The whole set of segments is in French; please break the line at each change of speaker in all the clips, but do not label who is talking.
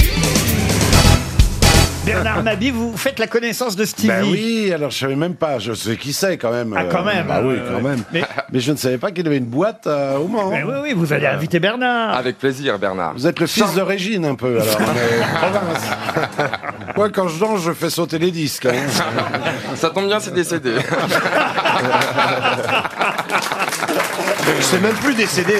Bernard Mabi, vous faites la connaissance de Stevie.
Bah
Ben oui, alors je savais même pas, je sais qui c'est quand même.
Ah, quand
Euh,
même,
bah
euh,
oui, quand même.
mais-
Mais... je ne savais pas qu'il avait une boîte euh, au Mans.
Ben oui, oui, vous allez inviter Bernard.
Avec plaisir, Bernard.
Ah. Vous êtes le fils de Régine un peu, alors. mais province. Moi, quand je danse, je fais sauter les disques. hein.
Ça tombe bien, c'est décédé.
C'est même plus des CD.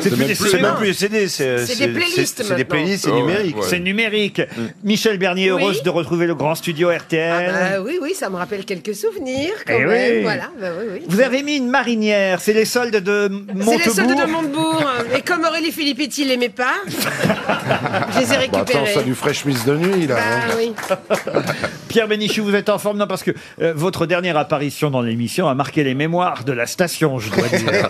C'est plus des
C'est
CD1.
même plus des CD. C'est euh,
des
c'est-
playlists
C'est des
maintenant.
playlists, c'est
Oh, ouais,
numérique. Mm.
ouais.
C'est numérique. Michel Bernier,
Oui.
heureuse de retrouver le grand studio RTL.
Ah bah oui, oui, ça me rappelle quelques souvenirs quand
Eh
même.
oui.
Voilà, bah oui, oui.
Vous avez mis une marinière, c'est les soldes de Montebourg.
C'est les soldes de Montebourg. Et comme Aurélie Filippetti l'aimait pas, je les ai
Bon, attends,
récupérés.
ça du fraîche mise de nuit, là. hein.
bah euh. oui.
Pierre Bénichou, vous êtes en forme Non, parce que euh, votre dernière apparition dans l'émission a marqué les mémoires de la station, je dois dire.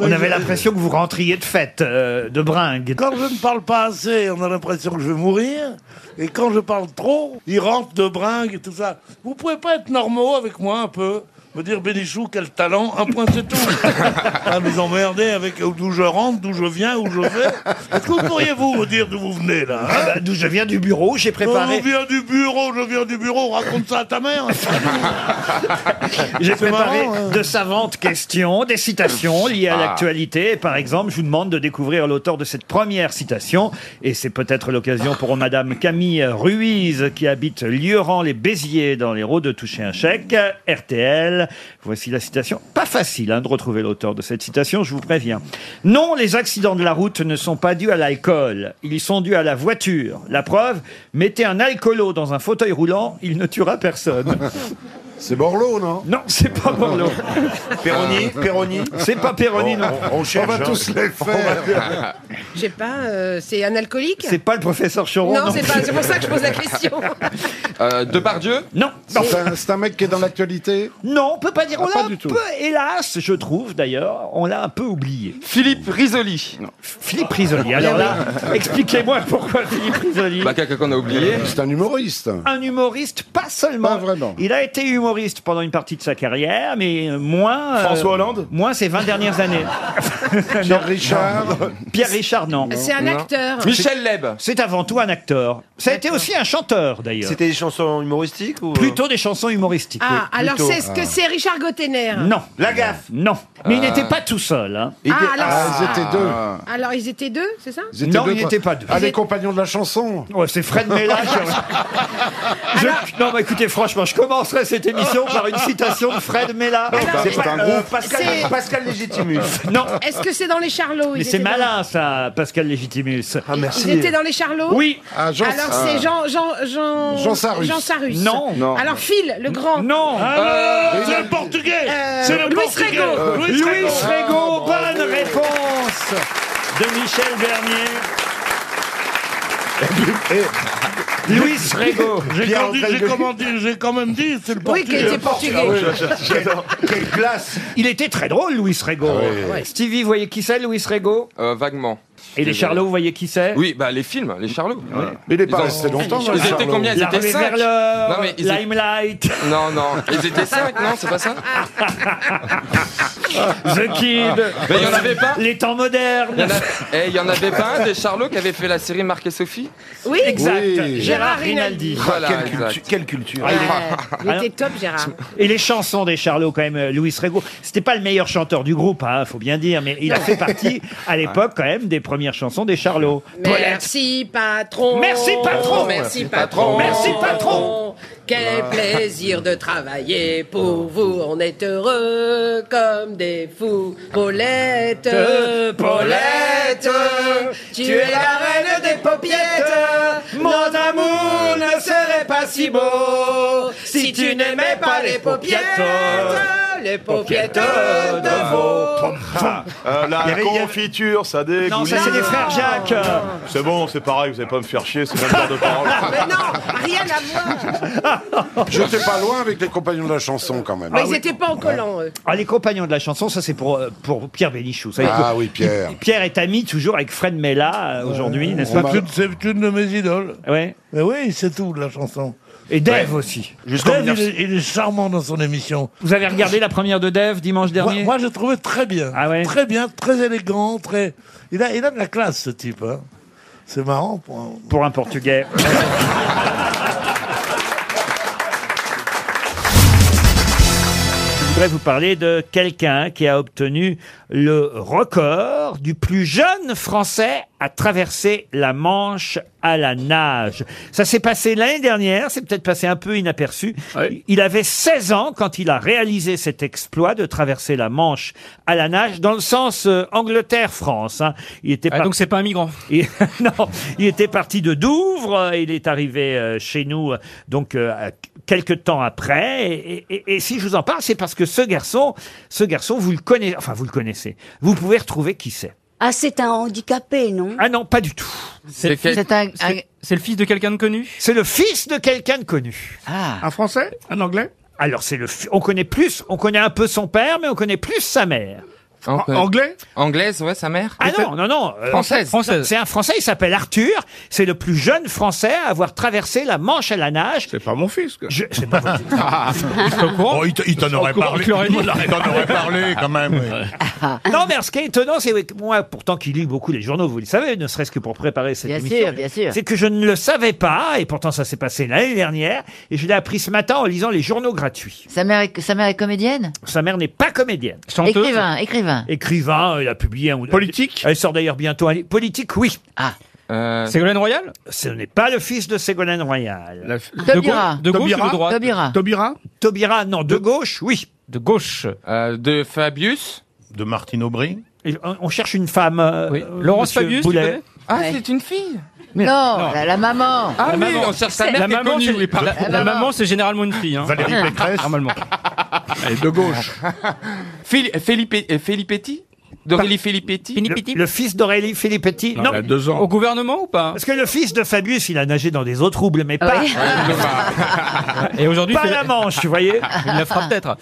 On avait l'impression que vous rentriez de fête, euh, de bringue.
Quand je ne parle pas assez, on a l'impression que je vais mourir. Et quand je parle trop, ils rampent de bringue, tout ça. Vous pouvez pas être normaux avec moi un peu Me dire, Bénichou, quel talent, un point c'est tout. ah, mais emmerder avec d'où je rentre, d'où je viens, où je vais. Est-ce que vous pourriez vous me dire d'où vous venez là hein
Ah bah, D'où je viens du bureau, j'ai
je
préparé,
viens du bureau, je viens du bureau, raconte ça à ta mère.
j'ai préparé
marrant, hein.
de savantes questions, des citations liées à l'actualité. Et Par exemple, je vous demande de découvrir l'auteur de cette première citation. Et c'est peut-être l'occasion pour Madame Camille Ruiz, qui habite Lieurand-les-Béziers dans l'Hérault, de toucher un chèque. RTL, voici la citation. Pas facile hein, de retrouver l'auteur de cette citation, je vous préviens. Non, les accidents de la route ne sont pas dus à l'alcool. Ils sont dus à la voiture. La preuve, mettez un alcoolo dans un fauteuil roulant, il ne tuera personne.
C'est Borloo, non
Non, c'est pas Borloo.
Péroni, Péroni.
Euh, C'est pas Perroni, non.
On, on
On
cherche.
va
hein.
tous les faire.
Je sais pas, euh, c'est un alcoolique
C'est pas le professeur Choron.
Non, c'est pas. C'est pour ça que je pose la question.
Euh, Depardieu
Non, non,
C'est un, c'est un mec qui est dans l'actualité
non, on peut pas dire. On
Ah,
l'a
pas
un
du tout.
peu, hélas, je trouve d'ailleurs, on l'a un peu oublié.
Philippe Risoli.
Philippe Risoli. Alors là,
Eh
expliquez-moi pourquoi Philippe Risoli.
Bah, quelqu'un qu'on a oublié.
C'est un humoriste.
un humoriste, pas seulement.
Pas vraiment.
Il a été humoriste pendant une partie de sa carrière, mais euh, moins. euh,
François Hollande
Moins ces 20 dernières années.
Pierre Richard.
Pierre Richard, non.
C'est un acteur.
Michel Leb.
C'est avant tout un acteur. Ça a été aussi un chanteur, d'ailleurs.
C'était des chansons humoristiques ou
Plutôt des chansons humoristiques.
Ah,
Oui,
alors
plutôt.
c'est ce
euh,
que c'est Richard Gottener.
Non.
La gaffe. Ah.
Non. Mais il n'était pas tout seul. hein.
Ah, alors,
Ah, ils étaient deux.
alors ils étaient deux, c'est ça
Ils étaient
Non,
deux,
ils
trois.
n'étaient pas deux.
Ah,
Ils
les
étaient-
compagnons de la chanson.
Ouais, c'est Fred Mella. je- Je- Non, bah écoutez, franchement, je commencerai cette émission par une citation de Fred Mella.
C'est pas un
Euh,
groupe. Pascal,
C'est-
Pascal Légitimus.
Non,
Est-ce que c'est dans les Charlots ils
mais c'est
étaient dans-
malin, ça, Pascal Légitimus.
Ah, merci.
Ils étaient dans les Charlots
Oui,
Ah, Jean-
Alors c'est Jean Jean Jean
Jean Sarrus.
Jean Sarrus.
Non.
Non.
Alors Phil le grand.
non.
C'est le portugais
Euh,
C'est le
Luis
portugais
Rego.
Luis
Euh, Louis
Rego.
Rego, bonne réponse de Michel Bernier. Louis Rego.
J'ai
Pierre
quand dit-
André
j'ai comment dit- j'ai quand même dit, c'est le
Oui,
portugais. Ah
qui était
Ah
portugais. Ah
Quelle classe
Il était très drôle, Louis Rego. Stevie, vous voyez qui c'est, Louis Rego
Euh, vaguement.
Et les Charlots, vous voyez qui c'est
Oui, bah les films, les Charlots. Voilà.
Mais il est pas
Ils ont-
resté longtemps,
Ils
hein,
étaient
Charlot.
combien Ils
La
étaient
revue
cinq.
vers l'heure,
Non, mais ils étaient-
Limelight,
Non, non, ils étaient cinq, non, c'est pas ça
Ah,
The Kid,
Mais il y en avait pas
Les temps modernes.
Il y en a- Eh, il y en avait pas un des Charlots qui avait fait la série Marc et Sophie
Oui.
Exact.
Euh,
Oui.
Gérard
Gérard
Rinaldi.
Voilà,
quelle,
exact.
cultu- quelle culture
Ah, il est-
Il était top Gérard.
Et les chansons des Charlots, quand même, euh, Louis Rego, c'était pas le meilleur chanteur du groupe, hein, faut bien dire, mais il a fait partie, à l'époque, quand même, des premières chansons des Charlots. Paulette.
Merci patron.
Merci, patron.
Merci patron.
Merci, patron.
Quel plaisir de travailler pour vous. On est heureux comme des fous. Paulette, Paulette, tu es la reine des paupiettes.
Mon amour ne serait pas si beau
Si tu n'aimais pas les paupiettes, les paupiettes de vos.
Euh, la
Il y avait- il y avait-
confiture, ça dégouline.
Non, ça c'est des frères Jacques. euh,
C'est bon, c'est pareil, vous allez pas me faire chier, c'est même genre de parole.
Mais non, rien à voir.
J'étais pas loin avec les compagnons de la chanson, quand même.
Mais ils n'étaient pas en collant, eux.
Ah, les compagnons de la chanson, ça c'est pour, euh, pour Pierre Bénichou. Ça, il faut-
Ah oui, Pierre.
Pierre est ami toujours avec Fred Mella euh, aujourd'hui, n'est-ce
on
pas
m'a-
C'est- C'est une de mes idoles.
Ouais.
Mais oui, c'est tout, la chanson.
Et Dave aussi.
Jusqu'en
Dave,
19...
il, est, il est charmant dans son émission.
Vous avez regardé la première de Dave dimanche
Moi,
dernier
moi, je le trouvais très bien.
Ah ouais
Très bien, très élégant, très... Il a, il a de la classe, ce type. hein. C'est marrant. Pour un-
Pour un Portugais. voudrais vous parler de quelqu'un qui a obtenu le record du plus jeune Français à traverser la Manche à la nage. Ça s'est passé l'année dernière, c'est peut-être passé un peu inaperçu. Il avait 16 ans quand il a réalisé cet exploit de traverser la Manche à la nage dans le sens euh, Angleterre-France. hein. Il était par-
Ah, donc c'est pas un migrant.
il- non, il était parti de Douvres, euh, il est arrivé euh, chez nous euh, donc euh, à- quelques temps après. Et, et- et- et si je vous en parle, c'est parce que ce garçon, ce garçon, vous le connaissez, enfin vous le connaissez. Vous pouvez retrouver qui c'est.
Ah, c'est un handicapé, non
Ah non, pas du tout.
C'est le, fils-
C'est un, un-
c'est- c'est le fils de quelqu'un de connu
C'est le fils de quelqu'un de connu.
Ah,
Un français Un anglais
Alors c'est le, fi- on connaît plus, on connaît un peu son père, mais on connaît plus sa mère.
En- Anglais
Anglaise, ouais, sa mère.
Ah non, non, non. euh,
Française.
Française.
C'est un Français, il s'appelle Arthur. C'est le plus jeune Français à avoir traversé la Manche à la nage.
C'est pas mon fils, quoi.
Je, c'est pas votre- Ah.
Ah.
Oh, Ah. il t- il t'en aurait parlé.
il l'aurait dit.
Il t'en aurait parlé, quand même. oui.
Ah.
Non, mais ce qui est étonnant, c'est que moi, pourtant, qui lis beaucoup les journaux, vous le savez, ne serait-ce que pour préparer cette
bien
émission,
sûr, bien sûr.
c'est que je ne le savais pas, et pourtant, ça s'est passé l'année dernière, et je l'ai appris ce matin en lisant les journaux gratuits.
Sa mère, est, sa mère est comédienne
Sa mère n'est pas comédienne.
Chanteuse
Écrivain, écrivain.
Écrivain, elle a publié un...
Politique
Elle sort d'ailleurs bientôt un livre. Politique, oui.
Ah.
Euh,
Ségolène Royal
Ce n'est pas le fils de Ségolène Royal.
La-
De, gau-
Ah. Taubira.
de gauche ou
Taubira.
de droite
Taubira.
Taubira
Taubira, non, de gauche, oui.
De gauche.
euh, de Fabius.
De Martine Aubry
Et On on cherche une femme. euh,
Oui.
euh,
Laurence
monsieur
Fabius, tu
Boulet.
connais
Ah,
Ouais.
c'est une fille.
Non, La, la maman.
Ah oui,
maman.
on cherche sa mère.
La
qui est
maman,
connue,
c'est,
oui, pardon.
la- la
maman.
maman, c'est généralement une fille. hein.
Valérie Pécresse
Normalement.
Elle est de gauche.
Fili- euh, Felipe, euh, Felipetti D'Aurélie Felipetti
Le, le fils d'Aurélie Filippetti. Non,
Elle a deux ans.
Au gouvernement ou pas
parce que le fils de Fabius, il a nagé dans des eaux troubles, mais pas,
Et aujourd'hui,
pas
c'est-
la Manche, vous voyez.
il la fera peut-être.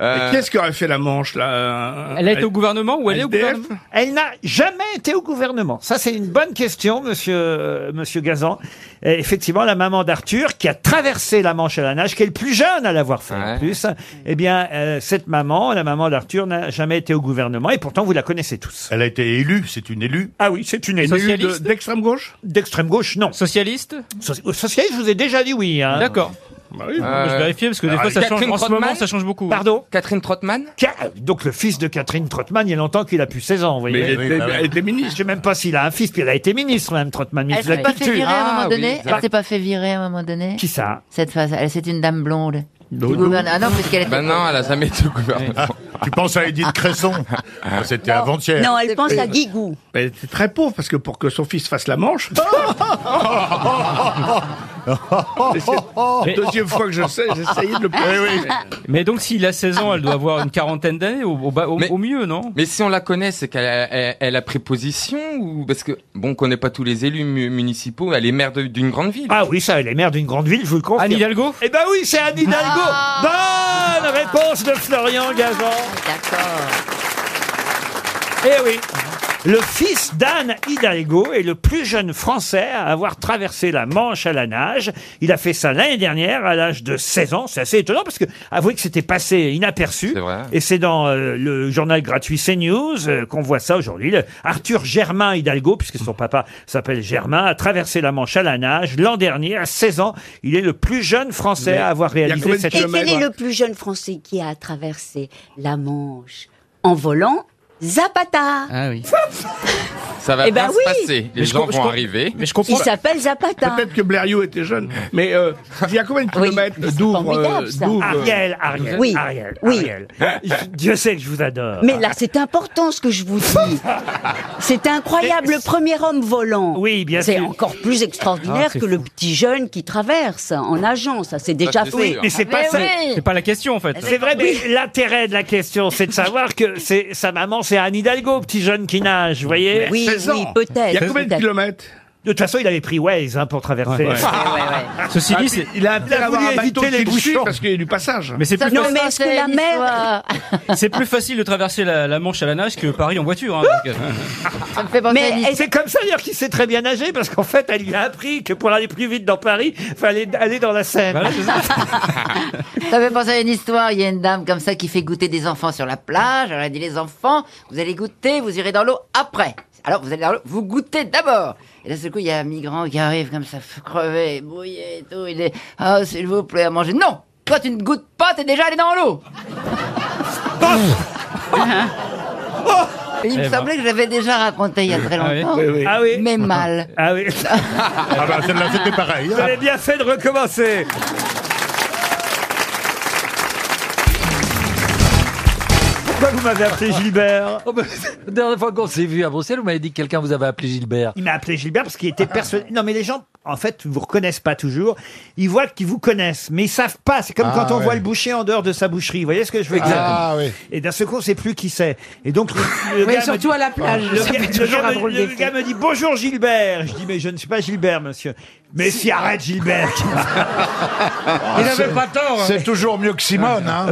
Euh,
Mais Qu'est-ce qu'aurait fait la Manche, là euh,
Elle est au gouvernement ou elle est au
SDF?
gouvernement
Elle n'a jamais été au gouvernement. Ça, c'est une bonne question, monsieur, euh, monsieur Gazan. Et effectivement, la maman d'Arthur, qui a traversé la Manche à la nage, qui est le plus jeune à l'avoir fait en
Ouais.
plus, eh bien, euh, cette maman, la maman d'Arthur, n'a jamais été au gouvernement. Et pourtant, vous la connaissez tous.
Elle a été élue, c'est une élue.
Ah oui, c'est une élue
Socialiste
D'extrême gauche
d'extrême gauche, non.
Socialiste
Soci- euh, Socialiste, je vous ai déjà dit oui. hein.
D'accord.
Bah
Euh,
Je vais vérifier parce que des fois, ça change.
Catherine
En ce
Trottmann
moment, ça change beaucoup.
Pardon
Catherine Trottmann
Ca- euh, Donc, le fils de Catherine Trottmann, il y a longtemps qu'il a plus 16 ans, vous voyez. bah
elle était- elle était
Je sais même pas s'il a un fils, puis elle a été ministre, Mme Trottmann.
Elle
ministre de
s'est
la
pas fait
Culture.
virer à un moment
Ah, oui,
donné
exact.
Elle s'est pas fait virer à un moment donné
Bah, Qui ça
Cette face, elle, c'est une dame blonde. Du gouverne- Ah non, parce qu'elle était.
Bah,
Ben non, elle a jamais été au gouvernement.
Tu penses à Edith Cresson Bah, C'était avant-hier.
Non, elle
C'est
pense
pas-
à Guigou.
Elle était très pauvre parce que pour que son fils fasse la manche. Deuxième fois que je sais, j'essayais de le
Mais donc, s'il a 16 ans, elle doit avoir une quarantaine d'années au, au bas- au-
Mais-
au mieux, non
Mais si on la connaît, c'est qu'elle a- elle, elle a pris position ou parce que bon, on connaît pas tous les élus mu- municipaux. Elle est maire de- d'une grande ville.
Ah oui, ça, elle est maire d'une grande ville, je vous le confirme.
Anne Hidalgo
Eh ben oui, c'est Anne Hidalgo
Ah.
Bonne réponse de Florian Gazan
D'accord.
Eh oui le fils d'Anne Hidalgo est le plus jeune Français à avoir traversé la Manche à la nage. Il a fait ça l'année dernière à l'âge de 16 ans. C'est assez étonnant parce que avouez que c'était passé inaperçu.
C'est vrai.
Et c'est dans euh, le journal gratuit CNews euh, qu'on voit ça aujourd'hui. Le Arthur Germain Hidalgo, puisque son papa s'appelle Germain, a traversé la Manche à la nage l'an dernier à 16 ans. Il est le plus jeune Français à avoir
y a
réalisé
combien de
cette
Et
kilomètres
quel est le plus jeune Français qui a traversé la Manche en volant Zapata.
Ah oui.
Ça va
Eh ben
bien
oui.
se passer. Les
je
gens
com- je
vont
com-
arriver.
Mais je comprends.
Il s'appelle Zapata.
Peut-être que Blériot était jeune. Mais euh, il y a combien de
Oui,
kilomètres
mais c'est
d'ouvre
formidable,
euh,
ça.
d'ouvre, euh,
Ariel, Ariel,
Oui,
Ariel,
oui.
Ah, Ariel. Je- Dieu sait que je vous adore.
Mais là, c'est important ce que je vous dis. C'est incroyable, le premier homme volant.
Oui, bien
C'est
sûr.
encore plus extraordinaire
Ah, c'est
que le
fou.
petit jeune qui traverse en agent. Ça, c'est déjà
c'est
fait. Ah,
sûr.
Mais c'est pas ça.
C'est pas la question en fait.
C'est vrai, mais l'intérêt de la question, c'est de savoir que c'est sa maman, c'est Anne Hidalgo, petit jeune qui nage, vous voyez.
Oui,
16
oui,
ans.
peut-être.
Il y a combien de
peut-être.
kilomètres
De toute façon, il avait pris Waze hein, pour traverser.
Ouais.
Ah,
Ceci dit, c'est.
Ah, Il a intérêt à avoir
voulu
un bateau
éviter
qui
les
le suit
bouchons.
parce qu'il y a du passage.
Mais c'est
Ça,
plus,
Non,
faci-
mais est-ce que la
c'est
mère-
l'histoire.
Ah.
c'est plus facile de traverser la, la Manche à la nage que Paris en voiture. hein, donc, euh.
Ça me fait penser à
Mais
une
est-ce-
C'est comme ça d'ailleurs qu'il sait très bien nager parce qu'en fait, elle lui a appris que pour aller plus vite dans Paris, fallait aller dans la Seine.
Voilà, c'est ça.
Ça me fait penser à une histoire. Il y a une dame comme ça qui fait goûter des enfants sur la plage. Elle a dit les enfants, vous allez goûter, vous irez dans l'eau après. Alors vous allez dans l'eau, vous goûtez d'abord. Et là, ce coup, il y a un migrant qui arrive comme ça, crevé, brouillé et tout. Il est, ah, s'il vous plaît, à manger. Non! Toi, tu ne goûtes pas, t'es déjà allé dans l'eau. Il me
Eh ben.
semblait que j'avais déjà raconté il y a très
Ah oui,
longtemps,
oui, oui.
Ah oui.
mais mal.
Ah oui.
Ah bah, celle-là, c'était pareil, hein.
Vous avez bien fait de recommencer. Pourquoi vous m'avez appelé Gilbert
Oh, La dernière fois qu'on s'est vu à Bruxelles, vous m'avez dit que quelqu'un vous avait appelé Gilbert.
Il m'a appelé Gilbert parce qu'il était persuadé. Non, mais les gens, en fait, vous reconnaissent pas toujours. Ils voient qu'ils vous connaissent, mais ils savent pas. C'est comme
Ah,
quand on
ouais.
voit le boucher en dehors de sa boucherie. Vous voyez ce que je veux dire
Ah,
oui. Et d'un seul coup, on sait plus qui c'est. Et donc, le, le
Oui,
gars me
surtout
dit-
à la plage,
Le,
ça
gars,
fait
le
toujours
gars
un
me-
drôle
le
d'effet.
gars me dit bonjour Gilbert. Je dis mais je ne suis pas Gilbert, monsieur. Mais si, arrête Gilbert.
Il avait pas tort, hein.
C'est toujours mieux que Simone. hein.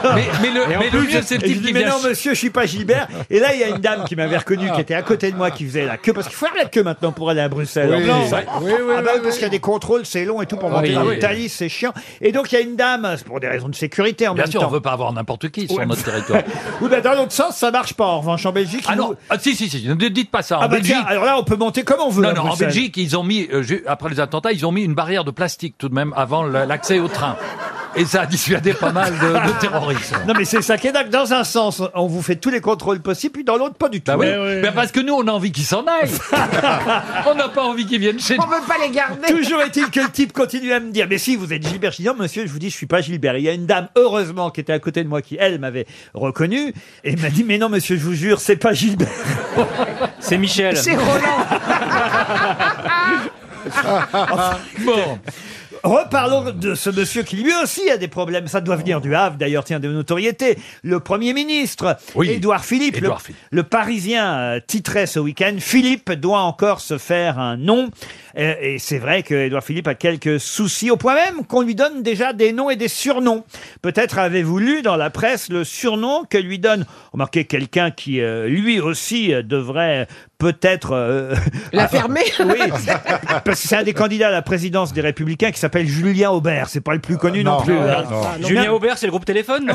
Mais- mais le- mais le mieux, c'est le type qui
Mais
vient
non,
ch-
monsieur, je suis pas Gilbert. Et là, il y a une dame qui m'avait reconnu, qui était à côté de moi, qui faisait la queue. Parce qu'il faut faire la queue maintenant pour aller à Bruxelles.
Oui.
en plus.
Oui, oui, oui,
Ah bah
oui,
parce qu'il y a des contrôles, c'est long et tout pour monter
Oui.
dans
Ah oui.
l'Italie, c'est chiant. Et donc, il y a une dame, c'est pour des raisons de sécurité en
Bien
même
sûr, on
temps.
ne veut pas avoir n'importe qui sur
Ouais.
notre territoire.
Oui, bah, dans l'autre sens, ça marche pas. En revanche, en Belgique,
Ah
ils
non,
nous-
ah, si, si, si, ne dites pas ça. En
Ah bah
Belgique,
tiens, alors là, on peut monter comme on veut. à
non, non, en
Bruxelles.
Belgique, ils ont mis, euh, ju- après les attentats, ils ont mis une barrière de plastique tout de même avant la- l'accès au train. Et ça a dissuadé pas mal de, de terroristes.
Non, mais c'est ça qui est dingue. Dans un sens, on vous fait tous les contrôles possibles, puis dans l'autre, pas du tout.
Bah oui,
Eh
bah parce que nous, on a envie qu'ils s'en aillent. on n'a pas envie qu'ils viennent chez nous.
On veut pas les garder.
Toujours est-il que le type continue à me dire Mais si, vous êtes Gilbert Je dis, Non, monsieur, je vous dis, je suis pas Gilbert. Il y a une dame, heureusement, qui était à côté de moi, qui, elle, m'avait reconnu, et m'a dit Mais non, monsieur, je vous jure, c'est pas Gilbert. c'est Michel.
C'est Roland.
bon. Reparlons de ce monsieur qui lui aussi a des problèmes. Ça doit venir du Havre, d'ailleurs, tiens, de notoriété. Le Premier ministre, Édouard Philippe,
Édouard
le,
Philippe.
le Parisien euh, titrait ce week-end Philippe doit encore se faire un nom. Euh, Et c'est vrai que Édouard Philippe a quelques soucis, au point même qu'on lui donne déjà des noms et des surnoms. Peut-être avez-vous lu dans la presse le surnom que lui donne, remarquez, quelqu'un qui, euh, lui aussi, euh, devrait peut-être... euh,
La fermer
Oui, parce que c'est un des candidats à la présidence des Républicains qui s'appelle Julien Aubert. C'est pas le plus connu non,
Euh, non,
plus.
non,
hein.
non. Julien Aubert, c'est le groupe téléphone, non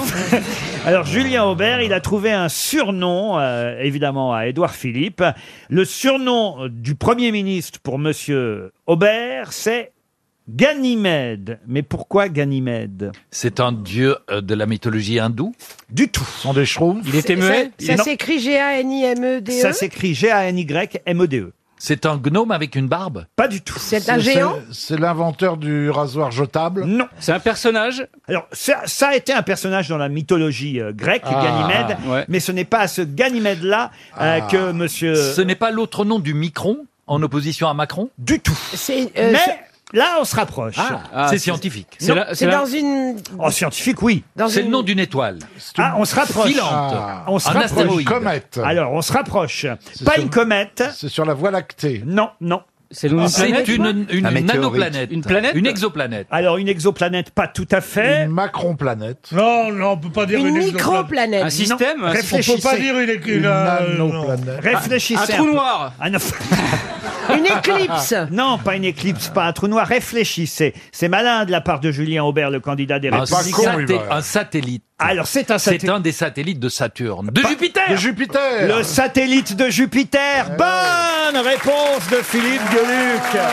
Alors Julien Aubert, il a trouvé un surnom, euh, évidemment, à Édouard Philippe. Le surnom du Premier ministre pour Monsieur Aubert, c'est Ganymède. Mais pourquoi Ganymède
C'est un dieu euh, de la mythologie hindoue
Du tout.
Sont des schtroumpfs Il
Ça ça s'écrit G-A-N-I-M-E-D-E.
Ça s'écrit G-A-N-Y-M-E-D-E.
C'est un gnome avec une barbe
Pas du tout.
C'est un géant
C'est l'inventeur du rasoir jetable Non. C'est un personnage Alors, ça, ça a été un personnage dans la mythologie euh, grecque,
Ah,
Ganymède,
ouais.
mais ce n'est pas à ce Ganymède-là euh, que monsieur...
Ce n'est pas l'autre nom du Micron en opposition à Macron
Du tout.
C'est
Euh,
Mais là, on se rapproche.
Ah,
Ah,
c'est
c'est-
scientifique.
C'est la- c'est la-
dans une.
En scientifique, oui.
C'est le nom d'une étoile.
Ah, on se rapproche.
Filante.
Ah. On se
un
rapproche.
astéroïde.
Alors, on se rapproche. Pas une comète. C'est sur la Voie lactée. Non, non. C'est
Ah, C'est une, une nanoplanète. Une exoplanète.
Alors, une exoplanète, pas tout à fait. Une macron-planète. Non, non, on peut pas
dire Une une exoplanète. microplanète.
Non,
Un système, un système.
Réfléchissez.
On peut pas dire une- une, Une euh, non. nanoplanète.
Réfléchissez.
Un trou
peu.
noir.
Ah, non.
Une éclipse.
Non, pas une éclipse, pas un trou noir. Réfléchissez. C'est malin de la part de Julien Aubert, le candidat des
Un,
Républicains.
saté- un satellite.
Alors, c'est un satellite.
C'est un des satellites de Saturne. De Jupiter
De Jupiter Le satellite de Jupiter Bonne réponse de Philippe
Ah
Gueluc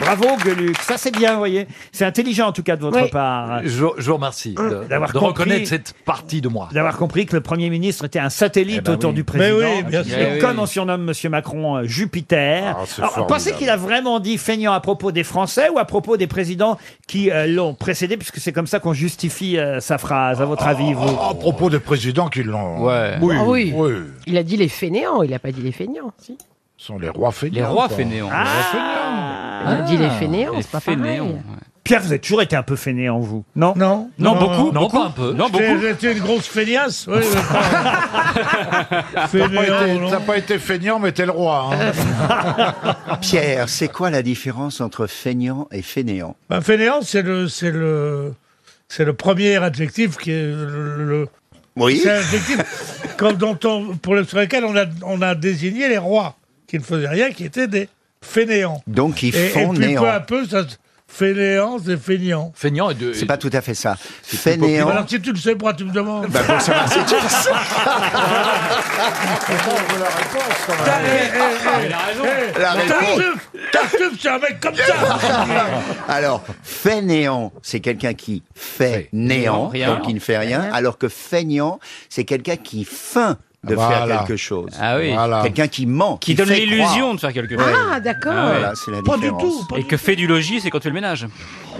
Bravo Gueluc, ça c'est bien, vous voyez. C'est intelligent en tout cas de votre
Oui.
part.
Je, je vous remercie de,
D'avoir
de
compris.
reconnaître cette partie de moi.
D'avoir compris que le Premier ministre était un satellite
Eh ben
autour
oui.
du président.
Mais oui, bien sûr.
Et
Eh oui.
Comme on surnomme Monsieur Macron euh, Jupiter.
Ah, c'est
Alors, pensez
formidable.
qu'il a vraiment dit feignant à propos des Français ou à propos des présidents qui euh, l'ont précédé, puisque c'est comme ça qu'on justifie euh, sa phrase, à
Ah,
votre avis, vous
À propos des présidents qui l'ont.
Ouais.
Oui.
Ah oui.
Oui.
Il a dit les fainéants, il a pas dit les fainéants, si.
Ce sont les rois fainéants.
Les rois
quoi.
fainéants.
Ah.
Les rois Ah. On dit les fainéants,
les
c'est pas pareil.
Pierre, vous avez toujours été un peu fainéant, vous Non
Non.
Non, beaucoup beaucoup
Non, beaucoup. J'étais une grosse feignasse. Oui, mais pas-
T'as pas,
Fainéant,
été-
non.
t'as pas été feignant, mais t'es le roi. hein.
Ah, Pierre, c'est quoi la différence entre feignant et fainéant
Bah,
Ben, fainéant, c'est le, c'est le, c'est le premier adjectif qui est le. le-
Oui.
C'est un adjectif comme dont on- pour le, sur lequel on a, on a désigné les rois qui ne faisaient rien, qui étaient des fainéants.
Donc ils
et,
font
et puis
néant.
peu à peu, ça, se- fainéant, c'est feignant.
Feignant et de.
C'est pas tout à fait ça. Fainéant.
Alors si tu le sais pas, tu me demandes.
Bah, pour savoir si tu le sais.
Eh, eh, eh, eh, t'as
La réponse.
su- eh, Tartuffe, c'est un mec comme ça
Alors, fait néant, c'est quelqu'un qui fait néant,
Non, rien.
donc qui ne fait rien, alors que feignant, c'est quelqu'un qui feint de
Voilà.
faire quelque chose.
Ah oui. Voilà.
Quelqu'un qui ment.
Qui donne
fait
l'illusion
croire.
de faire quelque chose.
Ouais.
Ah, d'accord.
Ah ouais.
Voilà, c'est la
Pas du
différence.
tout. Et que fait du logis, c'est quand tu fais le ménage.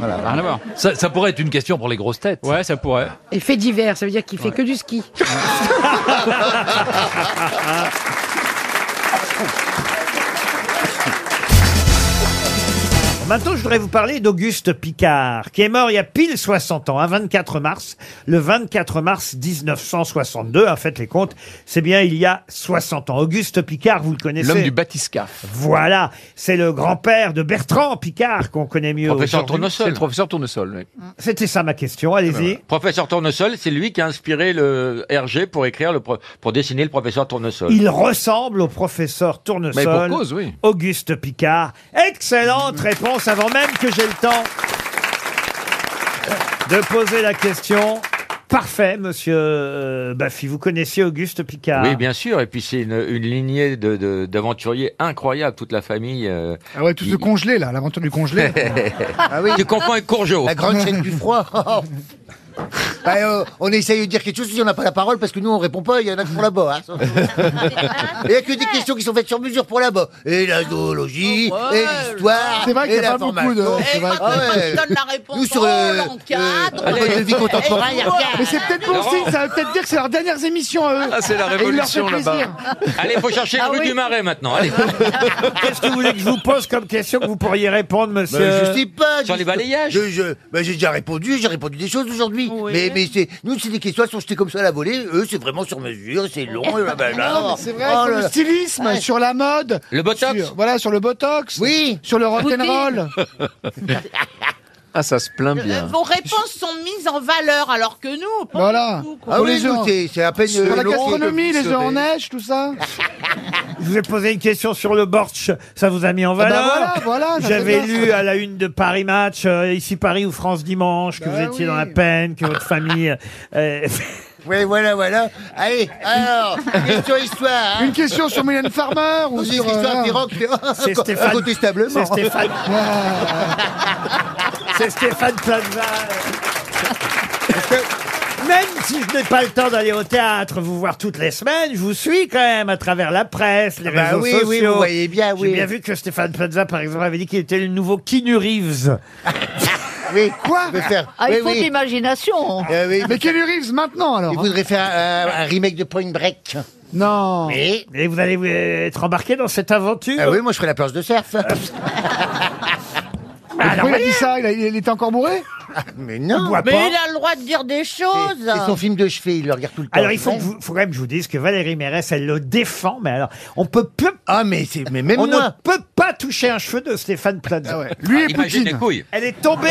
Rien à voir.
Ça, ça pourrait être une question pour les grosses têtes.
Ouais, ça pourrait.
Et fait divers, ça veut dire qu'il fait que du ski.
Ah. Maintenant, je voudrais vous parler d'Auguste Picard, qui est mort il y a pile 60 ans, un 24 mars, le 24 mars 1962. En fait, les comptes, c'est bien il y a 60 ans. Auguste Picard, vous le connaissez.
L'homme du batiscaf.
Voilà, c'est le grand-père de Bertrand Picard qu'on connaît mieux.
Professeur
aujourd'hui.
Tournesol.
C'est le prof-
professeur Tournesol,
C'était ça ma question,
Ah ben,
allez-y.
Professeur Tournesol, c'est lui qui a inspiré le RG pour écrire le pro- pour dessiner le professeur Tournesol.
Il ressemble au professeur Tournesol.
Mais pour cause, oui.
Auguste Picard. Excellente réponse avant même que j'ai le temps de poser la question. Parfait, monsieur euh, Baffy. Vous connaissiez Auguste Picard
Oui, bien sûr. Et puis c'est une, une lignée de- de- d'aventuriers incroyables, toute la famille. euh,
Ah ouais, tout ce congelé là, l'aventure du congelé.
Ah oui. Tu confonds avec Courgeot.
La grande chaîne du froid. Bah, euh, on essaye de dire quelque chose si on n'a pas la parole parce que nous on répond pas, il y en a qui font là-bas. hein. Il n'y a que des questions qui sont faites sur mesure pour là-bas. Et la zoologie, et l'histoire.
C'est vrai qu'il y a
et
pas beaucoup de-
l'information.
c'est vrai que-
Ah ouais. Nous sur le, le
Allez.
mode de vie contemporain.
Mais c'est peut-être bon
Laurent.
signe, ça veut peut-être dire que c'est leurs dernières émissions à eux.
Ah, c'est la
Et il leur fait
révolution là-bas.
plaisir.
Allez, faut chercher la
Ah
rue
oui.
du Marais maintenant. Allez.
Qu'est-ce que vous voulez que je vous pose comme question que vous pourriez répondre, monsieur
Bah, je sais pas.
Sur
je-
les balayages
je- je- bah, J'ai déjà répondu, j'ai répondu des choses aujourd'hui. Mais, mais c'est- nous, c'est des questions, elles sont jetées comme ça à la volée. Eux, c'est vraiment sur mesure, c'est long. et blablabla.
Non, Ah, mais c'est vrai,
Oh
sur
là-
le stylisme,
Ouais.
sur la mode.
Le botox.
sur- voilà, sur le botox. Oui. Sur le rock'n'roll.
Ah, ça se plaint bien.
Vos réponses sont mises en valeur alors que nous. pas
Voilà.
du tout, quoi.
Ah oui, nous, c'est c'est à peine.
Sur
euh,
la
long.
gastronomie, les œufs en neige, tout ça.
Je vous ai posé une question sur le borch, ça vous a mis en
Ah bah
valeur.
voilà, voilà, ça
J'avais
fait bien.
lu à la une de Paris Match, euh, ici Paris ou France Dimanche,
Bah
que vous étiez dans la peine, que votre famille. euh,
Oui, voilà, voilà. Allez, alors, question histoire. hein.
Une question sur Mylène Farmer ou
Ou c'est
sur, euh,
l'histoire
là.
qui rock, c'est-
C'est Stéphane-
Incontestablement.
c'est Stéphane- C'est Stéphane Plaza. Même si je n'ai pas le temps d'aller au théâtre vous voir toutes les semaines, je vous suis quand même à travers la presse, les
Ah bah
réseaux
oui,
sociaux.
oui, vous voyez bien, oui.
J'ai bien vu que Stéphane Plaza, par exemple, avait dit qu'il était le nouveau Keanu Reeves.
Oui, quoi faire...
Ah, il faut de
l'imagination. oui,
Mais Kelly Reeves maintenant alors. hein.
Il voudrait faire un, un remake de Point Break.
Non.
Et,
vous allez euh, être embarqué dans cette aventure Euh,
Ah oui, moi je ferai la planche de surf.
Mais pourquoi il a dit ça il, a- il était encore bourré
Ah, Mais Ah, non.
Mais il a le droit de dire des choses.
C'est son film de chevet, il le regarde tout le temps.
Alors, il faut, que vous- faut quand même que je vous dise que Valérie Mérès, elle le défend, mais alors, on peut peu-
Ah, mais, c'est- mais même
on ne
moi.
peut pas toucher un cheveu de Stéphane Plaza.
Lui et
Ah, Imagine les
Poutine.
couilles.
Elle est tombée,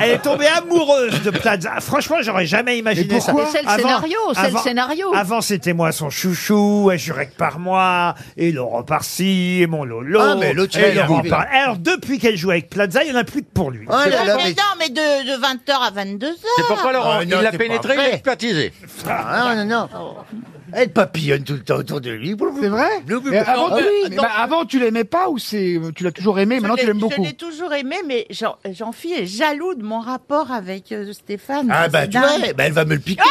elle est tombée amoureuse de Plaza. Ah, Franchement, j'aurais jamais imaginé
Mais pourquoi
ça.
Mais c'est le
scénario, c'est le
avant-
scénario.
Avant, c'était moi son chouchou, et Jurek par moi, et Laurent par-ci, et mon Lolo.
Ah, mais l'autre,
et
il a
Laurent
oublié.
par Alors, depuis qu'elle joue avec Plaza, il n'y en a plus que pour lui. Ah,
Oh là là,
Mais
mais-
non, mais de, 20h à 22h.
C'est pourquoi Laurent,
Ah, non,
il l'a
c'est
pénétré,
pas
il l'a
vrai.
expertisé.
Ah, non, non, non. Elle papillonne tout le temps autour de lui.
C'est vrai
Blou, blou,
Mais
blou.
avant,
Ah
tu,
oui.
mais bah, avant, tu l'aimais pas ou c'est tu l'as toujours aimé Eh, Maintenant,
Je
tu
l'ai-
l'aimes beaucoup.
Je l'ai toujours aimé, mais Jean- Jean-Phi est jaloux de mon rapport avec euh, Stéphane.
Ah,
C'est
bah, tu
dingue.
vois, bah, elle va me le piquer.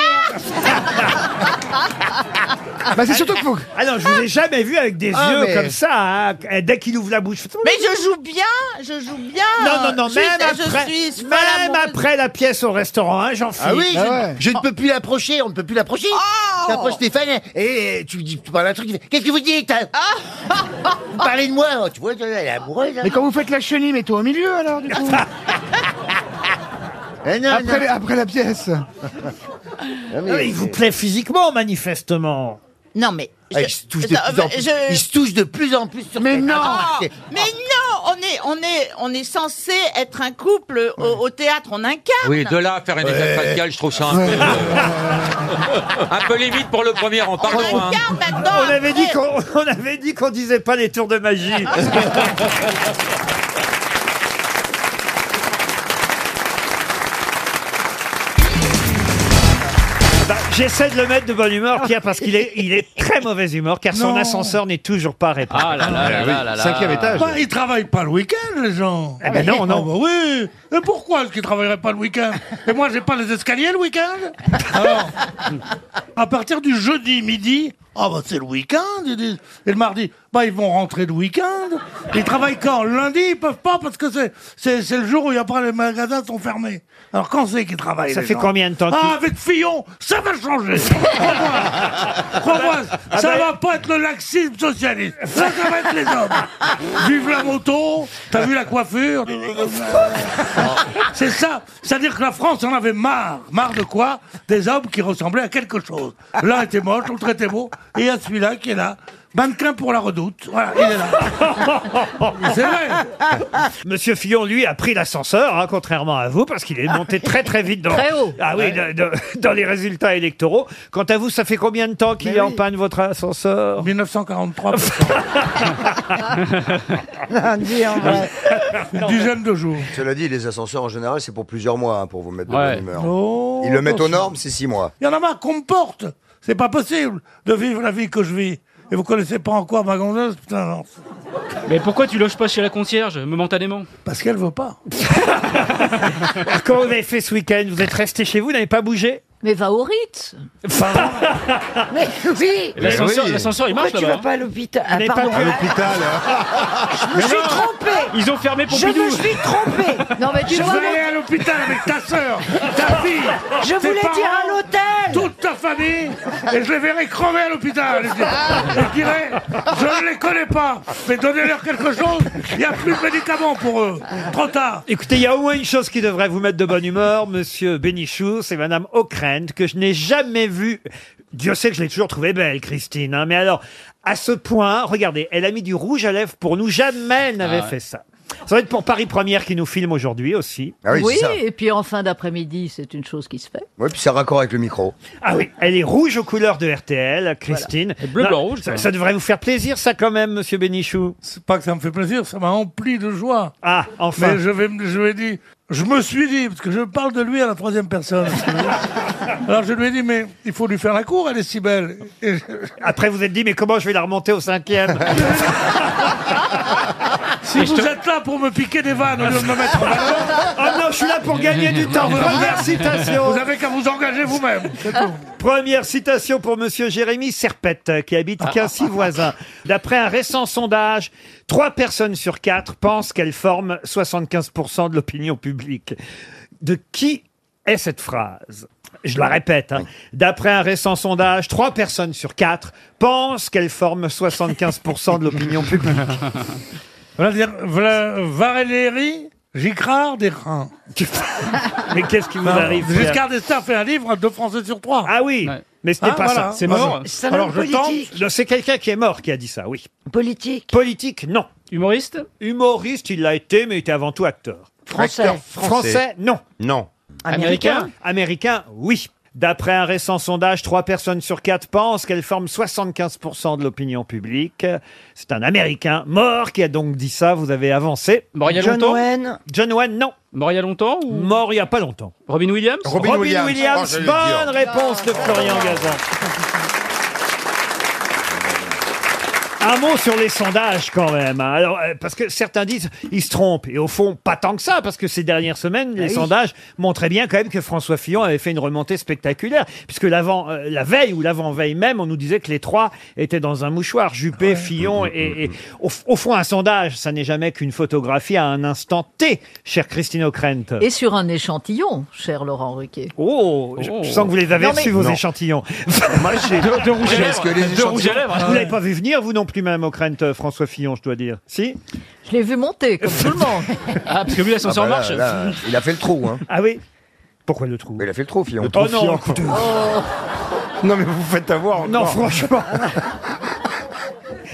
Bah, c'est surtout qu'il faut.
Ah non, je vous ai jamais vu avec des
Ah,
yeux
mais-
comme ça, hein, dès qu'il ouvre la bouche.
Mais je joue bien, je joue bien.
Non, non, non,
Je
même
suis-
après,
Je suis folle
même
amoureuse.
après la pièce au restaurant, hein, j'en
Ah oui,
Bah
je, je ne peux plus l'approcher, on ne peut plus l'approcher.
Oh
T'approches Stéphane et tu, dis- tu parles un truc, il fait, qu'est-ce que vous dites hein
Ah
Vous parlez de moi, tu vois, elle est amoureuse. hein.
Mais quand vous faites la chenille, mets-toi au milieu alors du coup.
Ah
Eh non,
après,
non.
les- après la pièce.
Ah, mais-
Ah, il vous plaît physiquement, manifestement.
Non, mais.
Ah,
je-
il se touche de
Ça,
plus en
bah,
plus.
je-
Il se touche de plus en plus sur Mais
Ah, mais non, on est, on est, on est censé être un couple au, au théâtre, on incarne.
Oui, de là à faire une étape faciale, je trouve ça un peu, euh, un peu limite pour le premier rang. Pardon.
Oh,
hein.
Incarne maintenant.
On avait dit
après.
qu'on on avait dit qu'on disait pas les tours de magie. Bah, J'essaie de le mettre de bonne humeur, Pierre, parce qu'il est, il est très mauvaise humeur, car son
Non.
ascenseur n'est toujours pas réparé.
Ah là là là là là là. Bah, ils travaillent pas le week-end, les gens.
Ah ben non, non.
bah oui. Et pourquoi est-ce qu'ils travailleraient pas le week-end Et moi, j'ai pas les escaliers le week-end Alors, à partir du jeudi midi, ah bah c'est le week-end. ils disent. Et le mardi, bah ils vont rentrer le week-end. Ils travaillent quand Lundi, ils peuvent pas parce que c'est, c'est, c'est le jour où il y a pas les magasins sont fermés. Alors quand c'est qu'ils travaillent
Ça
les
fait
gens
combien de temps
Ah,
qu'ils-
avec Fillon, ça va changer. Crois-moi. Crois-moi,
Ah
ça
ben-
va pas être le laxisme socialiste. Ça, ça va être les hommes. Vive la moto, t'as vu la coiffure C'est ça. C'est-à-dire que la France en avait marre. Marre de quoi Des hommes qui ressemblaient à quelque chose. L'un était moche, l'autre était beau. Et il y a celui-là qui est là. Mannequin pour la redoute. Voilà, il est là. C'est vrai.
Monsieur Fillon, lui, a pris l'ascenseur, hein, contrairement à vous, parce qu'il est monté très très vite dans,
Très haut.
Ah oui,
Ouais.
de- de- dans les résultats électoraux. Quant à vous, ça fait combien de temps qu'il
Ben
est en panne votre ascenseur
1943. Une dizaine de jours.
Cela dit, les ascenseurs en général, c'est pour plusieurs mois hein, pour vous mettre de
Ouais.
bonne humeur.
Oh,
Ils le mettent aux
attention.
normes, c'est six mois.
Il y en a marre qu'on me porte. C'est pas possible de vivre la vie que je vis. Et vous connaissez pas encore ma gonzesse Putain, non.
Mais pourquoi tu loges pas chez la concierge, momentanément
Parce qu'elle veut pas.
Quand vous avez fait ce week-end, vous êtes resté chez vous, vous n'avez pas bougé
Mais va au rite Mais oui
Mais L'ascenseur- oui. l'ascenseur, il marche
Pourquoi tu
là-bas, hein.
vas pas à l'hôpital Ah,
Il n'est
pardon.
pas à l'hôpital, hein.
Je me suis trompée
Ils ont fermé
Je
Pompidou
me suis trompée Non mais tu
je
vois...
vais
mon-
aller à l'hôpital avec ta sœur, ta fille.
Je
tes
voulais
parents,
dire à l'hôtel.
Toute ta famille. Et je les verrai crever à l'hôpital. Et je
Ah.
dirai- je dirai, je ne les connais pas. Mais donnez-leur quelque chose. Il n'y a plus de médicaments pour eux. Trop tard.
Écoutez, il y a au moins une chose qui devrait vous mettre de bonne humeur, monsieur Bénichou, c'est madame O'Krent, que je n'ai jamais vue. Dieu sait que je l'ai toujours trouvée belle, Christine. hein, mais alors, à ce point, regardez, elle a mis du rouge à lèvres pour nous. Jamais elle n'avait
Ah ouais.
fait ça. Ça va être pour Paris Première qui nous filme aujourd'hui aussi.
Ah
oui, et puis en fin d'après-midi, c'est une chose qui se fait.
Ouais, puis c'est raccord avec le micro.
Ah oui, elle est rouge aux couleurs de RTL, Christine.
Bleu,
Non,
blanc, rouge,
Ça,
quoi.
ça devrait vous faire plaisir, ça, quand même, monsieur Bénichou.
C'est pas que ça me fait plaisir, ça m'a empli de joie.
Ah, enfin.
Mais je vais, me- je vais dire, je me suis dit, parce que je parle de lui à la troisième personne. Alors je lui ai dit, mais il faut lui faire la cour, elle est si belle. Et je-
Après, vous êtes dit, mais comment je vais la remonter au cinquième
si vous êtes là pour me piquer des vannes au lieu de me mettre en valeur.
Oh non, je suis là pour gagner du temps. Première citation.
Vous avez qu'à vous engager vous-même. c'est tout.
Première citation pour Monsieur Jérémy Serpette, qui habite Quincy voisin. D'après un récent sondage, trois personnes sur quatre pensent qu'elles forment 75% de l'opinion publique. De qui est cette phrase je la répète, hein. d'après un récent sondage, trois personnes sur quatre pensent qu'elles forment 75% de l'opinion publique.
Voilà, voilà, Valérie Giscard des reins.
Mais qu'est-ce qui vous arrive Pierre
Giscard d'Estaing fait un livre de français sur trois.
Ah oui Mais ce n'est
Ah,
pas
voilà.
ça.
C'est mort.
Ah,
C'est un Alors, homme je tente. politique.
Non, C'est quelqu'un qui est mort qui a dit ça, oui. Politique. Politique, non. Humoriste Humoriste, il l'a été, mais il était avant tout acteur.
Français.
Acteur français,
Français.
non. Non.
Américain
Américain, oui. D'après un récent sondage, trois personnes sur quatre pensent qu'elles forment 75% de l'opinion publique. C'est un Américain mort qui a donc dit ça. Vous avez avancé.
Mort il y a longtemps
John Wayne, non.
Mort il y a longtemps ou...
Mort il y a pas longtemps.
Robin Williams
Robin, Williams, Oh, bonne réponse de Florian Gazan. Un mot sur les sondages quand même. hein. Alors euh, parce que certains disent ils se trompent et au fond pas tant que ça parce que ces dernières semaines les
oui.
sondages montraient bien quand même que François Fillon avait fait une remontée spectaculaire puisque l'avant euh, la veille ou l'avant veille même on nous disait que les trois étaient dans un mouchoir Juppé Fillon et, et- au, f- au fond un sondage ça n'est jamais qu'une photographie à un instant T chère Christine O'Krent.
Et sur un échantillon, cher Laurent Ruquier.
Euh. Oh, je, je sens que vous les avez reçus, vos échantillons. Moi,
j'ai- De- de rouge à lèvres.
que les
De rouge à lèvres.
Vous l'avez pas vu venir, vous non plus, même au crainte, euh, François Fillon, je dois dire. Si
Je l'ai vu monter, comme tout le monde.
Ah, parce que lui,
Ah bah là, là, il a fait le trou. Hein.
Ah oui Pourquoi le trou
Il a fait le trou, Fillon.
trou Oh non, Fillon. écoutez.
Non, mais vous faites avoir.
Non, franchement.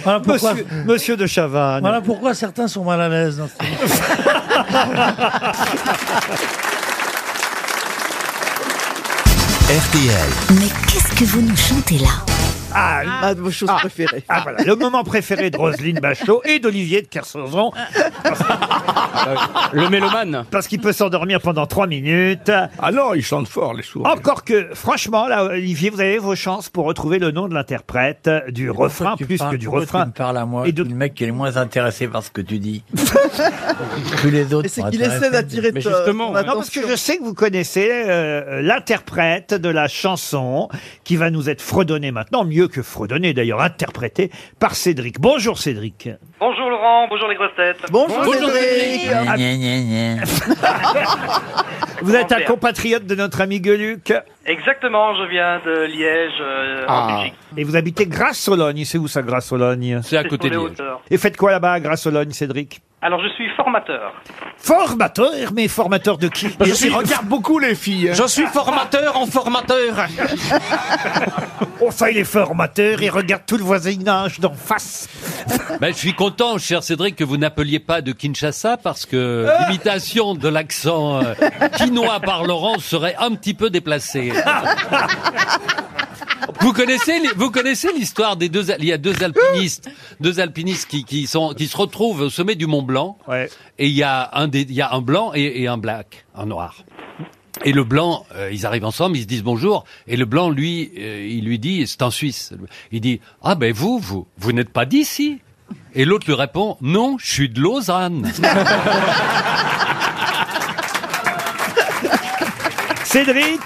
Voilà pourquoi,
Monsieur, monsieur de Chavannes.
voilà pourquoi certains sont mal à l'aise. dans ce film.
RTL. Mais qu'est-ce que vous nous chantez là
Ah, de vos choses préférées. Ah voilà, le moment préféré de Roselyne Bachelot et d'Olivier de Kersauzon. Le mélomane. Parce qu'il peut s'endormir pendant trois minutes. Ah non, il chante fort, les sourds. Encore que, franchement, là, Olivier, vous avez vos chances pour retrouver le nom de l'interprète euh, du refrain, plus que du refrain.
parle à moi.
Et de-
Le mec qui est le moins intéressé par ce que tu dis. Tous les autres.
Et c'est
sont
qu'il
intéressés.
essaie d'attirer Mais ta- justement, ton ouais. attention. Non, parce que je sais que vous connaissez euh, l'interprète de la chanson qui va nous être fredonnée maintenant, mieux que fredonnée d'ailleurs, interprétée par Cédric. Bonjour Cédric.
Bonjour Laurent, bonjour les grosses têtes.
Ah, Vous êtes un compatriote de notre ami Gueluc.
Exactement, je viens de Liège, euh,
Ah.
en Belgique.
Ah. Et vous habitez Grasse-Sologne. C'est où ça, Grasse-Sologne C'est
à C'est côté sur les de Liège. hauteurs.
Et faites quoi là-bas à Grasse-Sologne, Cédric
Alors je suis formateur.
Formateur, mais formateur de qui
Je suis-
regarde beaucoup les filles. hein.
Je suis
formateur en formateur. enfin, il est formateur, il regarde tout le voisinage d'en face.
Ben, je suis content, cher Cédric, que vous n'appeliez pas de Kinshasa parce que l'imitation de l'accent euh, quinoa par Laurent serait un petit peu déplacée. Vous connaissez, les- vous connaissez l'histoire des deux, al- il y a deux alpinistes, deux alpinistes qui, qui sont, qui se retrouvent au sommet du Mont Blanc. Et il y a un des, il y a un blanc et, et un black, un noir. Et le blanc, euh, ils arrivent ensemble, ils se disent bonjour. Et le blanc, lui, euh, il lui dit, c'est en Suisse. Il dit, ah ben vous, vous, vous n'êtes pas d'ici. Et l'autre lui répond, non, je suis de Lausanne.
Cédric,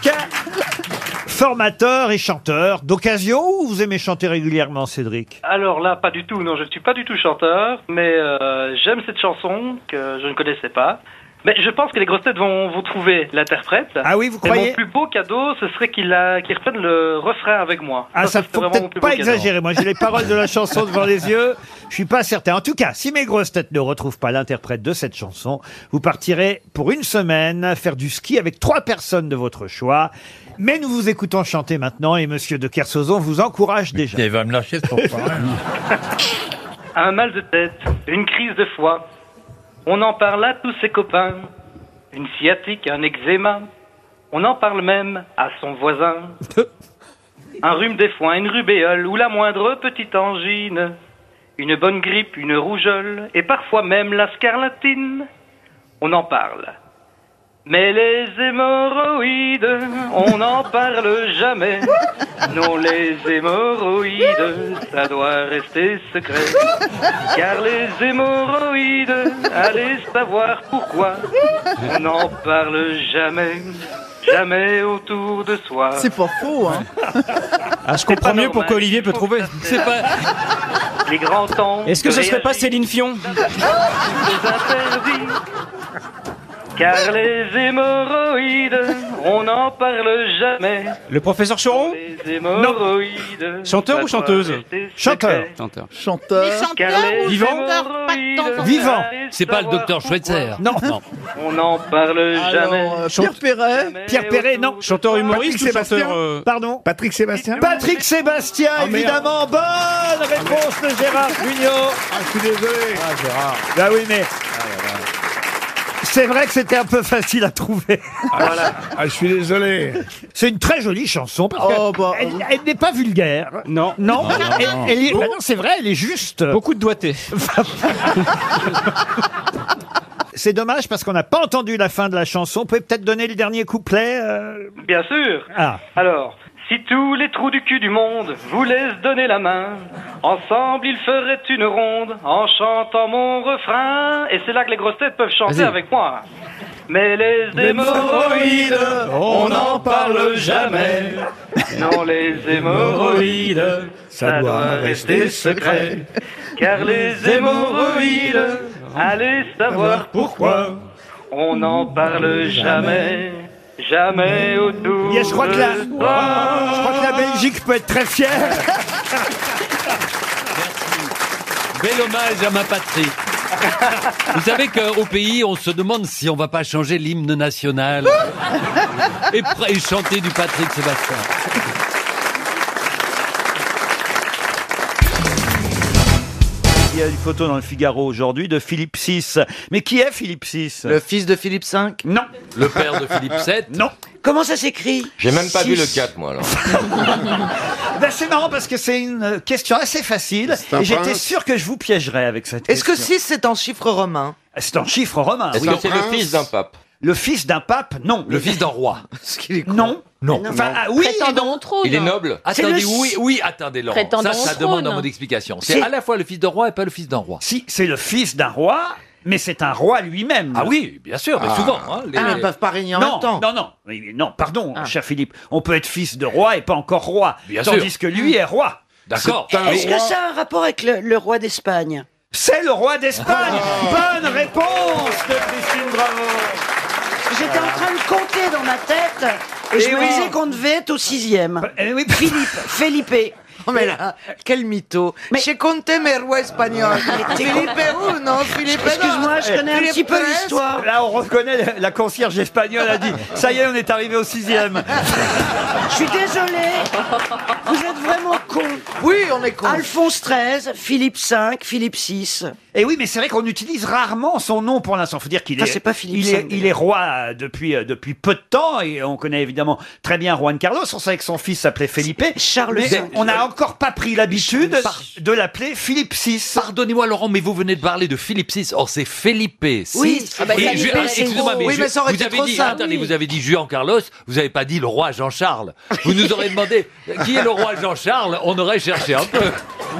formateur et chanteur d'occasion ou vous aimez chanter régulièrement, Cédric
Alors là, pas du tout, non, je ne suis pas du tout chanteur, mais euh, j'aime cette chanson que je ne connaissais pas. Mais je pense que les grosses têtes vont vous trouver l'interprète.
Ah oui, vous
Et
croyez
Mon plus beau cadeau, ce serait qu'il a- qu'il reprenne le refrain avec moi.
Ah, ça
serait
faut
vraiment mon
peut-être
plus beau
pas
cadeau.
exagérer. Moi, j'ai les paroles de la chanson devant les yeux. Je suis pas certain. En tout cas, si mes grosses têtes ne retrouvent pas l'interprète de cette chanson, vous partirez pour une semaine faire du ski avec trois personnes de votre choix. Mais nous vous écoutons chanter maintenant et Monsieur de Kersauzon vous encourage déjà.
Il va me lâcher ce pauvre.
Un mal de tête, une crise de foie. On en parle à tous ses copains. Une sciatique, un eczéma. On en parle même à son voisin. Un rhume des foins, une rubéole ou la moindre petite angine. Une bonne grippe, une rougeole et parfois même la scarlatine. On en parle. Mais les hémorroïdes, on n'en parle jamais. Non, les hémorroïdes, ça doit rester secret. Car les hémorroïdes, allez savoir pourquoi. On n'en parle jamais, jamais autour de soi.
C'est pas faux, hein
Ah, je comprends
mieux pourquoi Olivier peut trouver.
C'est pas. Les grands temps.
Est-ce que
de
ce serait pas
réagir.
Céline Fion
C'est interdit. Car les hémorroïdes, on n'en parle jamais.
Le professeur Choron
Les hémorroïdes.
Chanteur ou chanteuse
Chanteur.
Chanteur.
Chanteur.
Vivant
Vivant.
C'est pas le docteur Schweitzer.
Non.
On n'en parle
euh,
jamais.
euh, Pierre Perret Pierre Perret, non.
Chanteur humoriste
Patrick
ou chanteur,
Sébastien
euh,
Pardon Patrick Sébastien Ah, Patrick Sébastien,
Oh, merde.
évidemment Bonne réponse de Gérard Junior
Ah, je suis désolé. Ah, Gérard.
Bah oui, mais... C'est vrai que c'était un peu facile à trouver. Ah, je suis désolé. C'est une très jolie chanson parce
Oh,
que
bah,
elle, elle n'est pas vulgaire. Non. Non.
Non, non,
Elle-
non.
elle est-
Beaucoup-
bah non, c'est vrai, elle est juste. Beaucoup de doigté. C'est dommage parce qu'on n'a pas entendu la fin de la chanson. Vous pouvez peut-être donner le dernier couplet. euh,
Bien sûr.
Ah.
Alors, si tous les trous du cul du monde vous laissent donner la main, ensemble ils feraient une ronde en chantant mon refrain. Et c'est là que les grosses têtes peuvent chanter
Vas-y.
avec moi. Mais les
Les
hémorroïdes, on n'en parle jamais. Non, les hémorroïdes, ça doit rester secret. Car les hémorroïdes, allez savoir pourquoi, on n'en parle jamais. Jamais autour.
Yeah, je crois que la-
de toi.
Je crois que la Belgique peut être très fière.
Bel hommage à ma patrie. Vous savez qu'au pays, on se demande si on va pas changer l'hymne national et, pr- et chanter du Patrick Sébastien.
il y a une photo dans le Figaro aujourd'hui de Philippe VI. Mais qui est Philippe VI
Le fils de Philippe V
Non.
Le père de Philippe VII
Non.
Comment ça s'écrit
J'ai même pas
Six.
vu le 4, moi, alors.
Ben, c'est marrant parce que c'est une question assez facile.
un
Et j'étais
prince.
sûr que je vous piégerais avec cette
Est-ce
question.
que 6 c'est en chiffre romain
C'est en chiffre romain.
Est-ce
oui.
que c'est le fils d'un
pape Le fils d'un pape, non. Le fils d'un roi. Non. Non. Enfin, ah, oui, et non.
trône.
Il est
noble.
Attendez,
hein. C'est le-
Ah, oui, oui, attendez, Laurent.
Prétendant
Ça,
au
ça
trône.
demande un mot d'explication. C'est
C'est-
à la fois le fils d'un roi et pas le fils d'un roi.
Si, c'est le fils d'un roi, mais c'est un roi lui-même.
Ah oui, bien sûr, mais souvent, hein, les- Ah, ils peuvent
pas régner en même temps. Non, non, Oui, non, pardon, cher Philippe. On peut être fils de roi et pas encore roi.
Bien
tandis
sûr.
que lui est roi.
D'accord.
Est-ce que ça a un rapport avec le, le roi d'Espagne
C'est le roi d'Espagne
Oh.
Bonne réponse de Christine Bravo
J'étais en train de compter dans ma tête et,
Eh
je
oui.
me disais qu'on devait être au sixième.
Eh oui.
Philippe, Felipe.
Oh mais là, quel mytho. Mais... Chez Conte, mais roi espagnol.
Ah,
Philippe ou non Philippe non.
Excuse-moi, je connais un
Philippe
petit peu
Perez
l'histoire.
Là, on reconnaît la- la concierge espagnole a dit « Ça y est, on est arrivé au sixième
Je suis désolée. Vous êtes vraiment con. Oui, on est con. Alphonse XIII, Philippe V, Philippe VI. ».
Et oui, mais c'est vrai qu'on utilise rarement son nom pour l'instant. Faut dire qu'il
Ah,
est,
c'est pas Philippe
il
V,
est, il est roi euh, depuis, euh, depuis peu de temps et on connaît évidemment très bien Juan Carlos. On savait que son fils s'appelait Felipe.
Charles
mais
V.
On n'a encore pas pris l'habitude
Par-
de l'appeler Philippe VI.
Pardonnez-moi, Laurent, mais vous venez de parler de Philippe VI. Or, c'est Felipe VI.
Oui, ah bah,
Et
ça,
je-
Philippe, c'est
Excusez-moi,
trop.
mais,
Oui,
je-
mais ça aurait
vous
été
avez
trop
dit,
simple.
attendez,
Oui.
vous avez dit Juan Carlos, vous n'avez pas dit le roi Jean-Charles. Vous nous aurez demandé qui est le roi Jean-Charles, on aurait cherché un peu.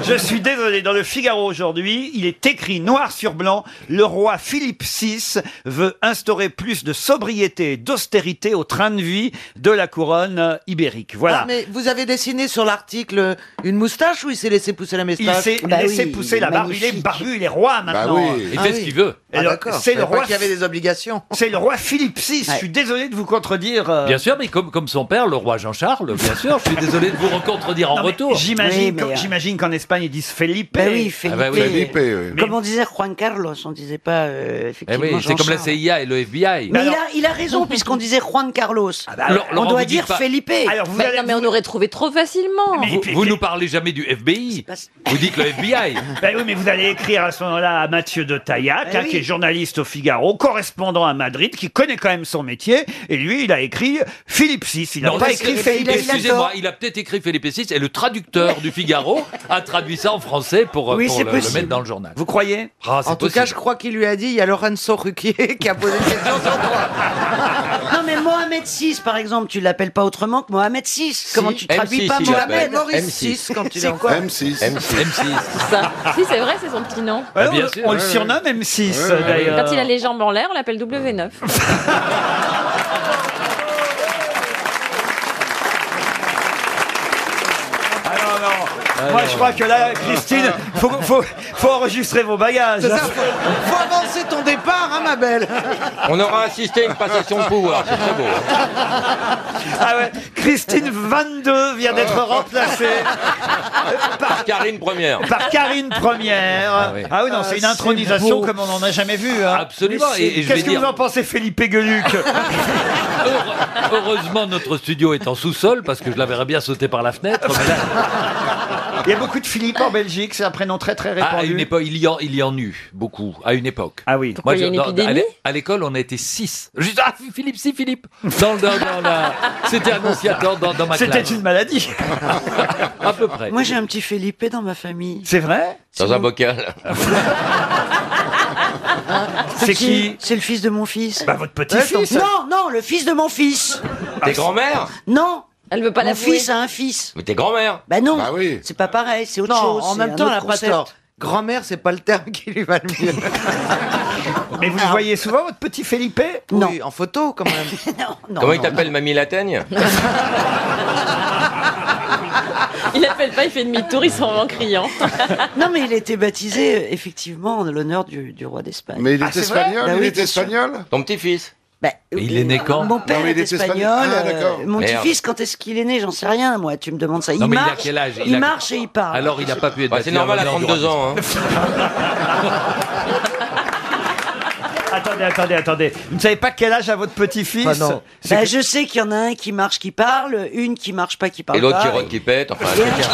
Je suis désolé, dans le Figaro aujourd'hui, il est écrit noir sur blanc, le roi Philippe VI veut instaurer plus de sobriété et d'austérité au train de vie de la couronne euh, ibérique. Voilà.
Ah, mais vous avez dessiné sur l'article une moustache ou il s'est laissé pousser la
Il
moustache
s'est
Bah
laissé pousser la barbe, Bah il est barbu, il est roi
Bah
maintenant.
Ah oui. Ah,
Alors,
d'accord.
C'est
Je
le
savais pas
roi
qu'il y avait des obligations.
C'est le roi Philippe Ah VI. Je suis désolé de vous contredire. euh,
Bien sûr, mais comme, comme son père, le roi Jean-Charles, bien sûr, je suis désolé de vous contredire en
non, mais euh,
retour.
J'imagine qu'en- j'imagine qu'en Espagne ils disent Felipe.
Ben oui, Felipe.
Ah bah oui. Felipe, oui.
Comme on disait Juan Carlos, on disait pas euh,
Eh
effectivement
oui, c'est comme la
Jean-Charles.
CIA et le FBI.
Mais il a, il a raison, puisqu'on disait Juan Carlos.
Laurent,
on
vous
doit
dites
dire
pas-
Felipe.
Alors, vous
Bah, non, mais on aurait trouvé trop facilement.
Vous, vous nous parlez jamais du FBI. Vous dites le FBI.
Ben oui, mais vous allez écrire à ce moment-là à Mathieu de Taillac,
Eh
hein,
oui.
qui est journaliste au Figaro, correspondant à Madrid, qui connaît quand même son métier. Et lui, il a écrit Philippe VI. Il n'a
Non,
pas
mais
écrit
c'est-
Felipe VI.
Excusez-moi, il a peut-être écrit Felipe VI et le traducteur du Figaro a traduit ça en français pour, euh,
Oui,
pour
c'est
le, le
possible.
mettre dans le journal.
Vous croyez
Ah, c'est
En tout
possible.
cas, je crois qu'il lui a dit il y a Lorenzo Ruquier qui a posé une question sur toi.
Non, mais Mohamed VI, par exemple, tu l'appelles pas autrement que Mohamed VI. Comment tu traduis pas Mohamed C'est quoi
Ça. si, c'est vrai, c'est son petit nom.
Ouais,
Ah, bien
on
sûr,
on le
ouais, ouais.
surnomme M6
Ouais, ouais, ouais.
d'ailleurs.
Quand il a les jambes en l'air, on l'appelle W9.
Ah non, non. Moi, je crois que là, Christine, faut, faut, faut enregistrer vos bagages. hein.
C'est ça, faut, faut avancer ton départ, hein, ma belle
On aura assisté à une passation de pouvoir, c'est très beau. hein.
Ah ouais, Christine 22 vient d'être remplacée
Par Karine première.
Euh, par Karine Première. Ah oui, non, c'est une
Ah,
intronisation
beau.
comme on n'en a jamais vu. hein.
Absolument,
Mais c'est-
et- et je
Qu'est-ce
vais
que
dire-
vous en pensez, Felipe Gueluc
Heureusement, notre studio est en sous-sol parce que je la verrais bien sauter par la fenêtre. mais là-
Il y a beaucoup de Philippe en Belgique, c'est un prénom très très
Ah, à une
répandu.
époque, il y en, il y en eut beaucoup, à une époque.
Ah oui.
Pourquoi il y a une épidémie
à l'é- à l'école, on a été six. Juste, ah, Philippe, si, Philippe. Dans, le- dans, dans la- C'était annonciateur dans, dans ma classe.
C'était une maladie.
À peu près.
Moi, j'ai un petit Felipe dans ma famille.
C'est vrai
Dans un bocal.
C'est qui
C'est le fils de mon Ah. fils.
Bah, votre petit-fils.
Non, non, le fils de mon fils. Ah.
Tes grands-mères
Non.
Elle veut pas
Mon
l'avouer.
fils a un fils.
Mais tes grands-mères
Bah non. C'est pas pareil, c'est autre
Non,
chose.
en
c'est
même
un
temps,
autre
elle a pas
concept.
tort. Grand-mère, c'est pas le terme qui lui va le mieux.
Mais
Ah.
vous le voyez souvent, votre petit Felipe
Non. en photo, quand même.
Non,
Comment il
non,
t'appelle, Mamie Lataigne
Ah,
Il appelle pas, il fait demi-tour, il s'en va en criant.
Non, mais il a été baptisé, euh, effectivement, en l'honneur du, du roi d'Espagne. Bah
Mais il est
Ah,
espagnol,
Bah
il est
espagnol
Ton petit-fils
Et il est né quand
Mon père
Non, mais il
est
est espagnol.
espagnol.
Ah,
euh,
d'accord.
mon
Merde.
petit-fils, quand est-ce qu'il est né J'en sais rien, moi. Tu me demandes ça. Il
Non, mais il a
marche,
quel âge
il
Il a-
marche et il parle.
Alors, il n'a pas pu être
Bah, c'est
hein.
baptisé en
normal à
l'honneur du roi
32 ans. hein.
Attendez, attendez, attendez. Vous ne savez pas quel âge a votre petit-fils C'est
Bah,
que-
je sais qu'il y en a un qui marche, qui parle, une qui marche pas, qui parle
Et l'autre qui
pas.
rote, qui pète. Enfin, elle se tient-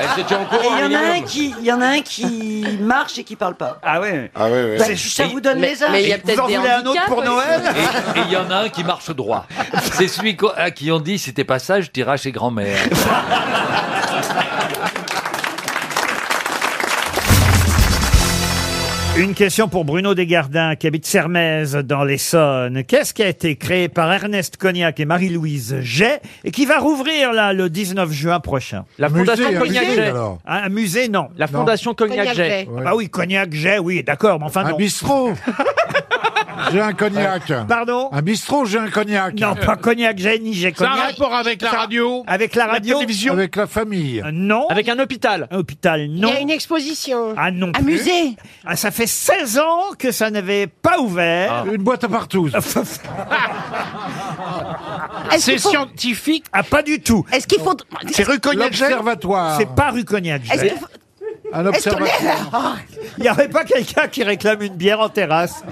elle se tient au
Ah,
Et
courant.
il y en a un
minimum.
qui, il y en a un qui marche et qui parle pas.
Ah ouais.
Ah ouais, ouais.
Bah, ça vous donne Mais- les âges. mais il y a peut-être vous en des voulez un autre handicaps pour aussi. Noël
Et et il y en a un qui marche droit. C'est celui qu'o- à qui on dit si t'es pas sage, t'iras chez grand-mère.
Une question pour Bruno Desgardins, qui habite Sermaises, dans l'Essonne. Qu'est-ce qui a été créé par Ernest Cognac et Marie-Louise Jay et qui va rouvrir là le 19 juin prochain La
Fondation Musée, un Cognac musée, Jay. alors.
Un musée, non. La
Fondation Cognac Cognac Jay. Jay.
Ah bah oui, Cognac Jay, oui, d'accord, mais enfin
Un
non.
bistrot J'ai un cognac.
Pardon
Un bistrot, j'ai un cognac.
Non, pas Cognac Jay, ni Jay Cognac.
avec
Ça- Avec la radio
Avec la famille.
Euh, Non. Avec un hôpital Un hôpital, non.
Il y a une exposition.
Ah non.
Un
plus.
musée.
Ah, ça fait 16 ans que ça n'avait pas ouvert.
Ah. Une boîte à partout.
Est-ce qu'il faut-
scientifique Ah, pas du tout.
Est-ce qu'il faut-
C'est rue Cognac-Jay L'observatoire.
C'est pas rue Cognac-Jay.
Est-ce qu'il faut- Un
Est-ce qu'on est-
Il n'y aurait pas quelqu'un qui réclame une bière en terrasse.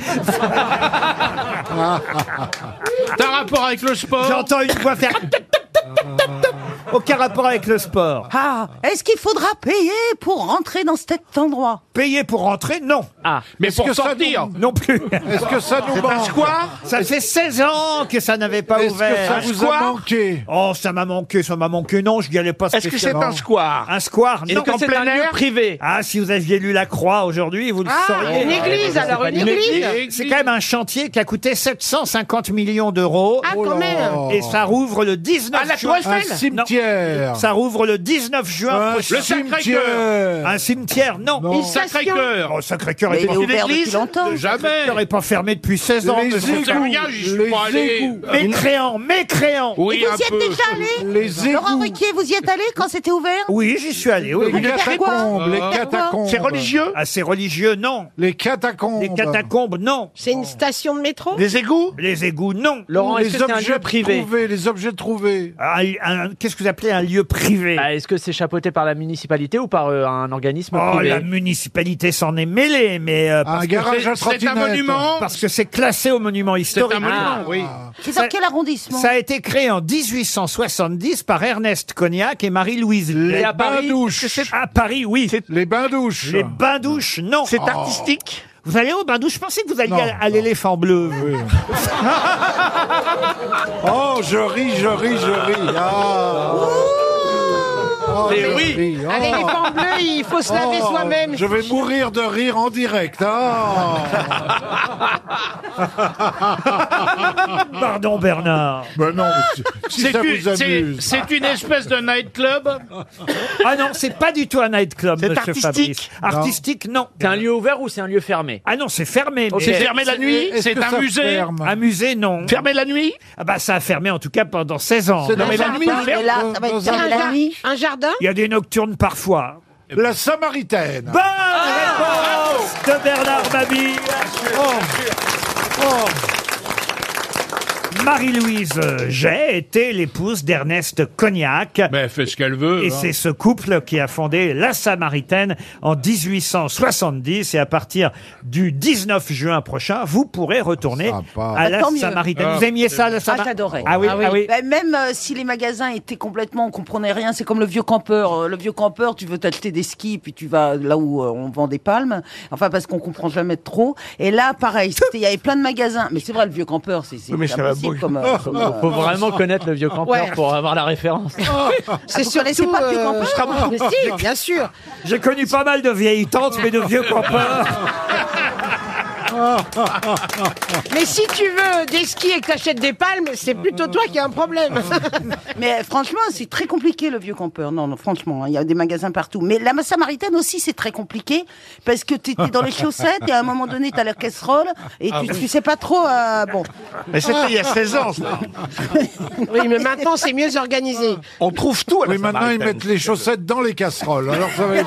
T'as un rapport avec le sport
J'entends une voix faire. Aucun rapport avec le sport.
Ah, est-ce qu'il faudra payer pour rentrer dans cet endroit
Payer pour rentrer, non.
Ah, mais
Est-ce
pour
que ça
sortir
nous- Non plus.
Est-ce que ça nous C'est un manque square
Ça fait 16 ans que ça n'avait pas
Est-ce que
ouvert.
ça Un vous a square manqué
Oh, ça m'a manqué, ça m'a manqué. Non, je n'y allais pas
Est-ce que c'est
spécialement.
un square
Un square,
Est-ce
non.
que c'est un lieu privé
Ah, si vous aviez lu La Croix aujourd'hui, vous le
Ah,
sauriez.
une église, alors, une Une église. église.
C'est quand même un chantier qui a coûté 750 millions d'euros.
Ah, quand Oh là. même.
Et ça rouvre le 19
Ah, la
juin.
Tour Eiffel
Non.
Un
cimetière.
Ça rouvre le 19 juin.
Un
prochain.
Le Sacré-Cœur.
Un cimetière, non.
Non. Une
station.
Sacré-Cœur. Oh, Sacré-Cœur
Mais
est
il est
pas-
ouvert depuis
L'église,
longtemps.
le
Jamais.
Sacré-Cœur n'est pas fermé depuis 16 ans.
Les
monsieur.
égouts. Rien, j'y suis Les pas allé. égouts.
Mécréant, mécréant.
Oui,
Vous y êtes déjà allé Laurent Ruquier, vous y êtes allé quand c'était ouvert
Oui, j'y suis allé. Oui,
Les
oui.
catacombes, les
Euh,
catacombes.
C'est religieux
Ah, c'est religieux, non.
Les catacombes.
Les catacombes, non.
C'est une station de métro
Les égouts Les égouts, non. Ah,
Laurent, est-ce Les que c'est un objets lieu privé trouvés, les objets trouvés.
Ah,
Qu'est-ce que vous appelez un lieu privé
Bah, Est-ce que c'est chapeauté par la municipalité ou par euh, un organisme
Oh,
privé
la municipalité s'en est mêlée, mais... euh, parce que
garage
c'est-
à
c'est un
trottinette.
monument Parce que c'est classé au monument historique.
oui.
C'est dans quel arrondissement
Ah. Ça a été créé en 1870 par Ernest Cognac et Marie-Louise. Les
à Paris,
bains-douches. À Paris, oui.
Les bains-douches.
Les bains-douches, non. Oh.
C'est artistique
Vous allez aux bains-douches Je pensais que vous alliez
Non,
à, à l'éléphant bleu.
Oh, je ris, je ris, je ris. Ah. Oh,
Mais
je
oui.
ris.
Un éléphant bleu, il faut se laver
Oh,
soi-même.
Je vais mourir de rire en direct. Ah.
Pardon, Bernard.
Ben non, mais si, si
C'est
ça
une-
vous amuse.
c'est- c'est une espèce de nightclub.
Ah non, c'est pas du tout un nightclub,
C'est
monsieur Fabrice.
artistique.
Artistique, non.
C'est un lieu ouvert ou c'est un lieu fermé
Ah non, c'est fermé.
Ok.
mais-
C'est fermé la nuit
Est-ce
C'est
que
un
ça
musée
ferme
Un musée, non. Fermé la nuit Ah bah ça a fermé en tout cas pendant 16 ans.
C'est dans un
Ah,
jardin, mais là, ça va être
euh, Dans
fermé
un-
la nuit.
Un jardin
Il y a des nocturnes parfois.
La Samaritaine.
Bonne
Ah,
réponse de Bernard Mabille. Oh. Marie-Louise Jay était l'épouse d'Ernest Cognac.
Mais elle fait ce qu'elle veut.
Et
hein.
c'est ce couple qui a fondé La Samaritaine en 1870. Et à partir du 19 juin prochain, vous pourrez retourner à
Bah,
La
tant mieux.
Samaritaine. Vous aimiez ça, La
Ah,
Samaritaine
j'adorais.
Ah oui, ah oui.
Bah, même euh, si les magasins étaient complètement, on comprenait rien. C'est comme le vieux campeur. Euh, Le vieux campeur, tu veux t'acheter des skis, puis tu vas là où euh, on vend des palmes. Enfin, parce qu'on comprend jamais trop. Et là, pareil, c'était- il y avait plein de magasins. Mais c'est vrai, le vieux campeur, c'est c'est
Oui, mais ça va
impossible
bouger.
comme. euh, comme, euh,
Faut vraiment connaître le vieux campeur
Ouais.
pour avoir la référence.
Oh.
Ah, vous connaissez pas le
euh,
vieux campeur Ah,
Mais si, bien sûr.
J'ai connu pas mal de vieilles tantes, mais de vieux campeurs.
Mais si tu veux des skis et que t'achètes des palmes, c'est plutôt toi qui as un problème.
Mais euh, franchement, c'est très compliqué le vieux campeur. Non, non, franchement, hein, il y a des magasins partout. Mais la Samaritaine aussi, c'est très compliqué parce que tu t'es dans les chaussettes et à un moment donné, t'as l'air casserole et tu, tu sais pas trop. euh, bon.
Ah Mais c'était il y a 16 ans, ça.
oui, mais maintenant c'est mieux organisé.
On trouve tout à
Oui, maintenant ils mettent les chaussettes dans les casseroles. Alors ça va, aller-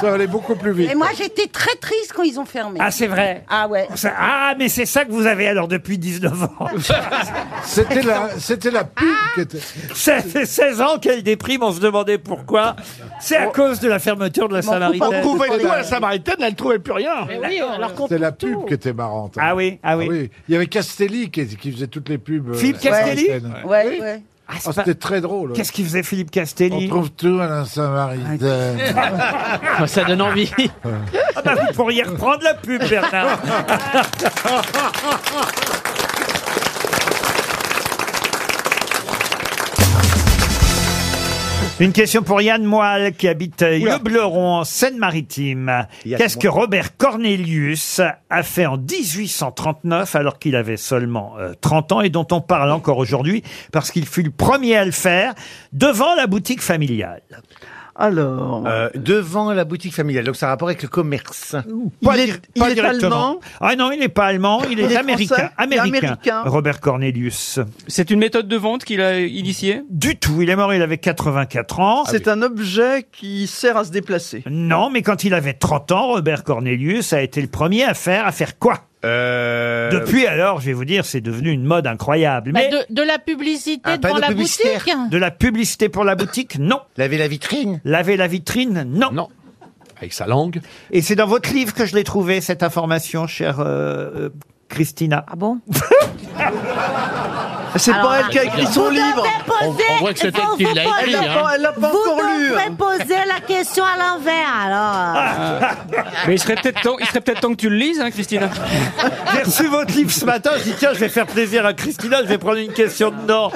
ça va aller beaucoup plus vite.
Et moi, j'étais très triste quand ils ont fermé.
Ah, c'est vrai.
Ah
ouais. Ah, mais c'est ça que vous avez alors depuis 19 ans.
C'était la-
c'était la pub qui était. Ça fait 16 ans qu'elle déprime, on se demandait pourquoi. C'est à cause de la fermeture de la Ah, Samaritaine.
On couvrait tout à la Samaritaine, elle ne trouvait plus rien.
C'était la pub qui était marrante. hein.
Ah oui, ah oui.
Il y avait Castelli qui, qui faisait toutes les pubs. euh,
Philippe
sur la
Castelli
scène.
Ouais,
Oui.
ouais. Ah, c'est
Ah,
pas-
C'était très drôle.
Qu'est-ce qu'il faisait Philippe Castelli
On trouve tout à la Samaritaine.
Ça donne envie. bah, vous pourriez reprendre la pub, Bernard. Une question pour Yann Moelle qui habite Le Bleuron en Seine-Maritime.
Yann
Qu'est-ce que
Moelle.
Robert Cornelius a fait en 1839 alors qu'il avait seulement euh, 30 ans et dont on parle encore aujourd'hui parce qu'il fut le premier à le faire devant la boutique familiale
Alors. Euh, devant la boutique familiale, donc ça a rapport avec le commerce.
Pas
est-
dir-
il
pas
est
directement.
allemand
Ah non, il n'est pas allemand, il est,
Il est
américain,
français Il est
américain.
américain.
Robert Cornelius.
C'est une méthode de vente qu'il a initiée
Du tout, il est mort, il avait 84 ans.
C'est un objet qui sert à se déplacer.
Non, mais quand il avait 30 ans, Robert Cornelius a été le premier à faire, à faire quoi Depuis alors, je vais vous dire, c'est devenu une mode incroyable.
Bah,
Mais Ah,
de, de la publicité devant la boutique.
De la publicité pour la boutique, non. Laver la vitrine Laver la vitrine, non. Non. Avec sa langue. Et c'est dans votre livre que je l'ai trouvé, cette information, chère euh, euh, Christina. Ah bon
C'est pas elle qui a écrit son livre. Elle l'a pas- elle l'a pas encore lu.
poser la question à l'envers, alors.
Ah.
Mais il serait peut-être temps, il serait peut-être temps que tu le lises, hein, Christina.
J'ai reçu votre livre ce matin, je dis tiens, je vais faire plaisir à Christina, je vais prendre une question dedans.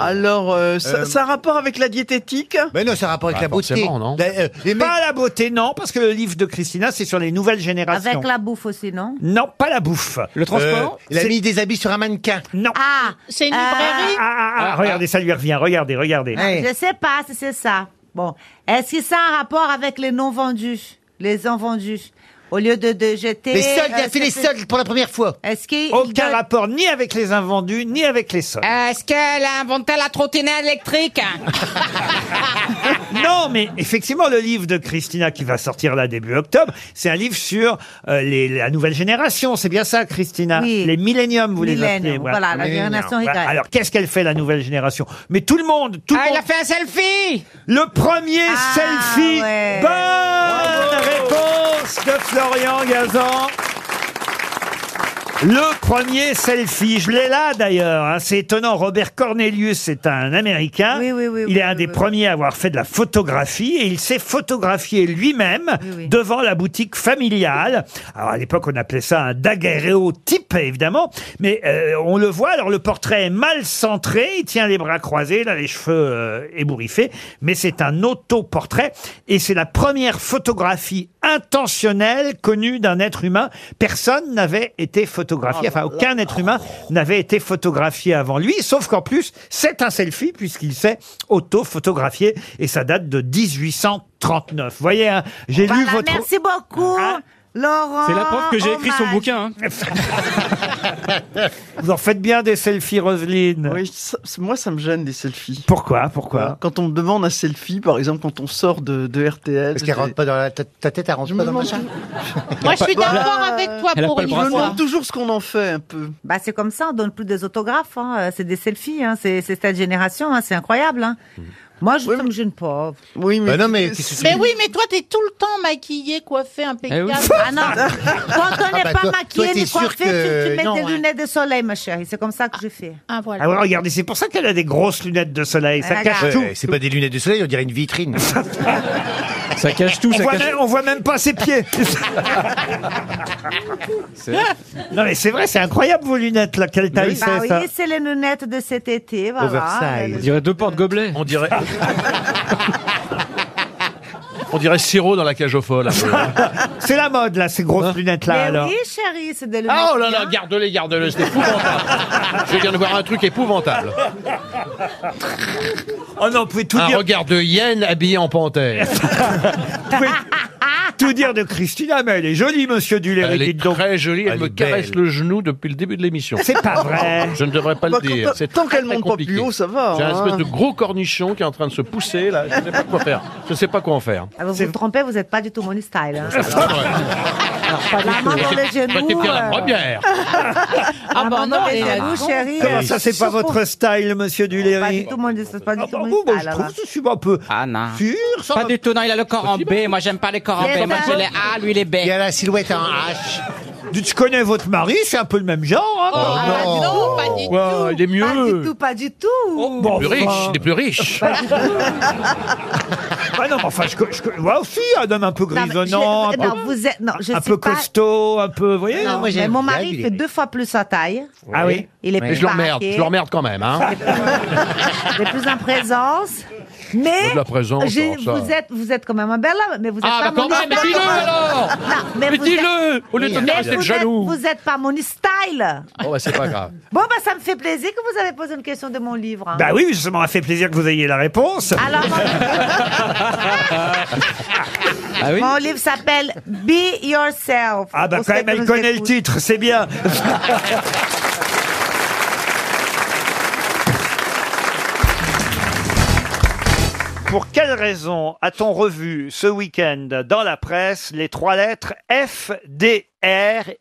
Alors, euh, ça, ça a rapport avec la diététique
Mais non, ça a rapport
avec Pas la beauté. Bah, forcément, non
euh, Pas la beauté, non, parce que le livre de Christina, c'est sur les nouvelles générations.
Avec la bouffe aussi, non
Non, pas la bouffe. Le
transport
Il a mis des habits sur un mannequin. Non.
Ah
C'est une
euh,
librairie
Ah, regardez, ça lui revient. Regardez, regardez.
Je sais pas si c'est ça. Bon. Est-ce que ça a un rapport avec les non-vendus Les invendus Au lieu de, de jeter...
Les soldes, il a fait les
soldes pour la première fois. euh, Est-ce qu'il...
Aucun rapport ni avec les invendus, ni avec les soldes.
Est-ce qu'elle a inventé la trottinette électrique
Non, mais effectivement, le livre de Christina qui va sortir là début octobre, c'est un livre sur euh, les- la nouvelle génération. C'est bien ça, Christina
Oui.
Les milléniums, vous les
Millennium,
appelez.
voilà, la
Millennium.
génération Y.
Voilà. Alors, qu'est-ce qu'elle fait, la nouvelle génération Mais tout le monde,
Ah,
tout le monde.
fait un selfie
Le premier selfie Bonne réponse de Florian Gazan le premier selfie, je l'ai là d'ailleurs, hein. c'est étonnant, Robert Cornelius c'est un Américain, il est un des premiers à avoir fait de la photographie et il s'est photographié lui-même devant la boutique familiale. Alors à l'époque on appelait ça un daguerréotype évidemment, mais euh, on le voit, alors le portrait est mal centré, il tient les bras croisés, il a les cheveux euh, ébouriffés, mais c'est un autoportrait et c'est la première photographie intentionnelle connue d'un être humain. Personne n'avait été photographié, enfin aucun être humain n'avait été photographié avant lui, sauf qu'en plus c'est un selfie puisqu'il s'est auto-photographié et ça date de 1839. Vous voyez, hein, j'ai lu votre...
Merci beaucoup, Laurent.
C'est la preuve que j'ai écrit son
hommage.
bouquin, hein. Vous en faites bien des selfies, Roselyne.
Oui, ça- c'est- moi ça me gêne les selfies.
Pourquoi Pourquoi
Quand on me demande un selfie, par exemple, quand on sort de, de RTL. Parce
qu'elle rentre
pas dans la, ta, tête, elle rentre pas dans le machin.
Moi, je suis d'accord avec toi pour une
Je
fois.
demande toujours ce qu'on en fait un peu.
Bah, c'est comme ça, on donne plus des autographes, hein. Euh, c'est des selfies, hein. c'est c'est cette génération, hein. c'est incroyable. hein. Moi, je ne me gêne pas.
Hmm. Oui,
mais.
Mais oui, mais toi, t'es tout le temps maquillée, coiffée,
Eh
impeccable.
oui. Ah non. Quand on n'est
Ah bah,
pas
toi- toi,
maquillé
t'es
ni
sûr
coiffé,
que-
tu, tu mets
non,
des
hein.
lunettes de soleil, ma chérie. C'est comme ça que je fais.
Ah, voilà.
Ah ouais, regardez, c'est pour ça qu'elle a des grosses lunettes de soleil, ça
Regarde.
cache
Ouais,
tout.
c'est pas des lunettes de soleil, on dirait une vitrine. ça cache
on, voit même, on voit même pas ses pieds. non mais c'est vrai, c'est incroyable vos lunettes là, quelle taille
Bah
c'est
oui,
ça
c'est les lunettes de cet été, voilà.
Oversize.
dirait deux portes gobelets. Ah, On dirait. On dirait Sirop dans la cage aux folles. un peu.
C'est la mode là, ces
Hein
grosses lunettes là
Mais
alors.
oui, chérie, c'est des lunettes.
Ah, oh là là,
bien.
garde-les, garde-les, c'est épouvantable. Je viens de voir un truc épouvantable.
Oh non, vous pouvez tout
un
dire.
regard de hyène habillé en panthère.
Vous pouvez tout dire de Christina, mais elle est jolie, monsieur Duléry.
Elle est
dites donc.
très jolie, elle,
Elle
me
est belle.
caresse le genou depuis le début de l'émission.
C'est pas vrai.
Je ne devrais pas
Bah,
le dire.
quand-
C'est
tant
très,
qu'elle
très
monte pas
compliqué.
plus haut, ça va,
J'ai un
hein.
espèce de gros cornichon qui est en train de se pousser là. Je ne sais pas quoi faire. Je ne sais pas quoi en faire.
Ah,
Ah, vous vous trompez, vous n'êtes pas du tout mon style. hein. pas La main dans les genoux.
Bah, t'es bien la
euh,
première.
Ah
bah
bah non,
non,
les
mais
genoux,
non.
chérie.
Comment Ah, ça, c'est pas votre style, monsieur
Pas
Duléry
du tout mon c'est pas du tout mon
Vous, moi, bah, je
style,
trouve
alors.
que je suis un peu...
Ah non.
Sûr, ça
Pas
va.
du tout, non, il a le corps en B. Moi, j'aime pas les corps en
Il y a
B. Moi,
ça.
j'ai les A, lui, les B.
Il y a la silhouette en H.
Tu connais votre mari, c'est un peu le même genre. Hein,
Oh,
bah,
ah,
non.
non, pas
du tout. Il est mieux.
Pas
Oh,
du tout, pas du tout. Bah,
bon,
Plus riche, des plus riches.
Pas du tout.
Ah non, mais enfin, je, co- je, co- moi aussi, un homme un peu
Non, mais je-
grisonnant, un,
non,
peu,
vous êtes- non, je
un
suis
peu
pas-
costaud, un peu, vous voyez
Non, mais mon mari fait deux fois plus sa taille.
Ah oui
Il est
Mais
plus
je l'emmerde,
baraqué.
je l'emmerde quand même. Hein.
Il est plus en présence. Mais
De la présence,
j'ai-
alors, ça.
vous êtes vous êtes quand même un bel homme, mais vous êtes
Ah,
pas
bah,
mon
quand même, mais
style.
dis-le, alors
Non, mais
Mais
vous
dis-le,
êtes-
au lieu de te
Mais
rester
vous
jaloux.
êtes- Vous n'êtes pas mon style.
Bon, bah, c'est pas grave.
Bon bah ça me fait plaisir que vous avez posé une question de mon livre. hein.
Bah oui, justement, ça m'a fait plaisir que vous ayez la réponse.
Alors,
Ah oui
Mon livre s'appelle Be Yourself.
Ah bah
Pour
quand
ceux
même,
qui
elle
nous
connaît le
écoutent.
titre, c'est bien. Pour quelle raison a-t-on revu ce week-end dans la presse les trois lettres FDR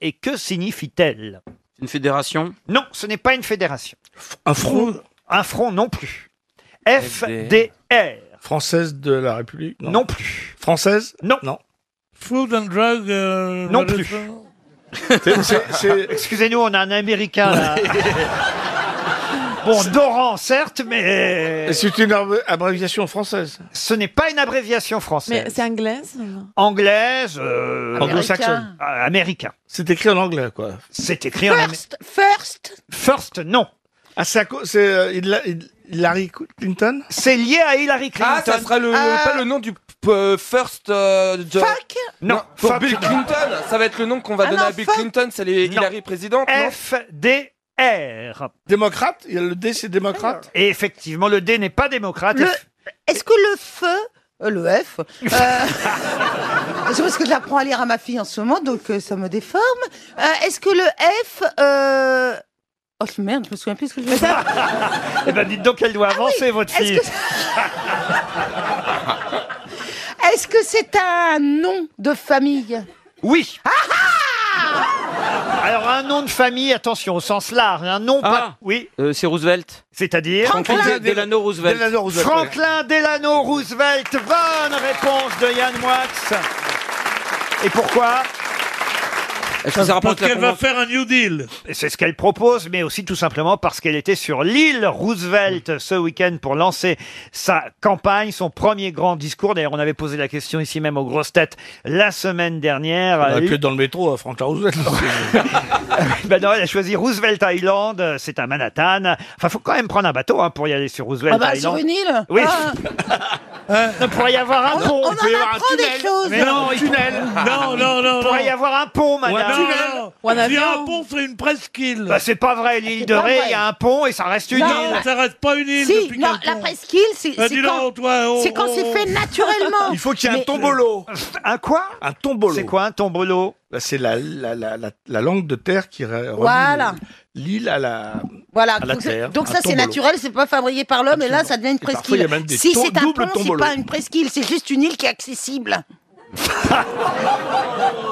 et que signifie-t-elle
Une fédération
Non, ce n'est pas une fédération.
Un front
Un front non plus. FDR.
Française de la République
Non, plus.
Française
Non.
Non.
Food and drug.
euh,
non plus. Excusez-nous, on a un Américain là. Bon, Doran, certes, mais.
C'est une abr- abréviation française.
Ce n'est pas une abréviation française.
Mais c'est anglaise
Anglaise. euh,
Anglo-saxonne.
Ah, Américain.
C'est écrit en anglais, quoi.
C'est écrit en américain.
First
First, non.
Ah, c'est à cause. C'est euh, Hila- Hil- Hillary Clinton
C'est lié à Hillary
Clinton.
Ah, ça sera le,
Ah.
pas le nom du euh, first. euh, de-
Non,
Non, pour
fuck.
Bill Clinton. Ça va être le nom qu'on va
Ah
donner
non,
à Bill
fuck.
Clinton. C'est les Hillary présidente. non
FDR.
Démocrate Il y a Le D, c'est démocrate
Et effectivement, le D n'est pas démocrate.
Le- Est-ce que le feu, euh, le F, euh, c'est parce que j'apprends à lire à ma fille en ce moment, donc euh, ça me déforme. Euh, Est-ce que le F, euh, oh merde, je me souviens plus ce que je veux dire.
Eh ben, dites donc qu'elle doit avancer, votre fille.
Est-ce que c'est un nom de famille
Oui.
Ah,
Alors, un nom de famille, attention, au sens large. Un nom pas. Oui.
euh, c'est Roosevelt.
C'est-à-dire
Ah. Franklin Delano Roosevelt.
Delano Roosevelt.
Franklin Delano Roosevelt. Bonne réponse de Yann Moix.
Ah
Et pourquoi
Est-ce que ça rapporte la convention
faire un New Deal. C'est ce qu'elle propose, mais aussi tout simplement parce qu'elle était sur l'île Roosevelt ce week-end pour lancer sa campagne, son premier grand discours. D'ailleurs, on avait posé la question ici même aux grosses têtes la semaine dernière.
Ah,
Euh,
Que dans le métro, à Franklin Roosevelt.
ben non, elle a choisi Roosevelt Island, euh, c'est à Manhattan. Enfin, faut quand même prendre un bateau hein, pour y aller sur Roosevelt
Ah bah,
Island.
sur une île
Oui. Hein?
Ah.
Il pourrait y avoir un
On-
pont.
on
Il peut y
en
avoir un
apprend des
tunnel.
choses.
Mais non,
Un
il-
tunnel.
Non, non, non,
Il pourrait
non.
y avoir un pont,
Ouais,
madame.
non, non. Ou un Si avion. un pont,
c'est une presqu'île. Bah, c'est pas vrai, l'île de
pas
Ré,
vrai.
il y a un pont et ça reste une
Non,
île.
ça
reste pas une
Si, non, la presqu'île, c'est
Bah,
c'est
dis
quand
donc, toi, on-
c'est quand
on-
c'est fait naturellement.
Il faut qu'il y ait un
Mais-
tombolo.
Un quoi
Un tombolo. C'est
quoi un tombolo
C'est la, la, la, la, la langue de terre qui re- relie
Voilà.
l'île à la,
Voilà,
à la
donc,
terre.
donc
Un
ça c'est
tombolo.
naturel, c'est pas fabriqué par l'homme, et là ça devient une
parfois,
presqu'île.
il y a même des
si
to-
c'est un
doubles
pont, c'est
tombolos.
pas une presqu'île, c'est juste une île qui est accessible.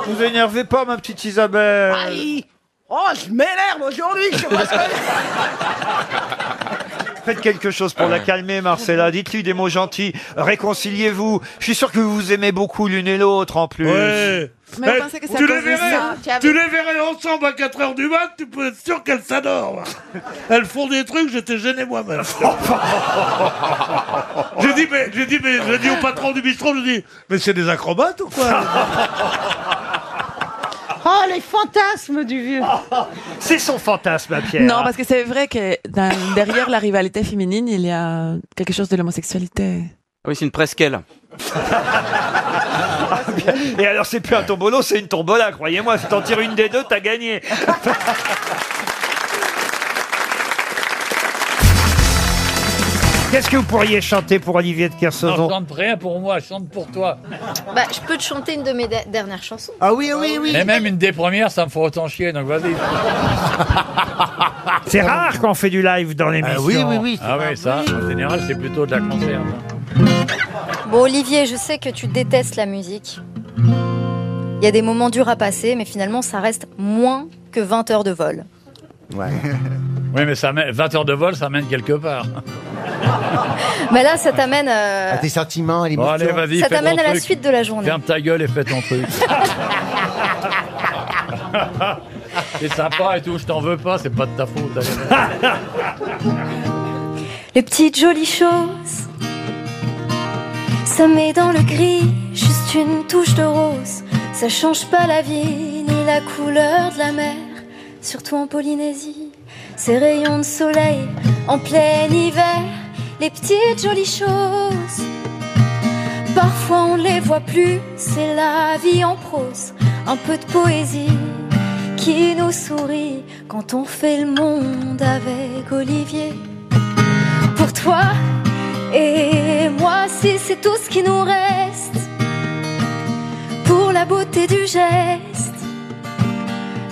Vous énervez pas, ma petite
Euh.
Isabelle.
Aïe. Oh, je m'énerve aujourd'hui, je sais pas ce que-
Faites quelque chose pour la calmer, Marcella. Dites-lui des mots gentils. Réconciliez-vous. Je suis sûr que vous vous aimez beaucoup l'une et l'autre en plus.
Ouais.
Mais on
Eh,
pensait que c'est à
tu, les
cause de
verrais,
ça qu'il y avait-
tu les verrais ensemble à 4h du mat, tu peux être sûr qu'elles s'adorent. Elles font des trucs, j'étais gêné moi-même. j'ai dit, mais, j'ai dit, mais, j'ai dit au patron du bistrot, j'ai dit, mais c'est des acrobates ou quoi
Oh, les fantasmes du vieux.
Ah,
C'est son fantasme, à Pierre.
Non, parce que c'est vrai que dans- derrière la rivalité féminine, il y a quelque chose de l'homosexualité.
Oui, c'est une presqu'île.
Ah, Et alors, c'est plus un tombolo, c'est une tombola, croyez-moi. Si t'en tires une des deux, t'as gagné. Qu'est-ce que vous pourriez chanter pour Olivier de Kersauzon
chante rien pour moi, chante pour toi.
Bah, je peux te chanter une de mes de- dernières chansons.
Ah oui, oui, oui. Mais même une des premières, ça me fait autant chier, donc vas-y.
C'est rare qu'on fait du live
Euh,
dans l'émission.
Ah oui, ça, en général, c'est plutôt de la conserve.
Bon, Olivier, je sais que tu détestes la musique. Il y a des moments durs à passer, mais finalement, ça reste moins que 20 heures de vol.
Oui, mais ça mène- 20 heures de vol, ça mène quelque part.
Mais là, ça t'amène euh,
sentiments, à
Bon, allez, vas-y,
ça
fais
t'amène
ton
à la
truc.
suite de la journée.
Ferme ta gueule et fais ton truc. C'est sympa et tout, je t'en veux pas, c'est pas de ta faute.
Les petites jolies choses Ça met dans le gris juste une touche de rose Ça change pas la vie ni la couleur de la mer Surtout en Polynésie Ces rayons de soleil en plein hiver Les petites jolies choses Parfois on les voit plus, c'est la vie en prose Un peu de poésie qui nous sourit Quand on fait le monde avec Olivier pour toi et moi si c'est tout ce qui nous reste pour la beauté du geste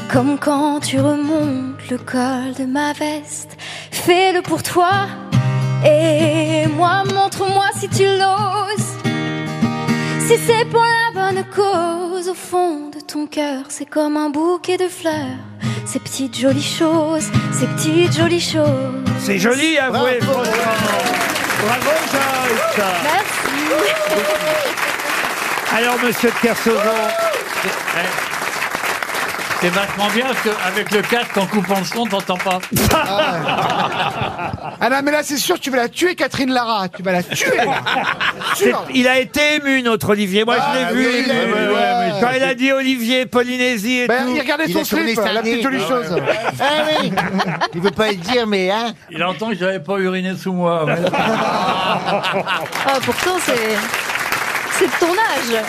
comme quand tu remontes le col de ma veste fais-le pour toi et moi montre-moi si tu l'oses si c'est pour la bonne cause au fond de ton cœur c'est comme un bouquet de fleurs ces petites jolies choses ces petites jolies choses
C'est joli, avouez. Bravo, Bravo Joyce. Alors, monsieur de Kersauzon.
C'est vachement bien parce qu'avec le 4, en coupant le son, t'entends pas.
Ah non, mais là, c'est sûr, tu vas la tuer, Catherine Lara. Tu vas la tuer.
C'est- Il a été ému, notre Olivier. Moi, je l'ai
Ah,
vu.
oui,
ému.
oui, oui, oui, oui.
Quand il a dit Olivier, Polynésie et
Ben,
tout.
il regardait
Il
son
a tourné
slip,
sa
la
nez.
petite jolie
Ah,
chose. Eh
ouais.
Ah oui Il veut pas le dire, mais hein
Il entend que j'avais pas uriné sous moi. ouais.
Ah, pourtant, c'est. C'est de ton âge.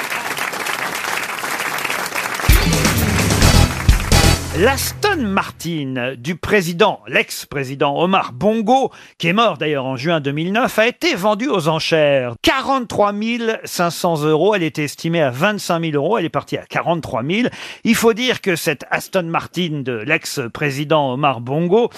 L'Aston Martin du président, l'ex-président Omar Bongo, qui est mort d'ailleurs en juin 2009, a été vendue aux enchères. 43 500 euros, elle était estimée à 25 000 euros, elle est partie à 43 000. Il faut dire que cette Aston Martin de l'ex-président Omar Bongo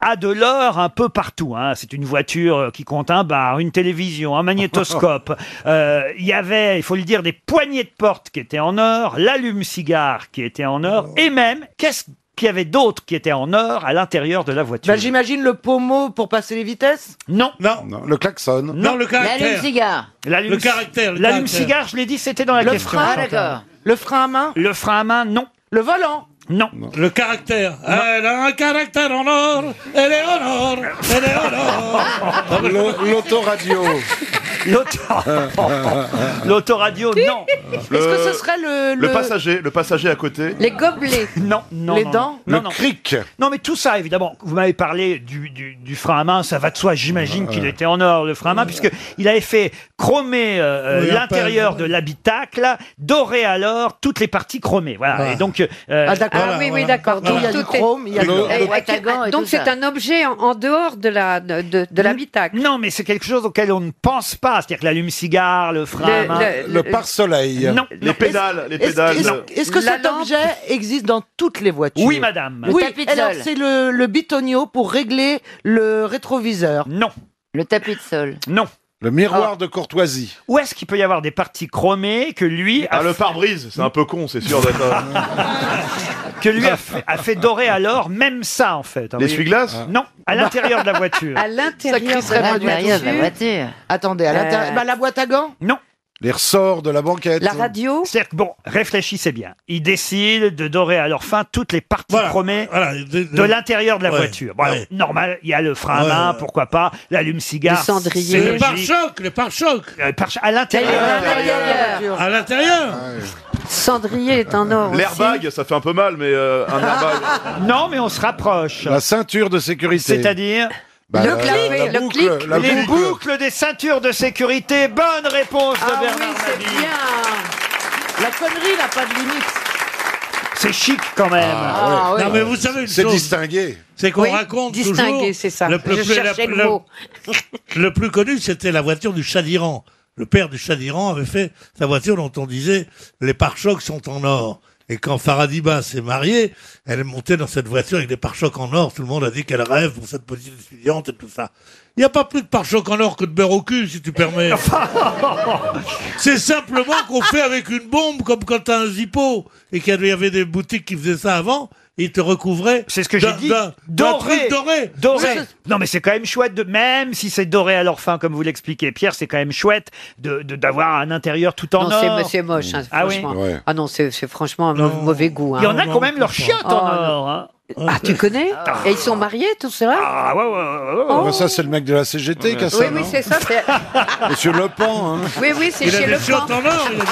a de l'or un peu partout. hein. C'est une voiture qui compte un bar, une télévision, un magnétoscope. Euh, Il y avait, il faut le dire, des poignées de porte qui étaient en or, l'allume-cigare qui était en
Oh.
or, et même, qu'est-ce qu'il y avait d'autre qui était en or à l'intérieur de la voiture
Bah, J'imagine le pommeau pour passer les vitesses
Non.
Non. non. Le klaxon. Non,
le caractère.
cigare.
L'allume-
Le caractère, le
L'allume-cigare,
caractère.
je l'ai dit, c'était dans la
Le
question.
frein. Ah,
Chantal.
d'accord. Le frein à main
Le frein à main, non.
Le volant
Non.
Le caractère. Elle a un caractère en or. Elle est en or. Elle est en or.
L'au- L'autoradio.
L'autoradio, non.
Le-
Est-ce que ce serait le-
Le
le-
passager, le passager à côté.
Les gobelets.
Non, non.
Les
non,
dents
non,
Le
non.
cric.
Non, mais tout ça, évidemment, vous m'avez parlé du, du- du frein à main, ça va de soi. J'imagine qu'il était en or, le frein à main, puisque il avait fait chromer euh,
Oui, un
l'intérieur
peu,
de l'habitacle, dorer alors toutes les parties chromées. Voilà. Et donc, euh,
Ah, d'accord. Ah, oui, oui, d'accord. Donc, il y a du chrome, il y a du- Eh,
Voilà.
Et- et- Patagon et
Donc
tout
c'est
ça.
un objet en, en dehors de la de, de l'habitacle.
Non, mais c'est quelque chose auquel on ne pense pas. C'est-à-dire que l'allume-cigare, le frein à
Le-
main.
le- Le le-
pare-soleil.
Non.
Les pédales, les
Est-ce
pédales.
est-ce-
Non.
est-ce que
La
cet objet existe dans toutes les voitures
Oui, madame.
Oui, alors c'est le, le bitonio pour régler le rétroviseur.
Non.
Le tapis de sol.
Non.
Le miroir de courtoisie.
Ah. Où est-ce qu'il peut y avoir des parties chromées que lui a
Ah, le pare-brise, c'est un peu con, c'est sûr d'être. euh,
que lui a fait, a fait dorer alors même ça en fait. hein,
L'essuie-glace
vous voyez. Non, à l'intérieur de la voiture.
À l'intérieur de la voiture.
Attendez, à l'intérieur.
Euh,
bah, la boîte à gants
Non.
Les ressorts de la banquette.
radio C'est-à-dire que, bon, réfléchissez bien. Ils décident de dorer à leur fin toutes les parties chromées de, l'intérieur de la
Ouais,
voiture. Bon, alors,
ouais.
normal, il y a le frein
Ouais,
à main,
ouais.
pourquoi pas, l'allume-cigare.
Le cendrier.
c'est
Le
logique.
pare-choc, le pare-choc.
Euh, par- à l'intérieur.
À l'intérieur.
À l'intérieur.
Cendrier est en or. aussi.
L'airbag, ça fait un peu mal, mais euh, un airbag.
Non, mais on se rapproche.
La ceinture de sécurité.
C'est-à-dire
Bah, Le la- clic, la le boucle, clic. la
les
boucle.
boucles des ceintures de sécurité. Bonne réponse de
Ah oui,
Bernard
c'est
Mabille.
bien. La connerie n'a pas de limite.
C'est chic quand même.
Ah, ouais.
Non, mais vous savez une
C'est
chose.
distingué.
C'est qu'on
Oui,
raconte
distingué,
toujours-
c'est ça.
Le, le
Je
plus- la-
cherchais le
la-
mot.
le plus connu, c'était la voiture du Chadiran. Le père du Chadiran avait fait sa voiture dont on disait les pare-chocs sont en or.
Et quand Faradiba s'est mariée, elle est montée dans cette voiture avec des pare-chocs en or. Tout le monde a dit qu'elle rêve pour cette position étudiante et tout ça. Il n'y a pas plus de pare-chocs en or que de beurre au cul, si tu permets. C'est simplement qu'on fait avec une bombe, comme quand t'as un zippo, et qu'il y avait des boutiques qui faisaient ça avant, ils te recouvraient.
C'est ce que j'ai dit. Doré.
doré.
Doré. Non, mais c'est quand même chouette de, même si c'est doré à leur fin, comme vous l'expliquez, Pierre, c'est quand même chouette de, de- d'avoir un intérieur tout en
Non,
or.
c'est- c'est moche, hein,
ah oui.
franchement. Ah non, c'est c'est franchement un mauvais goût. hein. Oh,
Il y en a quand même leurs chiottes en or. hein.
Ah, tu connais Et ils sont mariés, tout cela
Ah ouais, ouais, ouais.
Oh.
ouais.
Ah, Ça, c'est le mec de la CGT qui a ça.
Oui, oui,
non
c'est ça. c'est-
Monsieur Le Pan. Hein.
Oui, oui, c'est
Il a
chez
des
Le
chiottes
Pan.
en or, il a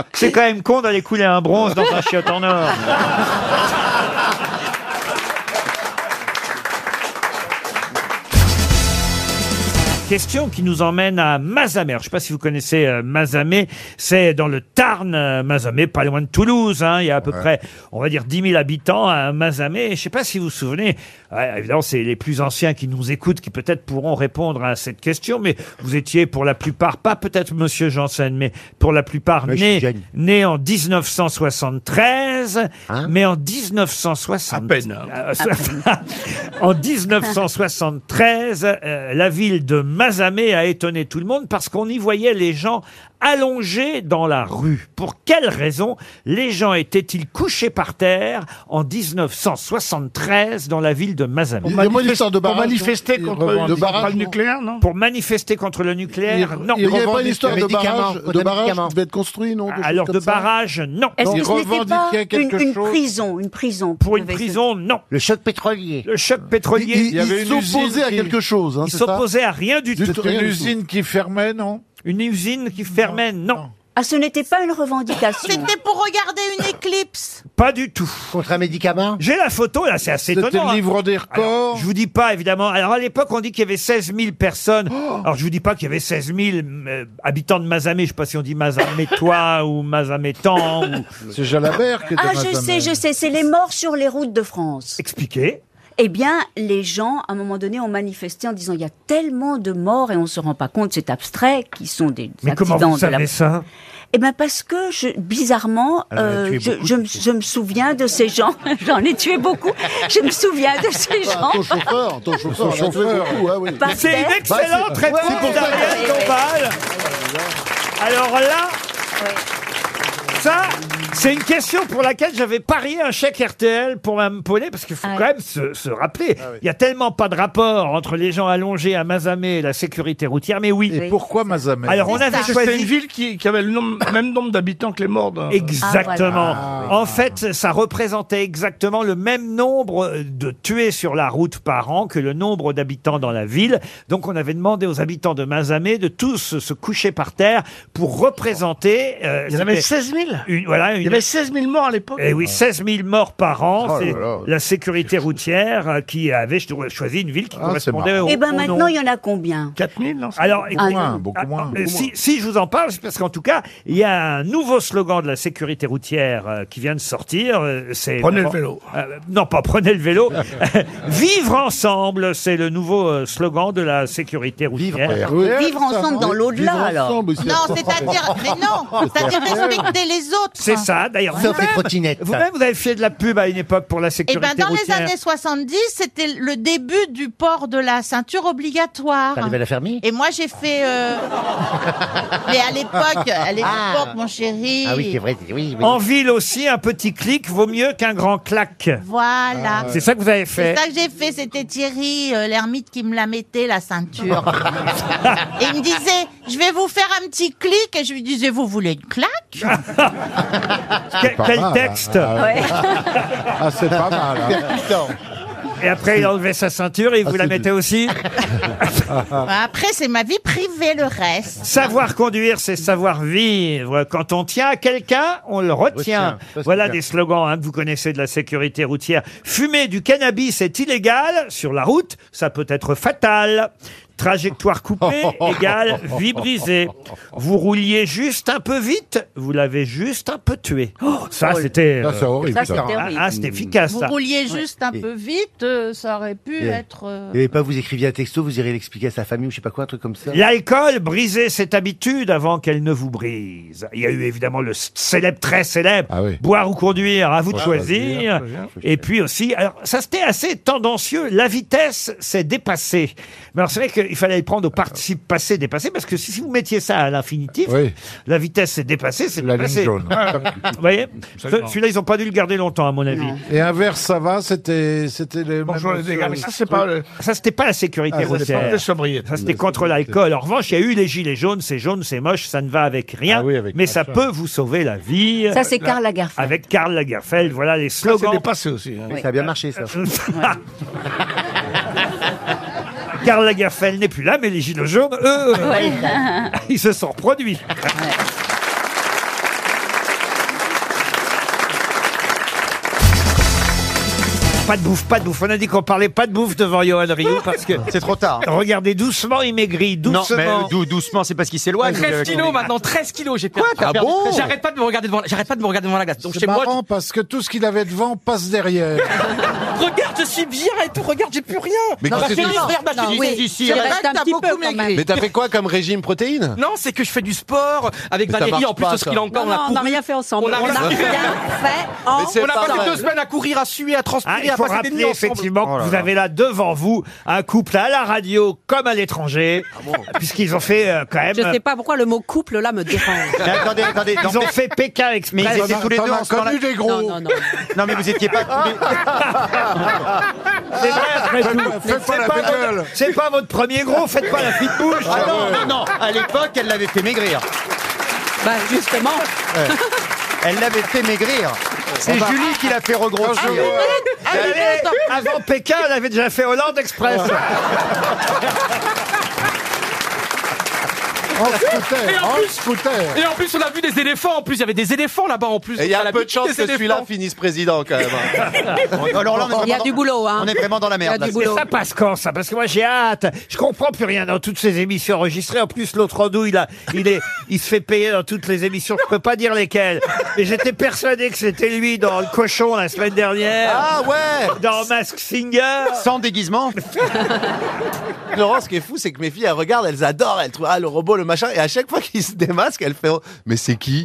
des
C'est quand même con d'aller couler un bronze dans un chiotte en or. Question qui nous emmène à Mazamet. Je ne sais pas si vous connaissez euh, Mazamet. C'est dans le Tarn, euh, Mazamet, pas loin de Toulouse. hein. Il y a à peu près, on va dire, 10 000 habitants à Mazamet. Je ne sais pas si vous vous souvenez. Ouais, évidemment, c'est les plus anciens qui nous écoutent qui peut-être pourront répondre à cette question. Mais vous étiez pour la plupart, pas peut-être Monsieur Janssen, mais pour la plupart
Ouais, je suis
nés
jeune.
né en 1973,
Hein
mais en 1960. Euh, en 1973, euh, la ville de Mazamet a étonné tout le monde parce qu'on y voyait les gens allongés dans la rue. Pour quelle raison les gens étaient-ils couchés par terre en 1973 dans la ville de Mazamet
Pour Il y a moins manifester- d'histoire de pour barrage, manifester non contre- De barrage, contre le non
nucléaire, non Pour manifester contre le nucléaire,
Il-
non.
Il n'y avait pas une histoire de barrage, de barrage qui devait être construit, non
Alors de barrage, non.
Est-ce que ce n'était pas une, une prison, une prison
Pour une prison, non.
Le choc pétrolier.
Le choc pétrolier.
Il- il- Il y avait il une s'opposait usine à qui- quelque chose, hein,
il
c'est ça
s'opposait à rien du tout.
C'était une Rien du tout. usine
qui fermait, non Une usine qui fermait, non.
Ah, ce n'était pas une revendication.
C'était pour regarder une éclipse.
Pas du tout.
Contre un médicament
J'ai la photo, là, c'est assez
C'était
étonnant.
le
hein.
livre des records.
Alors, je vous dis pas, évidemment. Alors, à l'époque, on dit qu'il y avait 16 000 personnes.
Oh
Alors, je vous dis pas qu'il y avait 16 000 euh, habitants de Mazamet. Je sais pas si on dit Mazamétois ou Mazamétan. Ou... C'est Jalabert
Ah, je sais, je sais, c'est les morts sur les routes de France.
Expliquez.
Eh bien, les gens, à un moment donné, ont manifesté en disant il y a tellement de morts et on se rend pas compte, c'est abstrait, qui sont des des
Mais comment
accidents
vous
de la...
savez ça
Eh bien, parce que, je, bizarrement,
Ah
Elle en a
euh,
tué
je,
beaucoup,
je me- je me souviens de ces gens. J'en ai tué beaucoup. Je me souviens de ces
Bah,
gens.
Ton chauffeur, ton chauffeur,
Son
on a tué
chauffeur.
beaucoup, hein, oui.
Par C'est terre. une excellente
Bah, c'est-
réponse
c'est pour ça que-
d'Ariel
Dombal. Alors là, ça, c'est une question pour laquelle j'avais parié un chèque RTL pour Mme Paulet, parce qu'il faut quand même se, se rappeler,
Ah
il y a tellement pas de rapport entre les gens allongés à Mazamet et la sécurité routière, mais oui. Et pourquoi Mazamet Alors on avait
C'était
choisi...
une ville qui, qui avait le nombre- même nombre d'habitants que les morts. d'un-
Exactement.
Ah, oui.
En fait, ça représentait exactement le même nombre de tués sur la route par an que le nombre d'habitants dans la ville. Donc, on avait demandé aux habitants de Mazamet de tous se coucher par terre pour représenter. euh,
Il y en avait
c'était
16 000
une- voilà,
Il y
une-
avait 16 000 morts à l'époque.
eh oui, 16 000 morts par an.
Ah. Oh là
c'est
là.
la sécurité routière euh, qui avait cho- choisi une ville qui
Ah, Hein,
correspondait au.
Eh bien,
au
maintenant,
nombre.
il y en a combien
4000, non
Alors, écoute-
moins,
Ah, euh, Si, si je vous en parle, c'est parce qu'en tout cas, il y a un nouveau slogan de la sécurité routière euh, qui vient de sortir. euh, c'est
Prenez le vélo.
Euh, non, pas prenez le vélo. Vivre ensemble, c'est le nouveau euh, slogan de la sécurité routière.
Vivre ensemble dans l'au-delà, alors.
Non, c'est-à-dire, mais non, c'est-à-dire respecter les autres.
C'est ça, d'ailleurs.
Sauf les
vous-même- Vous-même, vous avez fait de la pub à une époque pour la
Eh
sécurité
ben, dans les
routière.
années 70, c'était le début du port de la ceinture obligatoire.
T'arrivais à la fermer
Et moi, j'ai fait. euh, Mais à l'époque, à l'époque,
Ah.
mon chéri.
En ville aussi, un petit clic vaut mieux qu'un grand claque.
Voilà.
Ah, C'est ça que vous avez fait.
C'est ça que j'ai fait. C'était Thierry, euh, l'ermite, qui me la mettait, la ceinture. et il me disait, je vais vous faire un petit clic. Et je lui disais, vous voulez une claque
Quel,
pas
quel
mal, hein.
texte
Ah ouais. Ah, c'est pas mal. hein. Ah,
Et après, il enlevait sa ceinture et il vous la mettait aussi.
Après, c'est ma vie privée, le reste.
Savoir conduire, c'est savoir vivre. Quand on tient à quelqu'un, on le retient.
Retient. Ça, c'est
Voilà
bien.
des slogans hein, que vous connaissez de la sécurité routière. Fumer du cannabis est illégal sur la route, ça peut être fatal. Trajectoire coupée égale vie brisée. Vous rouliez juste un peu vite, vous l'avez juste un peu tué. ça,
horrible.
c'était.
Oh, Ça, c'est horrible,
Ah,
ça.
Ah, c'était efficace.
Vous
ça.
rouliez juste un
Et-
peu vite, euh, ça aurait pu
Et-
être. euh,
Et pas vous écriviez un texto, vous irez l'expliquer à sa famille ou je sais pas quoi, un truc comme ça.
L'alcool, brisez cette habitude avant qu'elle ne vous brise. Il y a eu évidemment le s- célèbre, très célèbre, boire ou conduire, à vous de
Ouais, choisir,
choisir.
choisir.
Et puis aussi, alors ça c'était assez tendancieux, la vitesse s'est dépassée. Mais alors c'est vrai qu'il fallait le prendre au participe passé dépassé, parce que si si vous mettiez ça à l'infinitif, la vitesse s'est dépassée, c'est
La ligne
dépassé.
jaune.
vous voyez Ce-
Absolument.
Celui-là, ils n'ont pas dû le garder longtemps, à mon avis.
Et inverse, ça va, c'était, c'était les.
Bonjour,
mêmes-
les dégâts, mais
ce-
ça, c'est pas le- Ça, c'était pas la sécurité
Ah, ça, c'est pas
routière.
la
Ça, c'était contre l'alcool. En revanche, il y a eu les gilets jaunes. C'est jaune, c'est moche, ça ne va avec rien. mais ça peut vous sauver la vie.
Ça, c'est Karl
Lagerfeld. Avec Karl Lagerfeld, voilà les slogans.
c'est
dépassé
aussi, hein. Oui, ça a bien marché, ça.
Karl Lagerfeld n'est plus là, mais les gilets jaunes, eux, euh,
Ouais.
ils se sont reproduits. Pas de bouffe, pas de bouffe. On a dit qu'on parlait pas de bouffe devant Johan Rioux parce que
C'est trop tard.
Regardez doucement, il maigrit
Non, mais
doucement.
dou- doucement, c'est parce qu'il s'éloigne.
13 kilos maintenant, 13 kilos, j'ai perdu.
euh, t'as Ah perdu bon 13
J'arrête pas de me regarder devant, j'arrête pas de me regarder devant la glace. Donc
C'est
chez moi,
marrant parce que tout ce qu'il avait devant passe derrière.
regarde, je suis bien et tout, regarde, j'ai plus rien.
Mais
Ma
qu'est-ce que
chérie,
bah, tu-
regarde, ma
Non,
chérie,
oui,
si, si,
il
regarde,
reste un
t'as
petit
beaucoup
peu quand
maigri.
même.
Mais t'as fait quoi comme régime protéine
Non, c'est que je fais du sport avec
Mais ça
Valérie,
marche
en plus
pas,
de ce qu'il a
ça.
encore.
Non, non, on
a
n'a
couru-
rien fait ensemble.
On a
On n'a
rien
rien en-
fait Hein On a
Mais c'est
passé
pas
deux
vrai.
semaines à courir, à suer, à
Ah,
transpirer,
il
à
faut
passer des
rappeler
nuits ensemble.
effectivement
Oh
que
là
vous
là.
avez là devant vous un couple à la radio comme à l'étranger,
Ah
puisqu'ils ont fait euh, quand même.
Je sais pas pourquoi le mot couple là me dérange.
Mais attendez, attendez.
Ils ont fait Pékin Express.
Mais ils étaient tous les deux en ce temps-là-
Non, non, non.
Non, mais vous étiez pas tous les...
Ah, C'est vrai, après tout.
faites
C'est
pas la
pas
gueule.
votre- C'est pas votre premier
Oh,
gros, faites pas la petite bouche.
Ah non, non, non. À l'époque, elle l'avait fait maigrir.
Bah, justement.
Ouais. Elle l'avait fait maigrir. C'est Julie qui l'a fait regrossir.
Ah
Ah
Allez, avant Pékin, elle avait déjà fait Hollande Express.
Ah. Ah,
En scooter,
Et en
en
plus-
scooter.
Et en plus, on a vu des éléphants. En plus, il y avait des éléphants là-bas. En plus,
Et il y a
On
un peu de
l'habitude
chance
des
que celui-là
éléphants.
finisse président quand même. hein. On- alors là, on est
Il y a
vraiment
du
dans-
boulot, hein.
On est vraiment dans la merde.
Il y a du
là.
boulot.
Ça passe quand ça hein, Parce que moi j'ai hâte. Je comprends plus rien dans toutes ces émissions enregistrées. En plus l'autre andouille là, il est, il se fait payer dans toutes les émissions. Je peux pas dire lesquelles. Mais j'étais persuadé que c'était lui dans le cochon la semaine dernière.
Ah ouais
Dans Mask Singer.
Sans déguisement. Laurent, ce qui est fou, c'est que mes filles, elles regardent, elles adorent, elles trouvent ah, le robot, le machin, et à chaque fois qu'il se démasque, elles font Mais c'est qui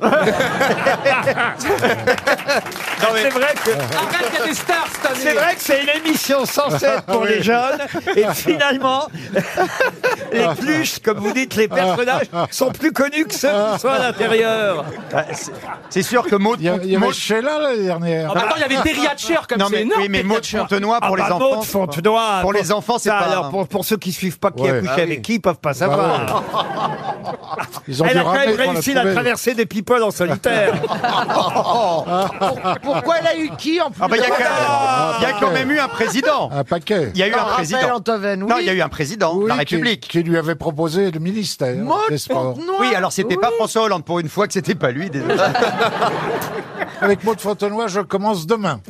C'est vrai que.
Arrête, il y a des stars cette année.
C'est vrai que c'est une émission sans cesse pour
Oui.
les jeunes. Et finalement, les plus, comme vous dites, les personnages sont plus connus que ceux qui sont à l'intérieur.
Ah,
C'est sûr que Maud.
Il y a- il y avait
Maud-
Sheila l'année dernière.
Attends, il y avait Terry Hatcher comme
Non,
c'est
mais-
énorme.
oui, mais
Terry
Maud
Hatcher.
Fontenoy, pour
Ah
les
bah,
enfants.
Maud Fontenoy,
Pour les enfants, c'est
ça,
pas.
Alors, pour, pour ceux qui suivent pas qui
Ouais.
a couché
Ah oui.
avec qui, ils peuvent pas savoir.
Ils ont
Elle
dû
a quand
ramener
même
devant la
réussi la,
poubelle.
traversée des people en solitaire.
Oh,
Pourquoi elle a eu qui en plus
Ah bah, il y, a quand même- il y a quand
paquet.
même eu un président.
Un paquet.
Il y a eu un
Ah, Raphaël
président.
Antoven, oui.
Non, il y a eu un président de la
Oui, qui-
République.
Qui, lui avait proposé hein, le ministère des Sports.
Oui, alors c'était pas François Hollande pour une fois que c'était pas lui. Désolé.
Avec Maud Fontenoy, je commence demain.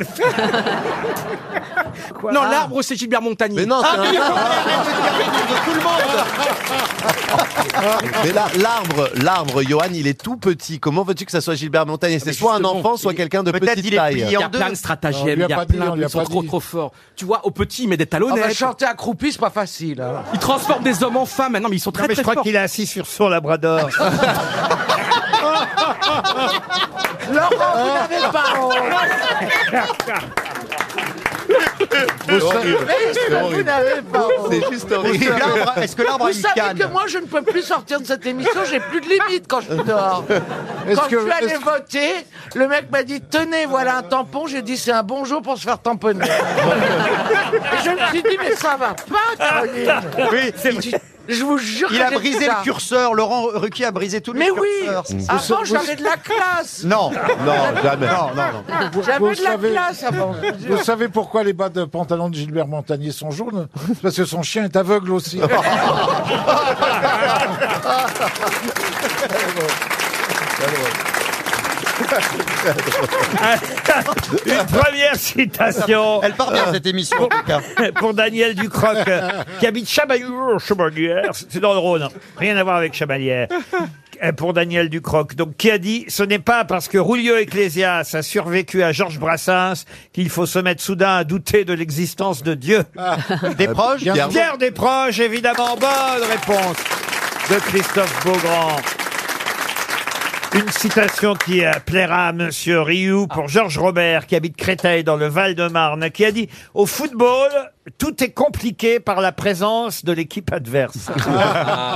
Non, l'arbre, c'est Gilbert Montagnier.
Mais non,
Ah,
c'est
mais
un
il faut-
arbre.
arrête de dire les noms de tout le monde.
Ah.
Mais là, l'arbre, l'arbre, Johan, il est tout petit. Comment veux-tu que ça soit Gilbert Montagné C'est soit un enfant, soit quelqu'un de
Peut-être
petite
il est
taille.
plié en deux. Il y a plein de stratagèmes,
On
il
lui a
y a Ah,
pas dit, on
plein
lui
de
a
sont
pas
trop
dit.
trop forts. Tu vois, au petit, il met des
Ah,
talonnettes.
On
bah,
va chanter accroupi, c'est pas facile. hein.
Il transforme des hommes en femmes. Maintenant, mais ils sont très
mais je
très
crois
forts.
qu'il est assis sur son labrador.
Laurent, vous n'avez pas
C'est horrible.
Mais
C'est
vous
horrible.
n'avez pas
C'est juste horrible. Est-ce que l'arbre- Est-ce que l'arbre a
Vous
une
savez
canne
que moi, je ne peux plus sortir de cette émission, j'ai plus de limite quand je suis dehors.
Est-ce
Quand
que-
je suis allé
est-ce-
voter, le mec m'a dit Tenez, voilà un tampon. J'ai dit C'est un bonjour pour se faire tamponner. Et je me suis dit Mais ça va pas, Caroline
Oui, c'est vrai.
Je vous jure
Il
que
a
j'ai
brisé
fait ça.
le curseur. Laurent Ruquier a brisé tous les
Mais oui
curseurs. C'est ça.
Avant, j'avais de la classe
Non, non, jamais. Non, non, non.
J'avais de la
savez-
classe avant.
Vous savez pourquoi les bas de pantalon de Gilbert Montagnier sont jaunes C'est Parce que son chien est aveugle aussi.
Une première citation.
Elle part bien, cette émission, en tout cas.
Pour Daniel Ducroc, euh, qui habite Chabalière, Chabalière, c'est dans le Rhône, hein. rien à voir avec Chabalière. Euh, Pour Daniel Ducroc, donc qui a dit ce n'est pas parce que Rulio Ecclésias a survécu à Georges Brassens qu'il faut se mettre soudain à douter de l'existence de Dieu.
Ah. Des proches,
Pierre,
Pierre-
Pierre des proches, évidemment. Bonne réponse de Christophe Beaugrand. Une citation qui euh, plaira à Monsieur Rioux pour Georges Robert, qui habite Créteil dans le Val-de-Marne, qui a dit « Au football, tout est compliqué par la présence de l'équipe adverse. »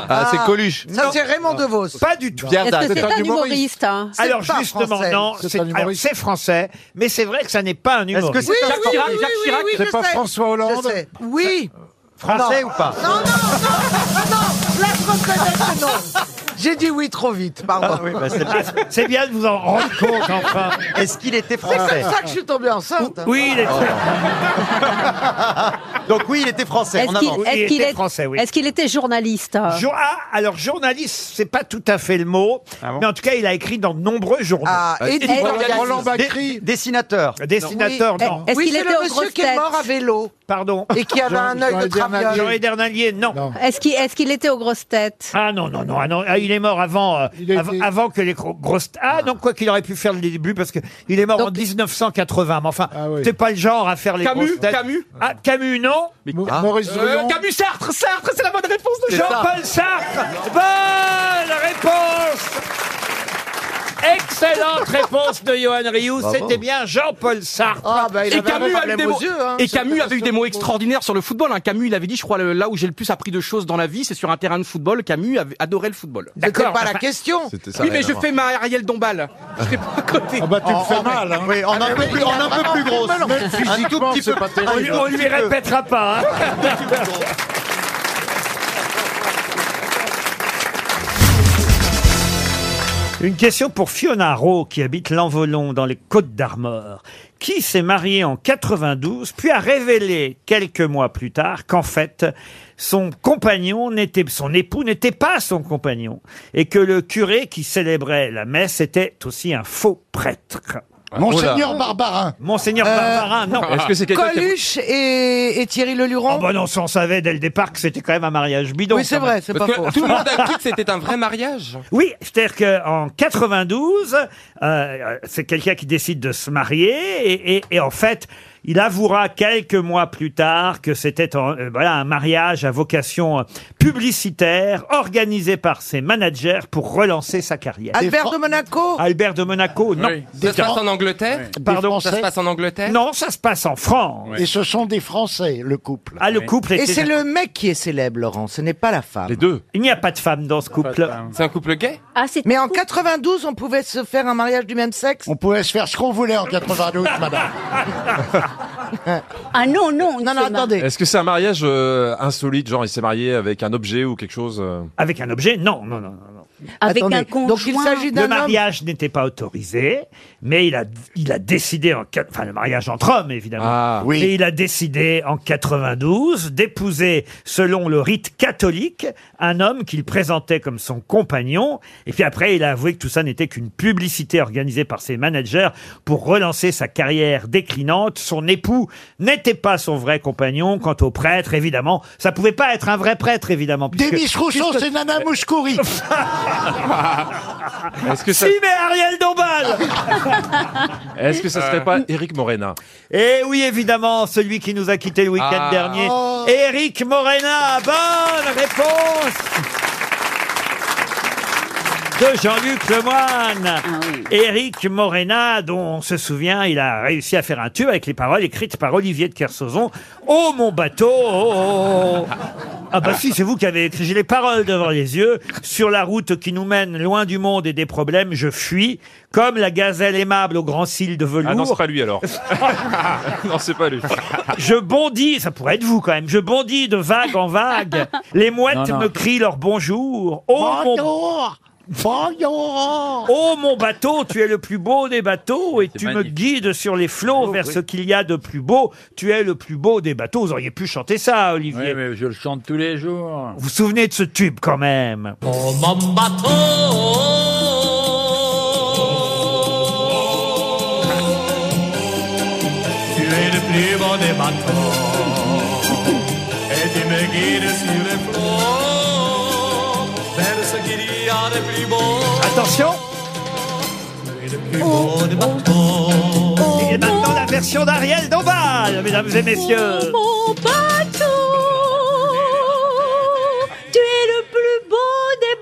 Ah, c'est Coluche.
Ça, c'est Raymond DeVos.
Pas du tout.
Pierre Est-ce Dac. que c'est
un humoriste
hein
C'est
Alors
pas
justement,
français.
non,
C'est
c'est
un
alors,
humoriste.
c'est français, mais c'est vrai que ça n'est pas un
Est-ce
humoriste.
que c'est Oui, un Jacques sportif Chirac, Jacques Chirac
oui, C'est je pas sais. François Hollande Je sais.
Oui.
Français ou pas
Non, non, non, non, là je reconnais que non. J'ai dit oui trop vite, pardon.
C'est bien de vous en rendre compte, enfin.
Est-ce qu'il était Oh.
C'est comme ça que je suis tombée enceinte.
Oui, il est
Ah.
Donc oui, il était français.
Est-ce
on
qu'il-
avance.
est-ce Il qu'il était est- français, oui. est-ce
qu'il était journaliste
Jo- ah, alors journaliste, c'est pas tout à fait le mot, mais en tout cas, il a écrit dans de nombreux journaux.
Ah,
Euh,
éditorialiste. Roland- Roland Bacri.
Dé- Dessinateur. Dessinateur,
Oui.
non.
Est-ce
Oui,
qu'il
c'est
était
le
aux
monsieur
grosses
qui est
têtes
mort à vélo.
Pardon.
Et qui avait un œil de traviole.
Jean Dernier, non.
Est-ce qu'il est-ce qu'il était aux grosses têtes
Ah non, non, non, ah non, ah, il est mort avant, euh, av- avant que les gro- grosses... Ah non, quoi qu'il aurait pu faire le début, parce que il est mort en 1980, mais enfin, c'est pas le genre à faire les
Camus,
grosses têtes.
Camus
Ah, Camus, non
Ah. Maurice Druon.
Camus Sartre, Sartre, c'est la bonne réponse de
Jean-Paul Sartre Bonne réponse Excellente réponse de Johan Rioux,
Bravo.
c'était bien Jean-Paul Sartre.
bah,
et Camus, avait des mots,
hein,
hein,
et Camus avait eu des mots extraordinaires sur le football. hein. Camus, il avait dit, je crois, le- là où j'ai le plus appris de choses dans la vie, c'est sur un terrain de football. Camus avait adoré le football.
C'était pas la question.
Oui, mais je fais ma Ariel Dombal. Je serai pas à côté.
Ah bah tu me fais mal. Hein.
Oui, en un peu plus, en un peu plus grosse.
Ah,
Même physiquement, c'est pas
On,
terrible.
lui- on lui répétera pas. hein. Une question pour Fiona Rowe qui habite l'Envolon dans les Côtes d'Armor, qui s'est mariée en 92 puis a révélé quelques mois plus tard qu'en fait son compagnon n'était son époux n'était pas son compagnon et que le curé qui célébrait la messe était aussi un faux prêtre.
Ah,
Monseigneur Barbarin.
Monseigneur
Euh,
Barbarin, non.
est-ce que c'est quelqu'un qui a-
Coluche et, et Thierry Leluron
Oh bah non, ça on savait dès le départ que c'était quand même un mariage bidon.
Oui, c'est
quand même.
vrai, c'est Parce pas que faux.
Tout le monde a cru que c'était un vrai mariage.
Oui, c'est-à-dire qu'en 92, euh, c'est quelqu'un qui décide de se marier et, et- et en fait, il avouera quelques mois plus tard que c'était en- euh, voilà, un mariage à vocation publicitaire organisé par ses managers pour relancer sa carrière.
Albert de Monaco
Albert de Monaco, non.
Ça se passe en Angleterre
Pardon,
Ça se passe en Angleterre
Non, ça se passe en France.
Et ce sont des Français, le couple.
Ah, le couple
Et
était-
c'est le
mec qui est célèbre, Laurent, ce n'est pas la femme.
Les deux.
Il n'y a pas de femme dans ce couple.
C'est un couple gay
Mais en 92, on pouvait se faire un mariage du même sexe
On pouvait se faire ce qu'on voulait en 92, madame.
Ah non, non,
Non, non, attendez.
Est-ce que c'est un mariage euh, insolite, genre il s'est marié avec un objet ou quelque chose euh
Avec un objet Non, non, non. non. non.
Avec un conjoint.
Donc il s'agit d'un
Le
homme.
mariage n'était pas autorisé, mais il a, il a décidé, en, quat- enfin le mariage entre hommes évidemment,
oui.
et il a décidé en 92 d'épouser, selon le rite catholique, un homme qu'il présentait comme son compagnon, et puis après il a avoué que tout ça n'était qu'une publicité organisée par ses managers pour relancer sa carrière déclinante. Son époux n'était pas son vrai compagnon, quant au prêtre évidemment, ça pouvait pas être un vrai prêtre évidemment. puisque-
Denis Rousseau,
puisque-
c'est Nana Mouskouri.
Est-ce que ça,
Si mais Ariel Dombal
est-ce que ça serait pas Eric Morena
Et Eh oui, évidemment, celui qui nous a quittés le week-end
Ah.
dernier, Eric Morena. Bonne réponse de Jean-Luc Lemoine. Eric Morena, dont on se souvient, il a réussi à faire un tube avec les paroles écrites par Olivier de Kersauzon. Oh mon bateau oh, oh, oh. Ah bah si, c'est vous qui avez écrit. J'ai les paroles devant les yeux. Sur la route qui nous mène loin du monde et des problèmes, je fuis comme la gazelle aimable aux grands cils de velours.
Ah non, c'est pas lui alors.
Ah.
non, c'est pas lui.
Je bondis, ça pourrait être vous quand même, je bondis de vague en vague. Les mouettes
Non, non.
me crient leur bonjour. Oh mon... Oh mon bateau, tu es le plus beau des bateaux et tu me guides sur les flots vers ce qu'il y a de plus beau. Tu es le plus beau des bateaux. Vous auriez pu chanter ça, Olivier.
Oui, mais je le chante tous les jours.
Vous vous souvenez de ce tube quand même
Oh, mon bateau
libre des bateaux. Et tu me guides sur les flots, vers ce qu'il y a de plus beau.
Attention
Et de plus beau des bateaux.
Et maintenant la version d'Ariel Dombal, mesdames et messieurs.
Mon bateau, tu es le plus beau des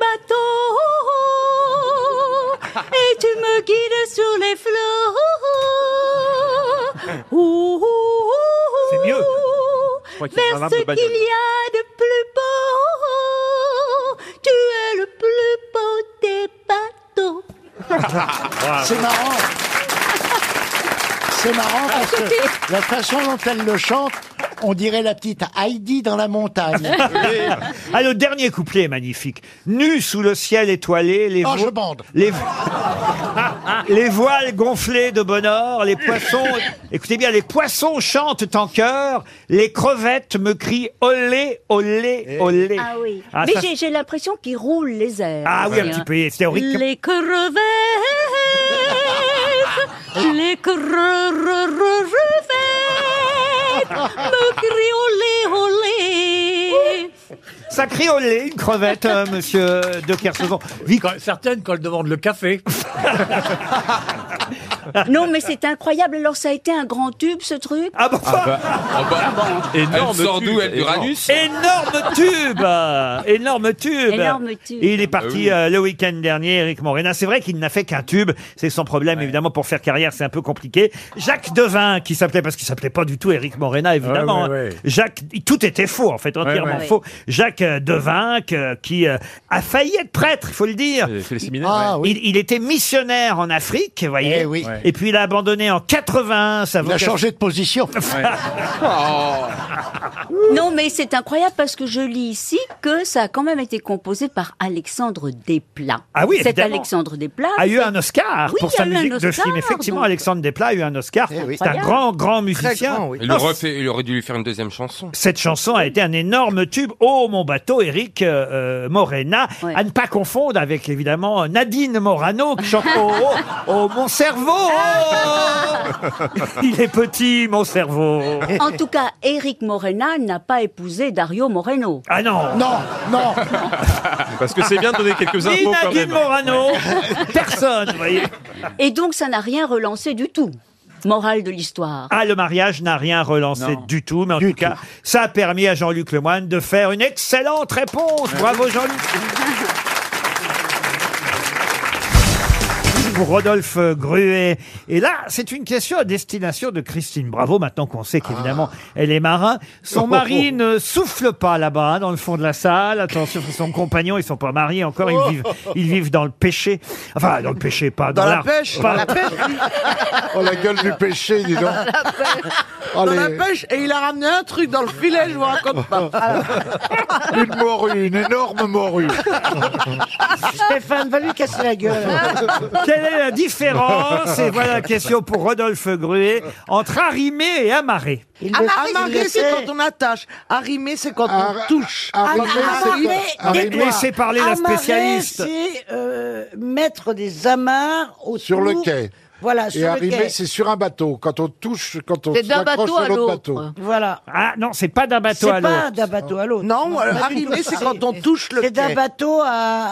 bateaux et tu me guides sur les flots. Ouh, ouh, ouh,
C'est mieux.
ouh,
crois qu'il y a un
Vers
rame
ce
de bagnole.
qu'il y a de plus beau, tu es le plus beau des bateaux.
C'est marrant. C'est marrant parce que la façon dont elle le chante, on dirait la petite Heidi dans la montagne.
Ah, le dernier couplet est magnifique. Nu sous le ciel étoilé, les,
Oh,
vo-
je bande.
les, vo- les voiles gonflées de bon or, les poissons. Écoutez bien, les poissons chantent en chœur, les crevettes me crient olé,
Eh.
olé, olé.
Ah oui.
Ah,
Mais
ça,
j'ai- j'ai l'impression qu'il roule les airs.
Ah oui, un
Hein.
petit peu, c'est théorique.
Les crevettes, les crevettes me crient olé, olé.
ça crie olé, une crevette, euh, monsieur de Kersauzon.
Certaines, quand elles demandent le café.
Non, mais c'est incroyable. Alors, ça a été un grand tube, ce truc.
Ah bon
bah.
Énorme Elle sort d'où, tube, elle, d'Uranus
Énorme tube euh, Énorme tube
Énorme tube.
Et Il est
Bah
parti euh, le week-end dernier, Eric Morena. C'est vrai qu'il n'a fait qu'un tube, c'est son problème, évidemment, pour faire carrière, c'est un peu compliqué. Jacques Devin, qui s'appelait, parce qu'il s'appelait pas du tout Eric Morena, évidemment.
Ouais, ouais, ouais.
hein. Jacques, tout était faux, en fait, entièrement
ouais.
faux. Jacques euh, Devin, que- qui euh, a failli être prêtre, il faut le dire.
Ah, ouais. oui.
il, il était missionnaire en Afrique, vous voyez.
Eh oui. Ouais.
Et puis il a abandonné en 81
Il
sa
a
vocation-
changé de position. Ah bah.
Oh. Non, mais c'est incroyable parce que je lis ici que ça a quand même été composé par Alexandre Desplat.
Ah oui,
Cet
évidemment. Ah,
Alexandre Desplat
a eu un Oscar
Ah, Oui,
pour
il
sa
a eu un
musique de
Oscar,
film. Effectivement,
donc.
Alexandre Desplat a eu un Oscar. C'est un
Incroyable.
grand, grand musicien.
Il,
Non,
aurait fait- il aurait dû lui faire une deuxième chanson.
cette chanson a été un énorme tube. Oh mon bateau, Eric euh, euh, Morena, à ne pas confondre avec évidemment Nadine Morano qui chante Oh, oh, oh, mon cerveau. oh. Il est petit mon cerveau.
En tout cas, Eric Morena n'a pas épousé Dario Moreno.
Ah non
Non, non
Parce que c'est bien de donner quelques
Ni
infos quand même.
Nadine Morano, personne, vous voyez.
Et donc, ça n'a rien relancé du tout. Morale de l'histoire.
Ah, le mariage n'a rien relancé du tout, mais en tout cas, ça a permis à Jean-Luc Lemoyne de faire une excellente réponse. Bravo Jean-Luc. Pour Rodolphe Gruet. Et là, c'est une question à destination de Christine Bravo, maintenant qu'on sait qu'évidemment,
Ah.
elle est marin.
Oh.
Son mari ne souffle pas là-bas, hein, dans le fond de la salle. Attention, c'est son compagnon, ils sont pas mariés encore, ils vivent, ils vivent dans le péché. Enfin, dans le péché, pas dans,
Oh. Dans la
l'art.
pêche,
Pas-
dans la pêche. Oh, la gueule du péché, dis donc.
Dans la
Allez.
pêche, et il a ramené un truc dans le filet, je vous raconte pas.
Une morue, une énorme morue.
Stéphane, va lui casser la gueule.
Quelle est la différence Et voilà la question pour Rodolphe Gruet entre arrimer et amarrer.
Ah, Amarrer, c'est quand on attache. Arrimer, c'est quand on touche.
arrimer, c'est- arrimer, laissez parler la
Amarrer,
spécialiste.
c'est euh, mettre des amarres au
Sur le quai.
Voilà,
Et
sur le
arriver,
quai.
c'est sur un bateau. Quand on touche, quand on
C'est d'un
s'accroche
bateau à
sur l'autre
l'autre.
bateau.
Voilà.
Ah non, c'est pas d'un bateau à
C'est pas
l'autre.
d'un bateau à l'autre.
Non,
pas
euh,
du tout.
arrimer, c'est quand on touche le
C'est d'un
quai.
bateau à, à-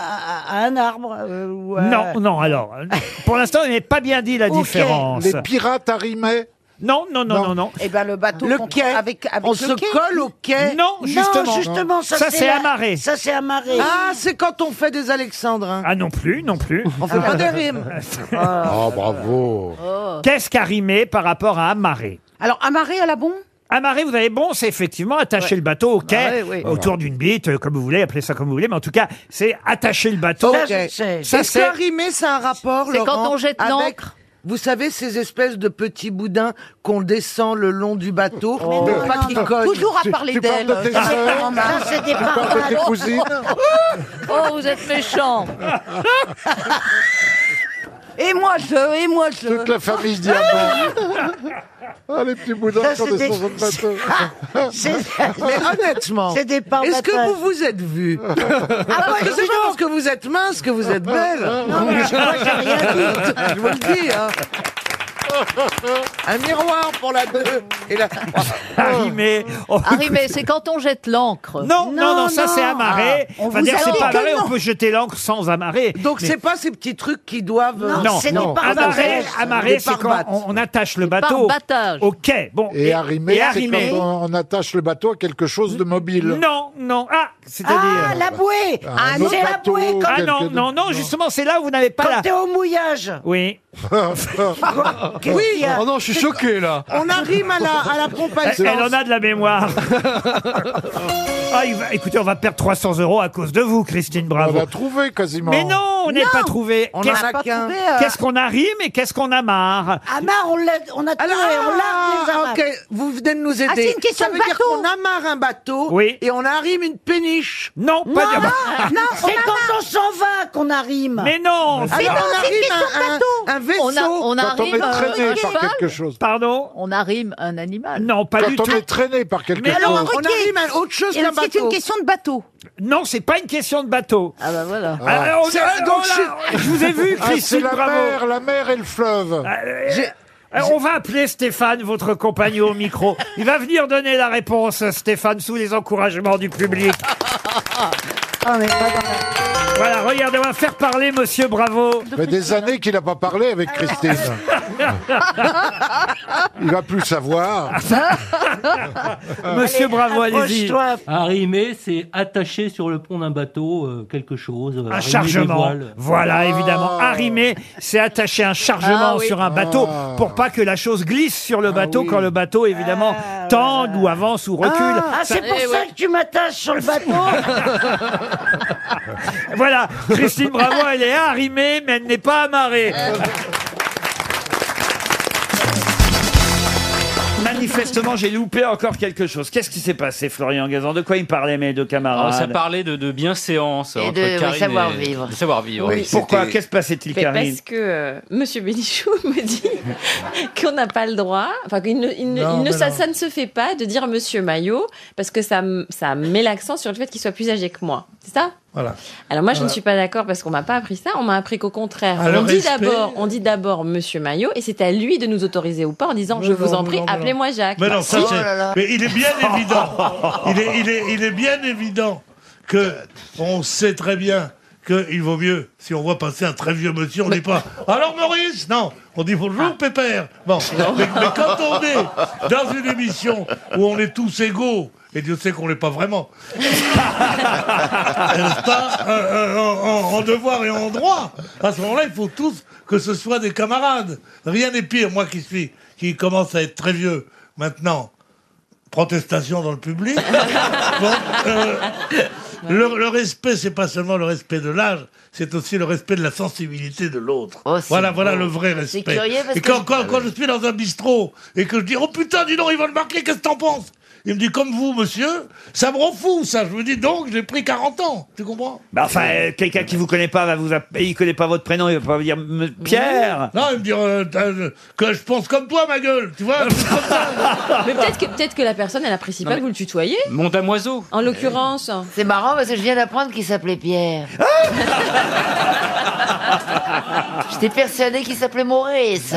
à un arbre. euh, ou à-
Non, non, alors. euh, Pour l'instant, il n'est pas bien dit la
Ok.
différence.
Les
pirates arrimaient
Non, non, non, non, non.
Eh ben le bateau.
Le
qu'on-
quai.
Avec, avec
On
le
se
quai.
colle au quai.
Non, justement.
justement, ça,
Ça,
c'est
c'est
la-
amarré.
Ça c'est amarré.
Ah, c'est quand on fait des alexandrins.
Ah non plus, non plus.
On fait pas des rimes.
Oh, bravo.
Qu'est-ce qu'arrimer par rapport à amarrer
Alors, amarrer à la bombe
Amarrer, vous avez bon, c'est effectivement attacher le bateau au quai,
Ah ouais, ouais.
autour d'une bite, euh, comme vous voulez, appelez ça comme vous voulez, mais en tout cas, c'est attacher le bateau.
Ok. Est-ce que arrimer, c'est un rapport,
C'est quand
Laurent,
on jette
avec-
l'ancre.
Vous savez, ces espèces de petits boudins qu'on descend le long du bateau
Mais
pour
non,
pas
non,
qu'ils
non.
cognent.
Toujours à Tu- parler tu parles de d'elle. tes Ça, sœurs, c'est normal. tu parles de tes cousines. Oh, vous êtes méchant. et moi je, et moi je.
Toute la famille diamant. Ah, les petits boudins
Ça,
qui ont
c'est
des
des-
sur votre bateau.
Mais honnêtement,
C'est des parts
est-ce que
d'attache.
vous vous êtes vus
Ah, bah,
Parce que c'est pas parce que vous êtes mince que vous êtes belle.
Non, mais moi, j'ai rien dit.
Je vous le dis. hein. Un miroir pour la 2 et la 3.
Ah. Arrimé.
Arrimé, c'est quand on jette l'encre.
Oh, Non, non, non, ça c'est amarré.
Ah,
Enfin, dire,
vous a
c'est
dit
pas
que
amarré,
non.
on peut jeter l'encre sans amarrer.
Donc
Mais-
c'est pas ces petits trucs qui doivent. euh,
non, non. Amarrer, amarrer,
Des
Ah, c'est quand
barbates.
on, on attache le bateau
barbattages.
au quai. Bon,
Et, arrimer,
et
c'est
arrimer.
quand on attache le bateau à quelque chose de mobile.
Non, non. Ah, c'est-à-dire.
Ah, la
bouée
Ah, Un autre c'est la bateau, bouée quand-
Ah non,
quelque-
non, non, justement, c'est là où vous n'avez pas
Quand
la.
t'es
au mouillage Oui.
Oui,
Oh non, je suis choqué là
On arrive à la, à la pompe à
Elle,
essence.
elle en a de la mémoire. Ah, il va- écoutez, on va perdre 300 euros à cause de vous, Christine Bravo.
On l'a trouvé quasiment.
Mais non, on n'est
Non.
pas trouvé.
On
Qu'est-ce-
en a pas qu'un. trouvé, euh. Ah,
Qu'est-ce qu'on arrime et qu'est-ce qu'on amarre
Amarre, on l'a, on a
trouvé, on l'a, les amarres.
Ah, Ok, vous venez de nous aider.
Ah, c'est une question
Ça
de
veut dire qu'on amarre un bateau
Oui.
et on arrive une péniche.
Non,
Non, non, c'est quand on s'en va qu'on arrime.
Mais
Ah,
non
Mais non,
on
c'est une
arrive
question de
un, un-
bateau.
un vaisseau.
On a-
on
Quand on
arrive,
est
euh,
traîné
un
par
cheval
quelque chose.
Pardon
On arrime un animal.
Non, pas
Quand
du
on
tout.
est traîné par quelque
Mais
chose.
alors,
On arrive à autre chose qu'un bateau.
de bateau. Non, c'est pas une question de bateau. Ah bah voilà. on,
C'est-
ah,
donc,
oh là, je vous ai vu,
Ah, c'est
Christine,
la
bravo.
mer, la mer et le fleuve.
Euh, euh, on va appeler Stéphane, votre compagnon au micro. Il va venir donner la réponse, Stéphane, sous les encouragements du public.
Ah,
Voilà, regardez, on va faire parler Monsieur Bravo.
Mais des années qu'il n'a pas parlé
Ah,
avec Christine. Il va plus
Ah,
savoir.
Monsieur Bravo, allez-y.
approche-toi. Arrimer, c'est attaché sur le pont d'un bateau euh, quelque chose. euh,
Un
arrimer des
chargement.
voiles.
Ah.
Voilà, évidemment. Arrimer, c'est attacher un chargement
Ah oui.
sur un bateau
Ah.
pour pas que la chose glisse sur
Ah
le bateau quand le bateau, évidemment, tangue ou avance ou recule.
Ah, c'est
Eh
pour ça que tu m'attaches sur le bateau.
Voilà, Christine Bravo, elle est arrimée, mais elle n'est pas amarrée. Manifestement, j'ai loupé encore quelque chose. Qu'est-ce qui s'est passé, Florian Gazan De quoi il parlait, mes deux camarades
Alors, Oh, ça parlait de, de bienséance
Et
entre
de- oui,
Karine
savoir-vivre.
de savoir-vivre.
Oui,
Pourquoi Qu'est-ce qui passait-il,
Mais
Karine
Parce que euh, Monsieur Bénichou me dit qu'on n'a pas le droit, enfin qu'il ne, il ne-
Non,
il ne-
mais
ça,
non.
ça ne se fait pas de dire Monsieur Maillot parce que ça, m- ça met l'accent sur le fait qu'il soit plus âgé que moi. C'est ça
Voilà.
Alors moi, je ne
Voilà.
suis pas d'accord parce qu'on m'a pas appris ça. On m'a appris qu'au contraire,
Ah, le
on dit
respect.
d'abord, on dit d'abord Monsieur Maillot et c'est à lui de nous autoriser ou pas en disant Je
Mais
vous
non,
en
mais
prie,
non, mais non.
appelez-moi Jacques.
Mais non,
Bah,
ça,
Oh
si.
Oh
c'est- Mais il est bien évident. Il est, il est- il est bien évident que on sait très bien qu'il vaut mieux, si on voit passer un très vieux monsieur, on n'est pas « Alors Maurice !» Non, on dit «
Ah.
Bonjour Pépère !» Bon, mais, mais quand on est dans une émission où on est tous égaux, et Dieu sait qu'on l'est pas vraiment, n'est-ce pas, euh, euh, en, en- en devoir et en droit. À ce moment-là, il faut tous que ce soit des camarades. Rien n'est pire, moi qui suis, qui commence à être très vieux maintenant. Protestation dans le public. Bon, euh, le, le respect, c'est pas seulement le respect de l'âge, c'est aussi le respect de la sensibilité de l'autre. voilà, voilà
Oh, beau.
le vrai
C'est
respect.
curieux parce
et quand,
que- Ah
quand- quand je suis dans un bistrot et que je dis Oh putain, dis donc, ils vont le marquer, qu'est-ce que t'en penses Il me dit Comme vous, monsieur, ça me rend fou, ça. Je me dis donc, j'ai pris 40 ans, tu comprends
Bah, enfin, euh, quelqu'un qui vous connaît pas va vous app- il connaît pas votre prénom, il va pas vous dire M- Pierre.
Non, il me dit euh, t'as- euh, que je pense comme toi, ma gueule, tu vois.
Mais peut-être que peut-être que la personne, elle apprécie
Non,
pas
mais-
que vous le tutoyez.
Mon damoiseau.
En l'occurrence.
C'est marrant parce que je viens d'apprendre qu'il s'appelait Pierre.
Ah
J'étais persuadée qu'il s'appelait Maurice.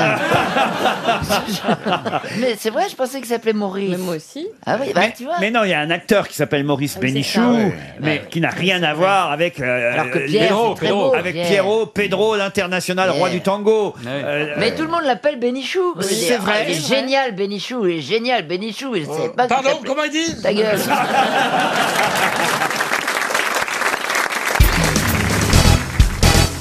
Mais c'est vrai, je pensais qu'il s'appelait Maurice.
moi aussi.
Ah oui, bah,
mais,
tu vois. Ah
mais non, il y a un acteur qui s'appelle Maurice Bénichou, mais qui n'a rien à voir avec euh,
Alors que
euh,
Pierre,
Pedro,
c'est très beau,
avec
Pierre.
Pierro, Pedro, l'international
Pierre.
roi
Ah
du tango. Euh,
Mais tout le monde l'appelle Bénichou.
Oui, c'est vrai.
Ah,
Oh.
Il est génial, Bénichou. Il est génial, Bénichou. Il sait pas
Pardon,
qu'il
comment ils disent
Ta gueule.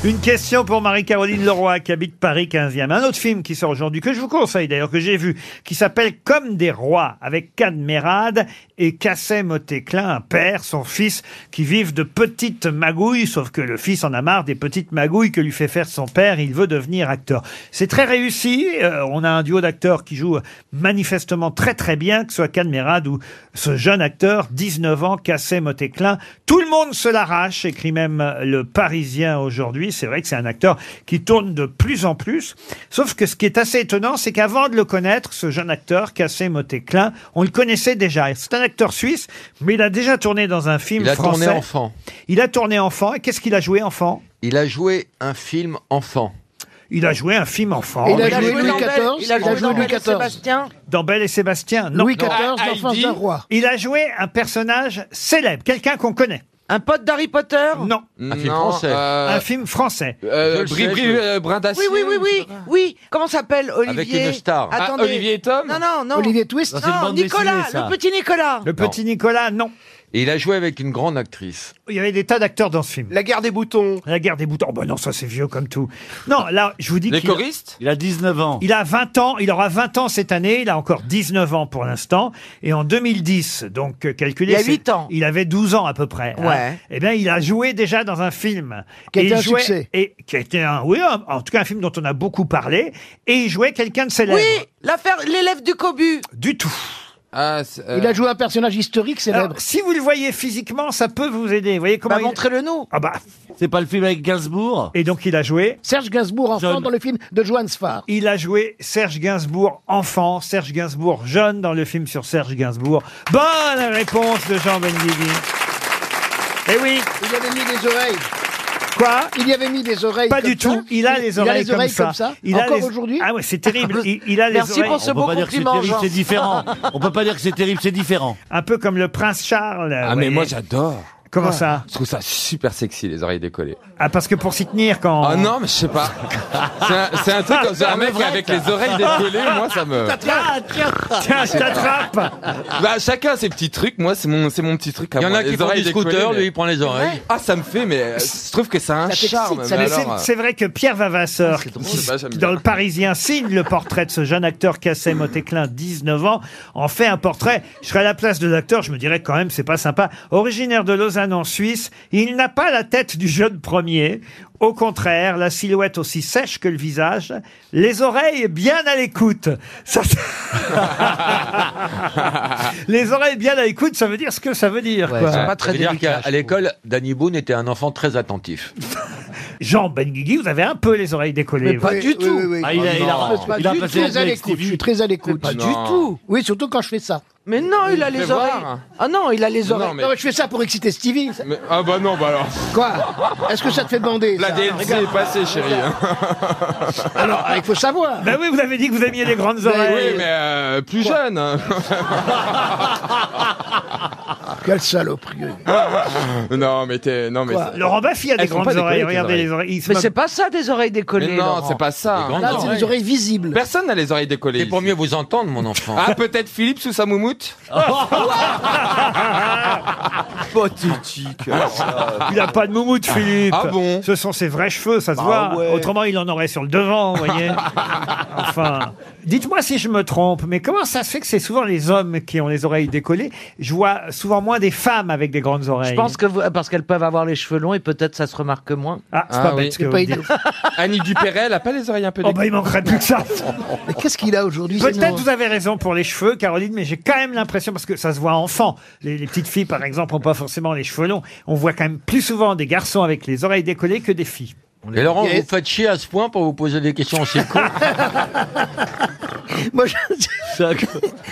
Une question pour Marie-Caroline Leroy qui habite Paris 15e. Un autre film qui sort aujourd'hui que je vous conseille d'ailleurs, que j'ai vu, qui s'appelle Comme des rois avec Cadmerade et Kassem Otéclin, un père, son fils, qui vivent de petites magouilles, sauf que le fils en a marre des petites magouilles que lui fait faire son père, il veut devenir acteur. C'est très réussi, euh, on a un duo d'acteurs qui joue manifestement très très bien, que ce soit Cadmerade ou ce jeune acteur, 19 ans, Kassem Otéclin. Tout le monde se l'arrache, écrit même le Parisien aujourd'hui. C'est vrai que c'est un acteur qui tourne de plus en plus. Sauf que ce qui est assez étonnant, c'est qu'avant de le connaître, ce jeune acteur, Kassem Otéclin, on le connaissait déjà. C'est un acteur suisse, mais il a déjà tourné dans un film
Il a tourné
français.
enfant.
Il a tourné enfant. Et qu'est-ce qu'il a joué enfant
Il a joué un film enfant.
Il a joué un film enfant.
Oh, Il a Il a joué joué Louis dans Belle- XIV, il a il a joué joué dans Louis Belle et XIV. Sébastien
Dans Belle et Sébastien, non.
Louis
Non.
XIV, Ah, l'enfance Heidi. d'un roi.
Il a joué un personnage célèbre, quelqu'un qu'on connaît. Un pote d'Harry Potter Non.
Un film français.
Un film français.
Euh, Bri- Bri- euh, Brindacier
Oui, oui, oui, oui, oui. Comment s'appelle Olivier
Avec les deux stars. Ah,
Attendez.
Olivier et Tom
Non, non, non.
Olivier Twist Ça, c'est une
Non,
bande
Nicolas,
dessinée, ça.
le petit Nicolas.
Le petit Nicolas, non.
Et il a joué avec une grande actrice.
Il y avait des tas d'acteurs dans ce film. La guerre des boutons. La guerre des boutons. Bah non, ça c'est vieux comme tout. Non, là, je vous dis
Les
qu'il-
choristes
Il a 19 ans. Il a 20 ans. Il aura 20 ans cette année. Il a encore 19 ans pour l'instant. Et en 2010, donc euh, calculez.
Il y a
c'est-
huit ans.
Il avait 12 ans à peu près.
Ouais.
Eh bien, il a joué déjà dans un film.
Qui a
Et
été
il
un
jouait-
succès.
Et qui a été un, oui, un- en tout cas un film dont on a beaucoup parlé. Et il jouait quelqu'un de célèbre.
Oui, l'affaire l'élève du Cobu.
Du tout.
Il a joué un personnage historique célèbre.
Alors, si vous le voyez physiquement, ça peut vous aider. Vous voyez comment
Bah, montrez-le
nous. Ah bah. C'est pas le film avec Gainsbourg. Et donc il a joué.
Serge Gainsbourg, enfant,
John.
dans le film de Joan Sfar.
Il a joué Serge Gainsbourg enfant, Serge Gainsbourg jeune dans le film sur Serge Gainsbourg. Bonne réponse de Jean Benguigui. Eh oui.
Il avait mis des oreilles.
Quoi
Il y avait mis des oreilles.
Pas
comme
du
ça.
tout. Il a les oreilles,
il a les oreilles
comme, ça. Il a
Encore
les-
aujourd'hui
Ah ouais, c'est terrible. Il, il a les oreilles.
On peut pas dire que c'est terrible, c'est différent.
Un peu comme le prince Charles.
Ah,
vous
mais
voyez.
moi, Ah.
J'adore.
Comment ça
Ah. Je trouve ça super sexy, les oreilles décollées.
Ah parce que pour s'y tenir quand.
Ah non, mais je sais pas. C'est un, c'est un truc comme ça, un mec avec les oreilles décollées, moi ça me.
Ah, tiens, tiens, je t'attrape.
Bah chacun ses petits trucs, moi c'est mon, c'est mon petit truc. Il
y en a qui prend du scooter, lui, il prend les oreilles.
Ah ça me fait, mais euh, je trouve que ça a un
Ça t'excite,
charme.
Ça,
mais
mais c'est-
alors, euh,
C'est vrai que Pierre Vavasseur, qui-
drôle, bah, j'aime
qui,
bien.
dans le Parisien, signe le portrait de ce jeune acteur Cassem Moteclin, 19 ans, en fait un portrait. Je serais à la place de l'acteur, je me dirais quand même, c'est pas sympa. Originaire de Lausanne en Suisse, il n'a pas la tête du jeune premier. Au contraire, la silhouette aussi sèche que le visage, les oreilles bien à l'écoute. Ça, c'est- les oreilles bien à l'écoute, ça veut dire ce que ça veut dire. quoi.
ça veut dire qu'à à l'école, Danny Boone était un enfant très attentif.
Jean Benguigui, vous avez un peu les oreilles décollées.
Mais pas
vous.
du tout.
Ah,
Oh,
il a- il a-
Pas
il a
du
passé
tout.
la
Très à
vie avec
l'écoute. Je suis très à l'écoute.
Pas du Non. tout.
Oui, surtout quand je fais ça.
Mais non,
il a les Fais oreilles. voir.
Ah non, il a les
Non, oreilles. mais-
mais... je fais ça pour exciter Stevie.
Mais- ah bah non, bah alors.
Quoi Est-ce que ça te fait bander
La
ça
DLC
Regarde.
est passée, chérie. hein.
Alors, ah, il faut savoir.
Ben oui, vous avez dit que vous aimiez les grandes
Oui, mais euh, plus jeune. hein.
Quelle saloperie.
non, mais t'es. Non, mais.
Quoi
c'est-
Laurent Baffy a des
Elles sont
grandes
pas décollées,
oreilles.
tes
Regardez les oreilles. Il se
Mais
moque-
c'est
pas ça des oreilles décollées.
Mais non, c'est pas ça.
Là, c'est les oreilles visibles.
Personne n'a les oreilles décollées. C'est pour mieux vous entendre, mon enfant. Ah, peut-être Philippe sous sa moumoute
Pathétique.
Il n'a pas de moumoute, Philippe.
Ah
bon Ce sont ses vrais cheveux, ça se
Ah
Bah
voit.
ouais.
Autrement, il en aurait sur le devant, vous voyez. Enfin, dites-moi si je me trompe, mais comment ça se fait que c'est souvent les hommes qui ont les oreilles décollées Je vois souvent moins des femmes avec des grandes oreilles.
Je pense que vous- parce qu'elles peuvent avoir les cheveux longs et peut-être ça se remarque moins.
Ah, c'est pas bête ce que vous dites.
Annie Dupéret, elle a pas les oreilles un peu
Oh bah il manquerait plus que ça.
Qu'est-ce qu'il a aujourd'hui ce
Peut-être
nom
vous avez raison pour les cheveux, Caroline, mais j'ai quand même l'impression, parce que ça se voit enfant, les, les petites filles par exemple n'ont pas forcément les cheveux longs, on voit quand même plus souvent des garçons avec les oreilles décollées que des filles.
Et Laurent, vous faites chier à ce point pour vous poser des questions aussi con.
Moi, je...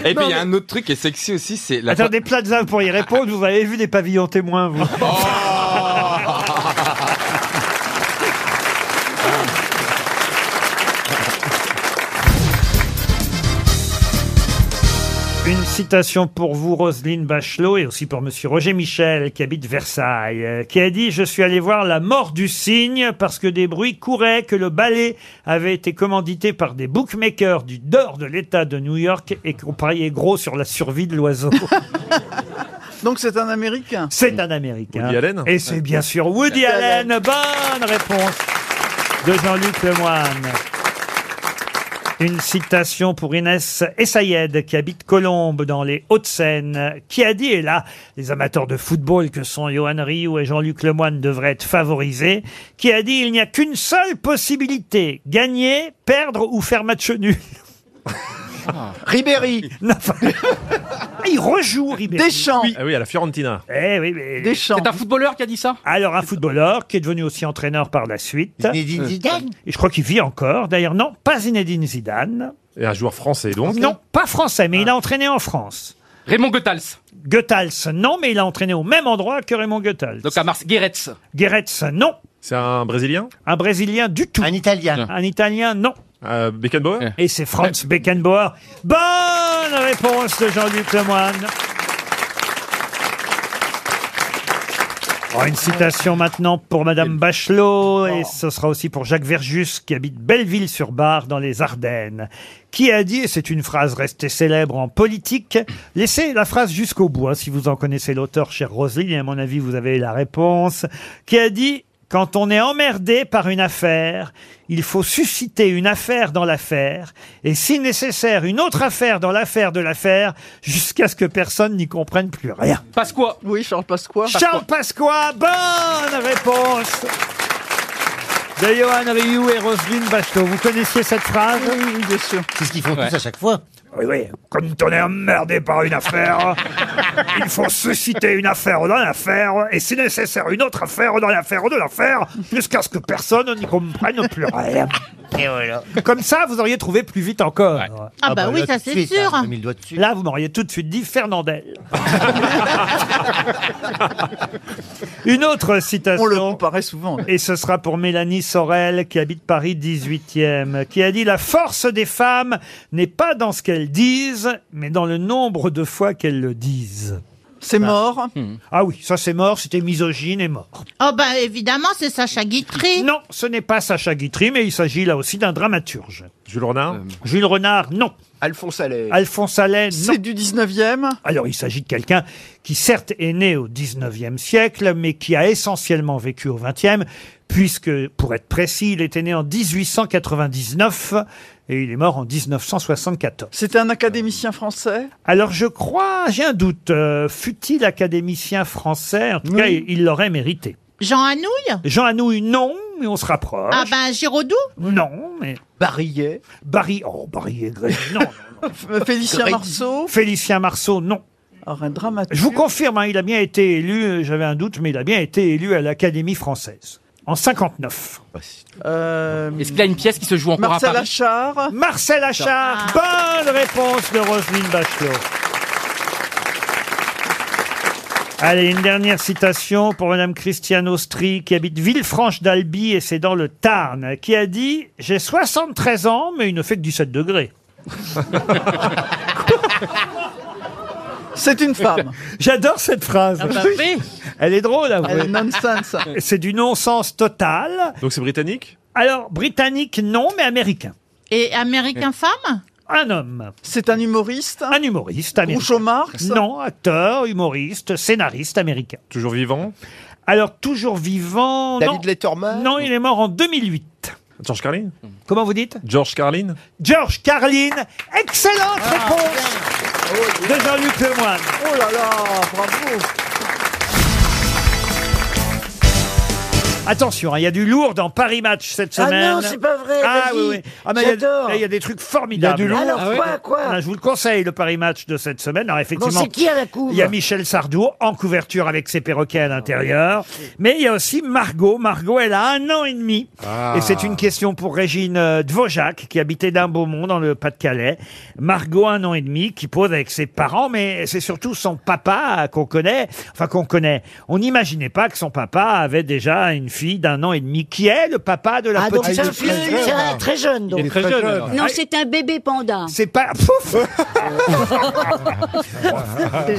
Et puis il y a un autre truc qui est sexy aussi, c'est la.
Attendez, Plaza, pour y répondre, vous avez vu des pavillons témoins, vous.
Oh,
Une citation pour vous, Roselyne Bachelot, et aussi pour Monsieur Roger Michel, qui habite Versailles, euh, qui a dit « Je suis allé voir la mort du cygne parce que des bruits couraient que le ballet avait été commandité par des bookmakers du dehors de l'État de New York et qu'on pariait gros sur la survie de l'oiseau. »
Donc c'est un Américain.
C'est un Américain.
Woody Allen
Et c'est bien sûr Woody
Woody
Allen.
Allen.
Bonne réponse de Jean-Luc Lemoine. Une citation pour Inès Essayed, qui habite Colombes, dans les Hauts-de-Seine, qui a dit, et là, les amateurs de football que sont Johan Rioux et Jean-Luc Lemoine devraient être favorisés, qui a dit, il n'y a qu'une seule possibilité, gagner, perdre ou faire match nul. Ribéry. il rejoue Ribéry.
Deschamps.
Oui.
Ah oui, à la Fiorentina.
Eh oui, mais...
Deschamps. C'est un
footballeur qui a dit ça Alors, un footballeur qui est devenu aussi entraîneur par la suite.
Zinedine Zidane
Et je crois qu'il vit encore. D'ailleurs, non, pas Zinedine Zidane.
Et un joueur français, donc.
Non, pas français, mais il a entraîné en France.
Ah. Raymond Goethals.
Goethals, non, mais il a entraîné au même endroit que Raymond Goethals.
Donc à Mars, Guéretz.
Guéretz, non.
C'est un Brésilien
Un Brésilien du tout. Un Italien Un Italien, non.
Euh, Beckenbauer
Et c'est Franz Beckenbauer. Bonne réponse de Jean-Luc Lemoyne. Oh, une citation maintenant pour Madame Bachelot, et ce sera aussi pour Jacques Verjus, qui habite Belleville-sur-Barre, dans les Ardennes, qui a dit, et c'est une phrase restée célèbre en politique, laissez la phrase jusqu'au bout, hein, si vous en connaissez l'auteur, chère Roselyne, et à mon avis, vous avez la réponse, qui a dit, quand on est emmerdé par une affaire, il faut susciter une affaire dans l'affaire, et si nécessaire, une autre affaire dans l'affaire de l'affaire, jusqu'à ce que personne n'y comprenne plus rien.
Passe quoi Oui, Charles Passe quoi
Charles Pasqua, bonne réponse de Johan Rioux et Roselyne Bachelot. Vous connaissiez cette phrase Oui, bien sûr. C'est ce qu'ils font
tous à chaque fois.
Oui, oui. Quand on est emmerdé par une affaire, il faut susciter une affaire dans l'affaire, et si nécessaire, une autre affaire dans l'affaire de l'affaire, jusqu'à ce que personne n'y comprenne plus rien. Comme ça, vous auriez trouvé plus vite encore. Ah,
Ah bah bah oui, là, ça, tout de c'est suite, sûr. hein, j'ai mis le
Là, vous m'auriez tout de suite dit Fernandel. Une autre citation. On le comparait souvent. Et ce sera pour Mélanie Sorel, qui habite Paris 18e, qui a dit La force des femmes n'est pas dans ce qu'elles disent, mais dans le nombre de fois qu'elles le disent. C'est mort Ah oui, ça c'est mort, c'était misogyne et mort.
Oh bah évidemment, c'est Sacha Guitry.
Non, ce n'est pas Sacha Guitry, mais il s'agit là aussi d'un dramaturge. Jules Renard Jules Renard, non. Alphonse Allais Alphonse Allais, non. C'est du 19e Alors il s'agit de quelqu'un qui certes est né au 19e siècle, mais qui a essentiellement vécu au 20e, puisque, pour être précis, il était né en 1899 et il est mort en 1974.
C'était un académicien français
Alors je crois, j'ai un doute, euh, fut-il académicien français En tout cas, il il l'aurait mérité.
Jean Anouilh
Jean Anouilh, non, mais on se rapproche.
Ah ben Giraudoux
Non, mais... Barillet Barry... Oh, Barillet, Grégory, non, non,
euh,
non.
Félicien Grégory. Marceau
Félicien Marceau, non. un dramatique. Je vous confirme, hein, il a bien été élu, euh, j'avais un doute, mais il a bien été élu à l'Académie française. En 59.
Est-ce qu'il a une pièce qui se joue encore à Paris
Achard Marcel Achard Bonne réponse de Roselyne Bachelot. Allez, une dernière citation pour Madame Christiane Austry, qui habite Villefranche d'Albi, et c'est dans le Tarn, qui a dit « J'ai 73 ans, mais il ne fait que 17 degrés.
C'est une femme. »
J'adore cette phrase.
Ah bah oui.
Elle est drôle, avouez.
Elle est nonsense.
C'est du non-sens total.
Donc c'est britannique
Alors, britannique, non, mais américain.
Et Américain femme
Un homme. C'est un humoriste Un humoriste américain. Groucho Marx Non, acteur, humoriste, scénariste américain.
Toujours vivant
Alors, toujours vivant.
David
non. Letterman Non, il est mort en 2008.
George Carlin
Comment vous dites
George Carlin
George Carlin, excellente
Ah,
réponse de Jean-Luc Lemoyne.
Oh là là, bravo
Attention, hein, il y a du lourd dans Paris Match cette
Ah
semaine.
non, c'est pas vrai,
Ah
vas-y.
oui, oui. Ah, mais il y a-
J'adore.
là, il y, a des trucs formidables.
Il y a du lourd. Alors, quoi, quoi
Ah, Je vous le conseille, le Paris Match de cette semaine. Alors effectivement,
c'est qui à la couve
il y a Michel Sardou en couverture avec ses perroquets à l'intérieur. Mais il y a aussi Margot. Margot, elle a un an et demi.
Ah.
Et c'est une question pour Régine euh, Dvorak, qui habitait Beaumont dans le Pas-de-Calais. Margot, un an et demi, qui pose avec ses parents, mais c'est surtout son papa qu'on connaît. Enfin, qu'on connaît. On n'imaginait pas que son papa avait déjà une fille d'un an et demi, qui est le papa de la
Ah, donc
petite
c'est un fils- c'est un très jeune, donc. Il est très jeune, alors.
Ah,
Non, c'est un bébé panda.
C'est pas. Pouf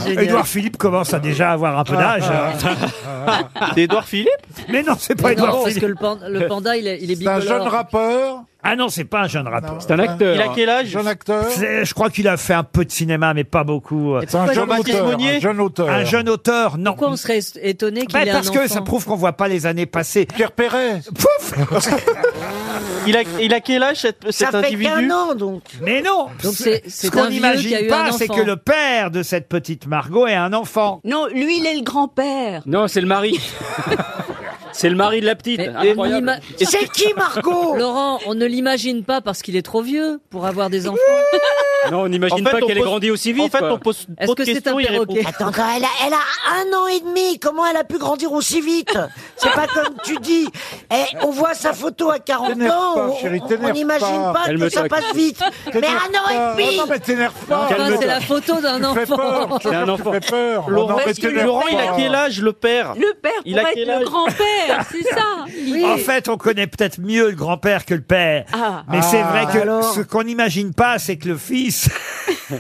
Édouard Philippe commence à déjà avoir un peu d'âge. hein.
C'est Édouard Philippe
Mais non, c'est
Non,
pas Édouard
parce
Philippe.
que le pan- le panda, il est- il est
C'est un
bicolore.
jeune rappeur. Ah non, c'est pas un jeune rappeur.
C'est un acteur. Il a quel âge
Jeune acteur. Je crois qu'il a fait un peu de cinéma, mais pas beaucoup.
C'est un pourquoi jeune Jean-Baptiste auteur, un Monnier
jeune auteur. Un jeune auteur, Oh, non.
Pourquoi on serait étonné qu'il
Ben,
ait un
parce que ça
enfant
prouve qu'on voit pas les années passées. Pierre Perret. Pouf
il a, il a quel âge cet,
Ça fait qu'un an,
donc.
Mais non
Donc c'est-
Ce
c'est
qu'on
un vieux qui a
n'imagine
eu
pas,
un
c'est que
enfant.
le père de cette petite Margot est un enfant.
Non, lui, il est le grand-père.
Non, c'est le mari. c'est le mari de la petite.
On
Incroyable.
l'ima-
Est-ce que-
Laurent, on ne l'imagine pas parce qu'il est trop vieux pour avoir des enfants.
Non, on n'imagine
En
pas
fait, on
qu'elle ait
pose-
grandi aussi vite.
en fait,
quoi.
on pose Est-ce
trop de
que c'est
questions,
un
il répond.
perroquet
Attends, quand elle a, elle a un an et demi, comment elle a pu grandir aussi vite C'est pas comme tu dis. Eh, on voit sa photo à 40
T'énerve
ans,
pas,
on-
chérie,
on- on
t'énerve
n'imagine
pas.
pas, que
Calme-toi.
ça passe vite. Mais
T'énerve
un an
pas.
et demi
Non, mais t'énerve pas.
Enfin,
Calme-toi.
c'est la photo d'un
Tu fais
enfant.
peur, je te
C'est un
jure, tu
enfant.
fais peur.
Laurent,
Non, mais
est-ce que-
t'énerve
Laurent, il a
pas.
quel âge, le père
Le père
Il a quel âge
grand-père,
c'est ça. Oui.
En fait, on connaît peut-être mieux le grand-père que le père.
Ah.
Mais c'est vrai
Ah,
que
alors
ce qu'on n'imagine pas, c'est que le fils...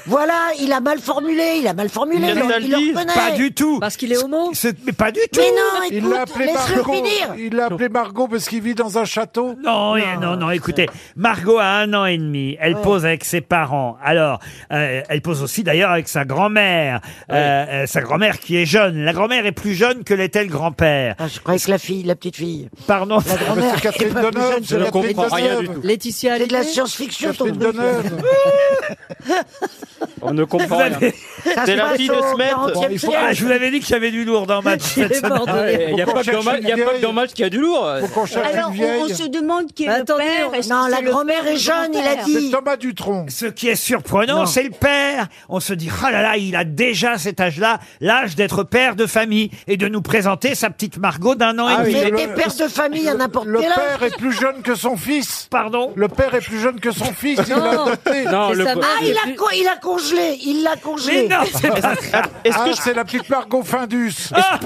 Voilà, il a mal formulé, il a mal formulé.
Il
Il, le- il le
analyse.
reconnaît.
Pas du tout.
Parce qu'il est homo
Mais pas du tout
Mais non,
Il l'a
écoute,
appelé
laisse-le
Margot.
finir.
Ah. Il l'a appelé Margot parce qu'il vit dans un château.
Non, et- non, non, écoutez, Margot a un an et demi, elle pose avec ses parents. Alors, euh, elle pose aussi d'ailleurs avec sa grand-mère, Euh, euh, sa grand-mère qui est jeune. La grand-mère est plus jeune que l'était le grand-père.
Ah, je croyais que la fille, la petite fille.
Pardon.
La grand-mère.
C'est Catherine
est pas plus
Deneuve,
jeune que
c'est
la
Catherine
petite
comprend rien
Deneuve.
du tout.
Laetitia C'est de la Hallyday science-fiction, ton
Catherine
truc.
Deneuve.
On ne comprend
Vous
rien.
avez-
Ça
C'est
se
la
passe
fille de
au
Smet.
40e siècle.
Ah, je vous avais dit que j'avais du lourd dans ma cette semaine.
Il n'y a pas que dans Mal- y a pas que dans Mal qu'il y a du lourd.
Alors, on, on se demande qui est
Bah,
le
attendez,
père.
on-
est-ce
non,
que
la
c'est le
grand-mère
père
est
du
jeune, il a
grand-père
dit.
Thomas Dutronc.
Ce qui est surprenant,
Non.
c'est le père. On se dit, ah là là, il a déjà cet âge-là, l'âge d'être père de famille et de nous présenter sa petite Margot d'un an
Ah,
et
il
demi.
Mais
est le-
des pères de famille à n'importe
Le
quel âge.
père est plus jeune que son fils.
Pardon
Le père est plus jeune que son fils. Il l'a
Non.
adopté.
Non, le-
Ah, il a, co- il a congelé, il l'a congelé.
Mais non,
Est-ce
Ah,
que je-
c'est la petite Margot Findus.
Ah.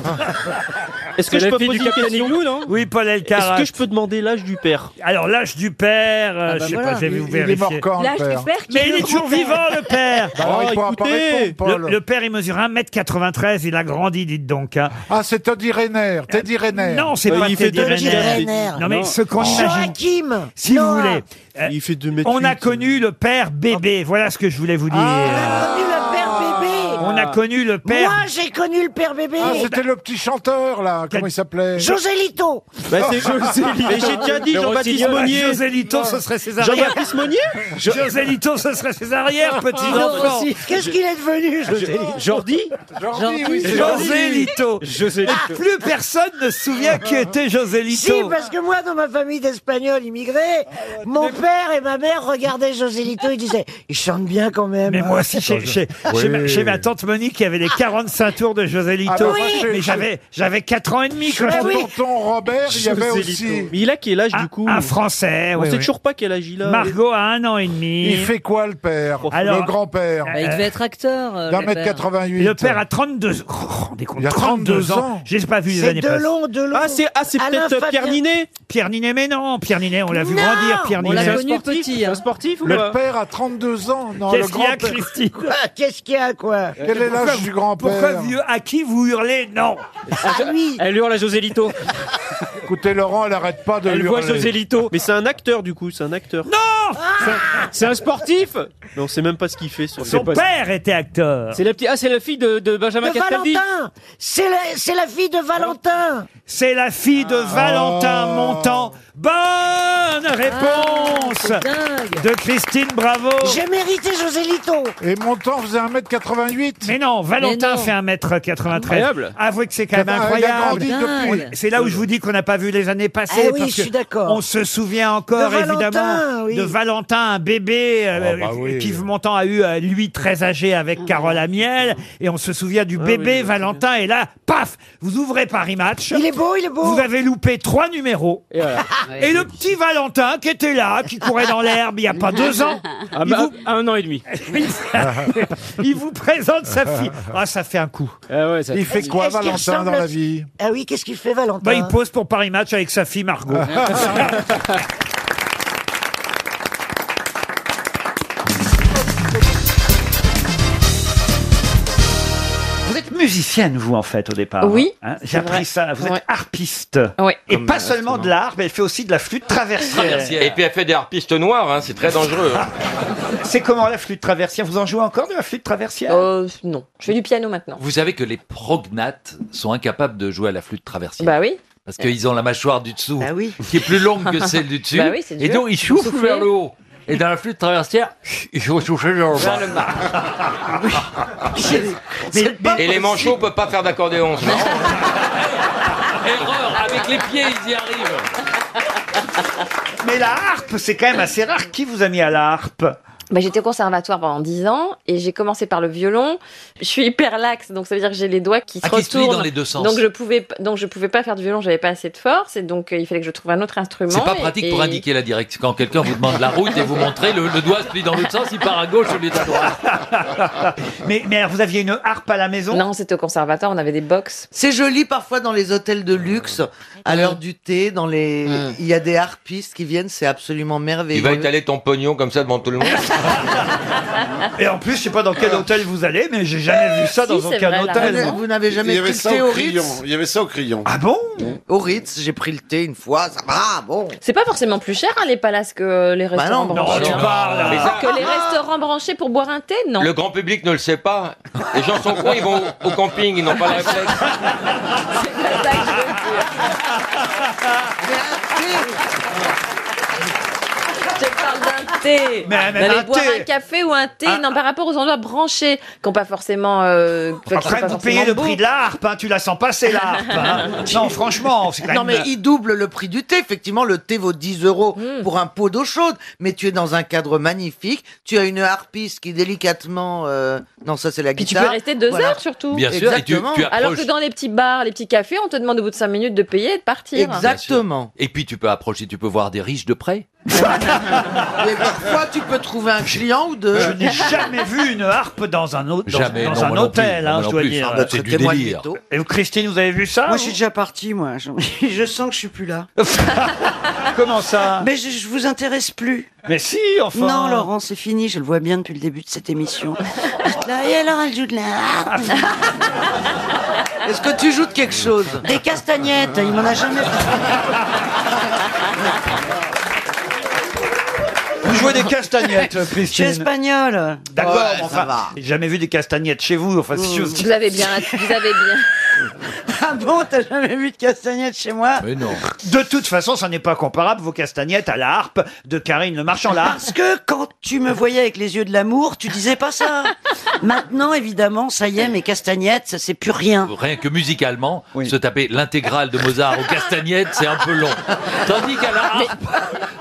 Est-ce que
C'est
je
la
peux
fille
poser
du
une question
capitaine Oui, Paul Elkarat.
Est-ce que je peux demander l'âge du père
Alors l'âge du père, euh,
Ah bah
je sais
voilà.
pas, je vais vous
Il- il est
vérifier.
mort quand, le L'âge du père père qui
Mais
est
il
le
est toujours
grand-père.
vivant le père.
Bah alors, il pourra pas répondre, Paul.
le, le père il mesure 1m93, il a grandi, dites donc. hein.
Ah, c'est Teddy Rayner. Teddy Rayner.
Non, c'est
Euh,
pas
il fait
Teddy
deux mètres
Riner.
dix.
Non mais
Non. Oh.
ce qu'on imagine.
Joachim
Si vous
Noah.
voulez, euh,
Il fait 2 mètres. hein.
on a connu le père bébé. Voilà ce que je voulais vous dire.
Connu le père bébé.
On a connu le père.
Moi, j'ai connu le père bébé.
Ah, c'était le petit chanteur, là. Comment il s'appelait
José Lito.
Bah, c'est Mais j'ai déjà dit
Le
Jean-Baptiste
Rossignol.
Monnier.
José Lito, ce serait ses arrières.
Jean-Baptiste Monnier
José Lito, ce serait ses
Ah,
arrières, petits
Non,
enfants.
aussi.
Qu'est-ce qu'il est devenu, José Lito
Jordi
Jordi, oui, c'est Jordi.
José Lito. Ah,
José Lito.
Plus personne ne se souvient
Ah.
qui était José
Si, bah.
Lito.
parce que moi, dans ma famille d'Espagnols
Ah,
immigrés, mon père et ma mère regardaient José Lito et disaient « Il chante bien quand même. »
Mais moi aussi, chez, chez-
Oui.
chez ma, chez ma tante Monique, il y avait les 45 tours de José Lito.
Ah bah, moi, chez-
mais j'avais, j'avais 4 ans et demi quand
Chez
je
mon tonton Robert, il y avait
José
aussi...
Lito. Mais il a quel âge
Un-
du coup
un Français,
On
oui,
sait
oui.
toujours pas quel âge il a.
Margot a un an et demi.
Il fait quoi, le père
Alors-
Le grand-père
Bah,
Bah, il devait euh,
être acteur.
D'un mètre 88.
Le père a 32 ans. Oh, rendez compte,
Il a
32 ans.
ans.
J'ai pas vu les
C'est
années
de
passées.
long, de long.
Ah, c'est ah, c'est
Alain
peut-être
Fabien.
Pierre Ninet
Pierre Ninet, mais non, Pierre Ninet, on l'a vu
Non
grandir, Pierre
On l'a
Ninet.
connu
hein.
petit. Un sportif ou
Le
pas
père a 32 ans. Non,
Qu'est-ce
le
qu'il y a,
grand-père-
Christine
Quoi Qu'est-ce qu'il y a, quoi
Quel est
Euh, Pourquoi
l'âge
vous-
du grand-père
Pourquoi vieux À qui vous hurlez Non
Ah oui
Elle hurle à José Lito.
Écoutez, Laurent, elle n'arrête pas de
Elle voit
hurler.
José Lito. Mais c'est un acteur du coup, c'est un acteur.
Non
C'est un sportif Mais on sait même pas ce qu'il fait sur
Son
C'est pas-
père était acteur.
C'est la petite. Ah, c'est la fille de, de Benjamin
De
Castaldi.
Valentin C'est la, c'est la fille de Valentin
C'est la fille de Valentin Montant. Bonne réponse de Christine Bravo.
J'ai mérité José Lito
Et mon temps faisait 1m88.
Mais non,
Mais
Valentin
non.
fait 1m93.
Incroyable.
Avouez que c'est quand même
Ah, il a
incroyable.
grandi
Dingue.
depuis.
C'est là où je vous dis qu'on n'a pas vu les années passées.
Ah oui,
parce
je suis
que
d'accord.
On se souvient encore,
De Valentin,
évidemment,
oui.
de Valentin, un bébé euh,
Ah, bah oui.
qu'Yves Montand a eu, euh, lui, très âgé avec Carole Amiel. Et on se souvient
Ah
du bébé Valentin. Et là, paf, vous ouvrez Paris Match.
Il est beau, il est beau
Vous avez loupé trois numéros. Et, le petit Valentin qui était là, qui courait dans l'herbe il n'y a pas deux ans,
Ah, bah, à un an et demi.
il vous présente sa fille. Ah, ça fait un coup.
Ah ouais, ça-
Il fait quoi,
Est-ce qu'il
Valentin,
ressemble
dans
à-
la vie
Ah oui, qu'est-ce qu'il fait, Valentin
Bah, il pose pour Paris Match avec sa fille Margot.
Ah.
Vous êtes musicienne, vous, en fait, au départ.
Oui,
Hein J'ai
c'est
appris
vrai.
ça. Vous
Ouais.
êtes harpiste.
Oui.
Et
Comme,
pas seulement de l'harpe, elle fait aussi de la flûte traversière.
Et puis elle fait des harpistes noirs, hein, c'est très dangereux. hein.
C'est comment la flûte traversière Vous en jouez encore de la flûte traversière
Euh, non, je fais du piano maintenant.
Vous savez que les prognates sont incapables de jouer à la flûte traversière.
Bah oui.
Parce qu'ils ont la mâchoire du dessous,
Bah oui.
qui est plus longue que celle du dessus.
Bah oui, c'est
et
dur.
donc ils soufflent
Souffler.
vers le haut. Et dans la flûte traversière, ils vont souffler vers le bas.
Mais- mais-
Et les manchots peuvent pas faire d'accordéon. c'est marrant. Erreur, avec les pieds ils y arrivent.
Mais la harpe, c'est quand même assez rare. Qui vous a mis à la harpe
Bah, j'étais au conservatoire pendant 10 ans et j'ai commencé par le violon. Je suis hyper laxe, donc ça veut dire que j'ai les doigts qui se
Ah, qui se plient
retournent.
dans les deux sens.
Donc je pouvais, p- donc je pouvais pas faire du violon, j'avais pas assez de force et donc euh, il fallait que je trouve un autre instrument.
C'est pas
et-
pratique pour
et-
indiquer la direction. Quand quelqu'un vous demande la route et vous montrez, le, le doigt se plie dans l'autre sens, il part à gauche au lieu de à droite.
Mais, mais alors, vous aviez une harpe à la maison
Non, c'était au conservatoire, on avait des box.
C'est joli parfois dans les hôtels de luxe, à l'heure du thé, dans les. Il y a des harpistes qui viennent, c'est absolument merveilleux.
Il va étaler ton pognon comme ça devant tout le monde.
Et en plus, je sais pas dans quel hôtel vous allez, mais j'ai jamais vu ça dans aucun hôtel.
Vous, vous n'avez jamais
Il y avait
pris
ça
le thé
au
au
crayon.
Ritz
Il y avait ça au crayon.
Ah bon
Au Ritz, j'ai pris le thé une fois, ça va, Bah bon.
C'est pas forcément plus cher hein, les palaces que les restaurants
Ah, Bah non,
branchés.
non, tu
Ah,
hein.
parles. Ah. Mais ça-
Que les restaurants branchés pour boire un thé, non.
Le grand public ne le sait pas. Les gens sont cons, ils vont au, au camping, ils n'ont pas la réflexe.
Je parle d'un thé.
Mais, mais
D'aller
un
boire
thé.
un café ou un thé,
Ah.
non, par rapport aux endroits branchés, qui n'ont pas forcément. euh, qui sont
Après,
pas
vous
forcément
payez le
beaux.
prix de la harpe, hein, tu la sens passer la harpe. hein. Non, franchement, c'est quand même-
Non, mais il double le prix du thé. Effectivement, le thé vaut 10 euros
Hmm.
pour un pot d'eau chaude, mais tu es dans un cadre magnifique. Tu as une harpiste qui délicatement. euh, Non, ça, c'est la
Puis tu
guitare.
peux rester deux
Voilà.
heures surtout.
Bien sûr, et tu- Exactement. tu
Alors que
approches.
dans les petits bars, les petits cafés, on te demande au bout de cinq minutes de payer et de partir.
Exactement.
Et puis tu peux approcher, tu peux voir des riches de près.
Mais parfois, tu peux trouver un client ou deux.
Je n'ai jamais vu une harpe dans un, hôte- dans-
Jamais,
dans
non,
un
moi non plus,
hôtel,
moi
hein,
non
je dois
plus.
dire.
Ah bah, c'est du
Traitez-moi de
délire.
mytho. Et vous, Christine, vous avez vu ça
Moi,
vous
je suis déjà parti, moi. Je, je sens que je suis plus là.
Comment ça
Mais je, je vous intéresse plus.
Mais si, enfin.
Non, Laurent, c'est fini. Je le vois bien depuis le début de cette émission. Là, et alors, elle joue de la.
Est-ce que tu joues de quelque chose
Des castagnettes. Il m'en a jamais.
Vous jouez des castagnettes,
Je suis
Christine.
espagnole.
D'accord,
Ouais,
mais
ça
enfin,
va. Mmh.
j'ai jamais vu des castagnettes chez vous, enfin, c'est chose.
Vous avez bien, vous avez bien.
Ah bon, t'as jamais vu de castagnettes chez moi
Mais non. De toute façon, ça n'est pas comparable, vos castagnettes, à la harpe de Karine Le Marchand. La harpe,
Parce que quand tu me voyais avec les yeux de l'amour, tu disais pas ça. Maintenant, évidemment, ça y est, mes castagnettes, ça c'est plus rien.
Rien que musicalement, se taper l'intégrale de Mozart aux castagnettes, c'est un peu long. Tandis qu'à la harpe,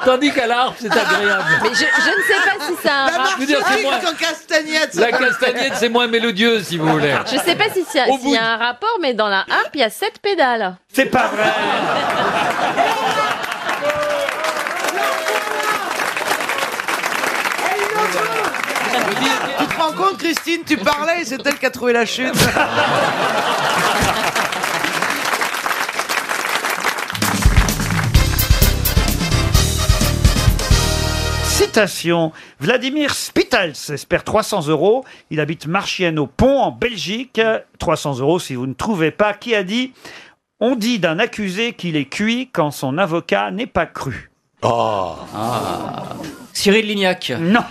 tandis qu'à la harpe, c'est agréable.
Mais je, je ne sais pas si ça a un
La
rapport.
marche Je veux dire, c'est moi. en
castagnette.
La castagnette, c'est moins mélodieux, si vous voulez.
Je sais pas si ça-
Au
s'il y a un rapport, mais dans la harpe, il y a sept pédales.
C'est pas vrai.
Tu te rends compte, Christine, tu parlais et c'est elle qui a trouvé la chute.
Citation. Vladimir Spitals espère 300 euros. Il habite Marchienne au Pont en Belgique. 300 euros si vous ne trouvez pas. Qui a dit On dit d'un accusé qu'il est cuit quand son avocat n'est pas cru.
Oh.
Ah. Cyril Lignac.
Non.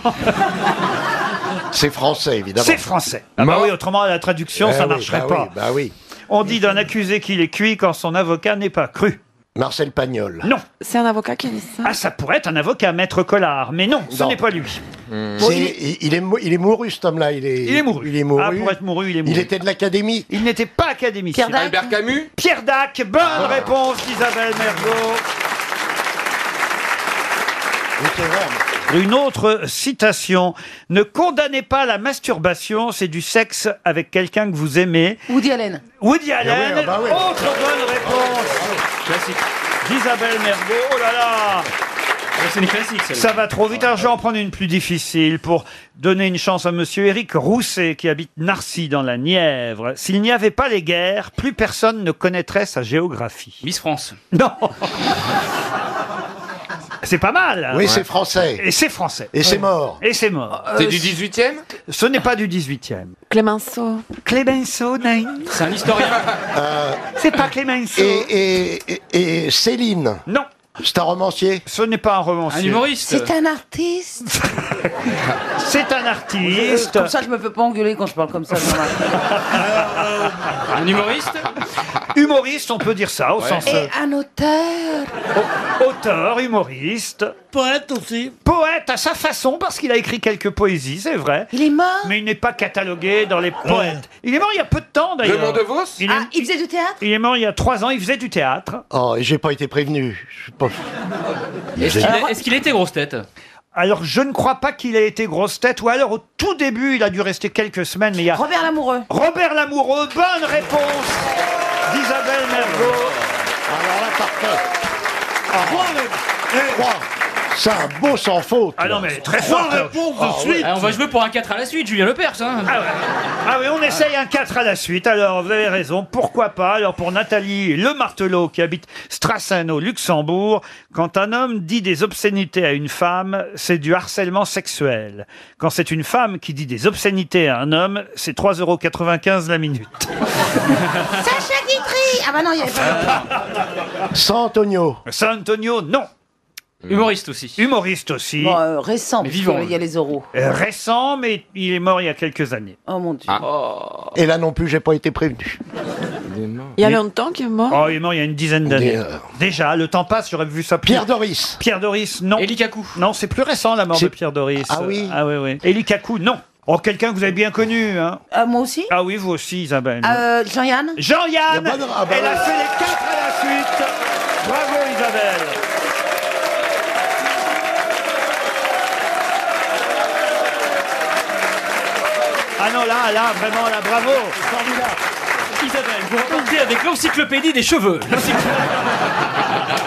C'est français, évidemment.
C'est français. Ah bah oui, autrement la traduction,
Eh
ça
oui,
marcherait
bah
pas.
oui, bah oui.
On dit d'un accusé qu'il est cuit quand son avocat n'est pas cru.
Marcel Pagnol.
Non.
C'est un avocat qui a dit ça.
Ah, ça pourrait être un avocat, maître Collard, mais non, ce
Non. Hmm.
n'est pas lui.
C'est- il, il est, mou- il est mouru, ce homme-là. Il est,
Il est mouru.
Il est mouru.
Ah, pour être mouru, il est mouru.
Il était de l'académie.
Il n'était pas académicien.
Pierre Dac. Albert
Camus Pierre Dac, bonne
Ah.
réponse d'Isabelle Mergo. Une autre citation. Ne condamnez pas la masturbation, c'est du sexe avec quelqu'un que vous aimez.
Woody Allen.
Woody
Ah oui,
Allen,
ah bah oui.
autre
Ah
bonne réponse d'Isabelle Mergo. Oh là là
C'est une classique,
ça va trop vite, alors je vais en prendre une plus difficile pour donner une chance à monsieur Éric Rousset qui habite Narcy dans la Nièvre. S'il n'y avait pas les guerres, plus personne ne connaîtrait sa géographie.
Miss France.
Non C'est pas mal hein.
Oui, c'est français.
Et c'est français.
Et c'est mort.
Et c'est mort.
C'est du
18e Ce n'est pas du 18e.
Clémenceau.
Clémenceau, non.
C'est un historien.
C'est pas Clémenceau.
Euh, Et, et- et- et Céline.
Non.
C'est un romancier.
Ce n'est pas un romancier.
Un humoriste.
C'est un artiste.
C'est un artiste.
Comme ça, je me fais pas engueuler quand je parle comme ça.
Un humoriste
Humoriste, on peut dire ça, au sens euh,
Et un auteur.
auteur, humoriste. Poète aussi. Poète à sa façon, parce qu'il a écrit quelques poésies, c'est vrai.
Il est mort.
Mais il n'est pas catalogué dans les poètes. Il est mort il y a peu de temps, d'ailleurs.
Raymond DeVos
il est,
Ah, Il faisait du théâtre.
il est mort il y a trois ans, il faisait du théâtre.
Oh, et j'ai pas été prévenu. Je suis pas-
Est-ce qu'il est- est-ce qu'il était grosse tête
Alors, je ne crois pas qu'il ait été grosse tête, ou alors au tout début, il a dû rester quelques semaines, mais il y a...
Robert Lamoureux.
Robert Lamoureux, bonne réponse d'Isabelle Mergo.
Alors là, parfait.
Ah, Eh.
C'est un beau sans faute.
Ah non, mais très fort.
Ah ouais. Ah, on va jouer pour un 4 à la suite, Julien Lepers. Hein.
Ah, oui, on essaye un 4 à la suite. Alors, vous avez raison, pourquoi pas Alors, pour Nathalie Le Martelot, qui habite Strassen au Luxembourg, quand un homme dit des obscénités à une femme, c'est du harcèlement sexuel. Quand c'est une femme qui dit des obscénités à un homme, c'est 3,95€ la minute.
Sacha Guitry Ah bah non, il y avait pas.
San Antonio. San Antonio, non.
Humoriste aussi.
Humoriste aussi.
Bon, euh, récent, parce
vivant.
qu'il y a les oraux.
Euh, Récent, mais il est mort il y a quelques années.
Oh mon
Ah.
dieu. Oh.
Et là non plus, j'ai pas été prévenu.
Il y a
longtemps qu'il est mort
Oh, il est mort il y a une dizaine d'années. Déjà, le temps passe, j'aurais vu ça plus... Pierre Doris. Pierre Doris, non. Eli Non, c'est plus récent la mort de Pierre Doris.
Ah oui.
Ah oui, oui. Eli Kaku, non. Oh, quelqu'un que vous avez bien connu, hein
moi aussi
Ah oui, vous aussi, Isabelle.
Euh, Jean-Yann
Jean-Yann
Il y a pas de- ah bah
Elle a
ouais.
fait les 4 à la suite Bravo Isabelle Ah non, là, là, vraiment, là, bravo
Isabelle, vous repartez avec l'encyclopédie des cheveux. L'encyclopédie-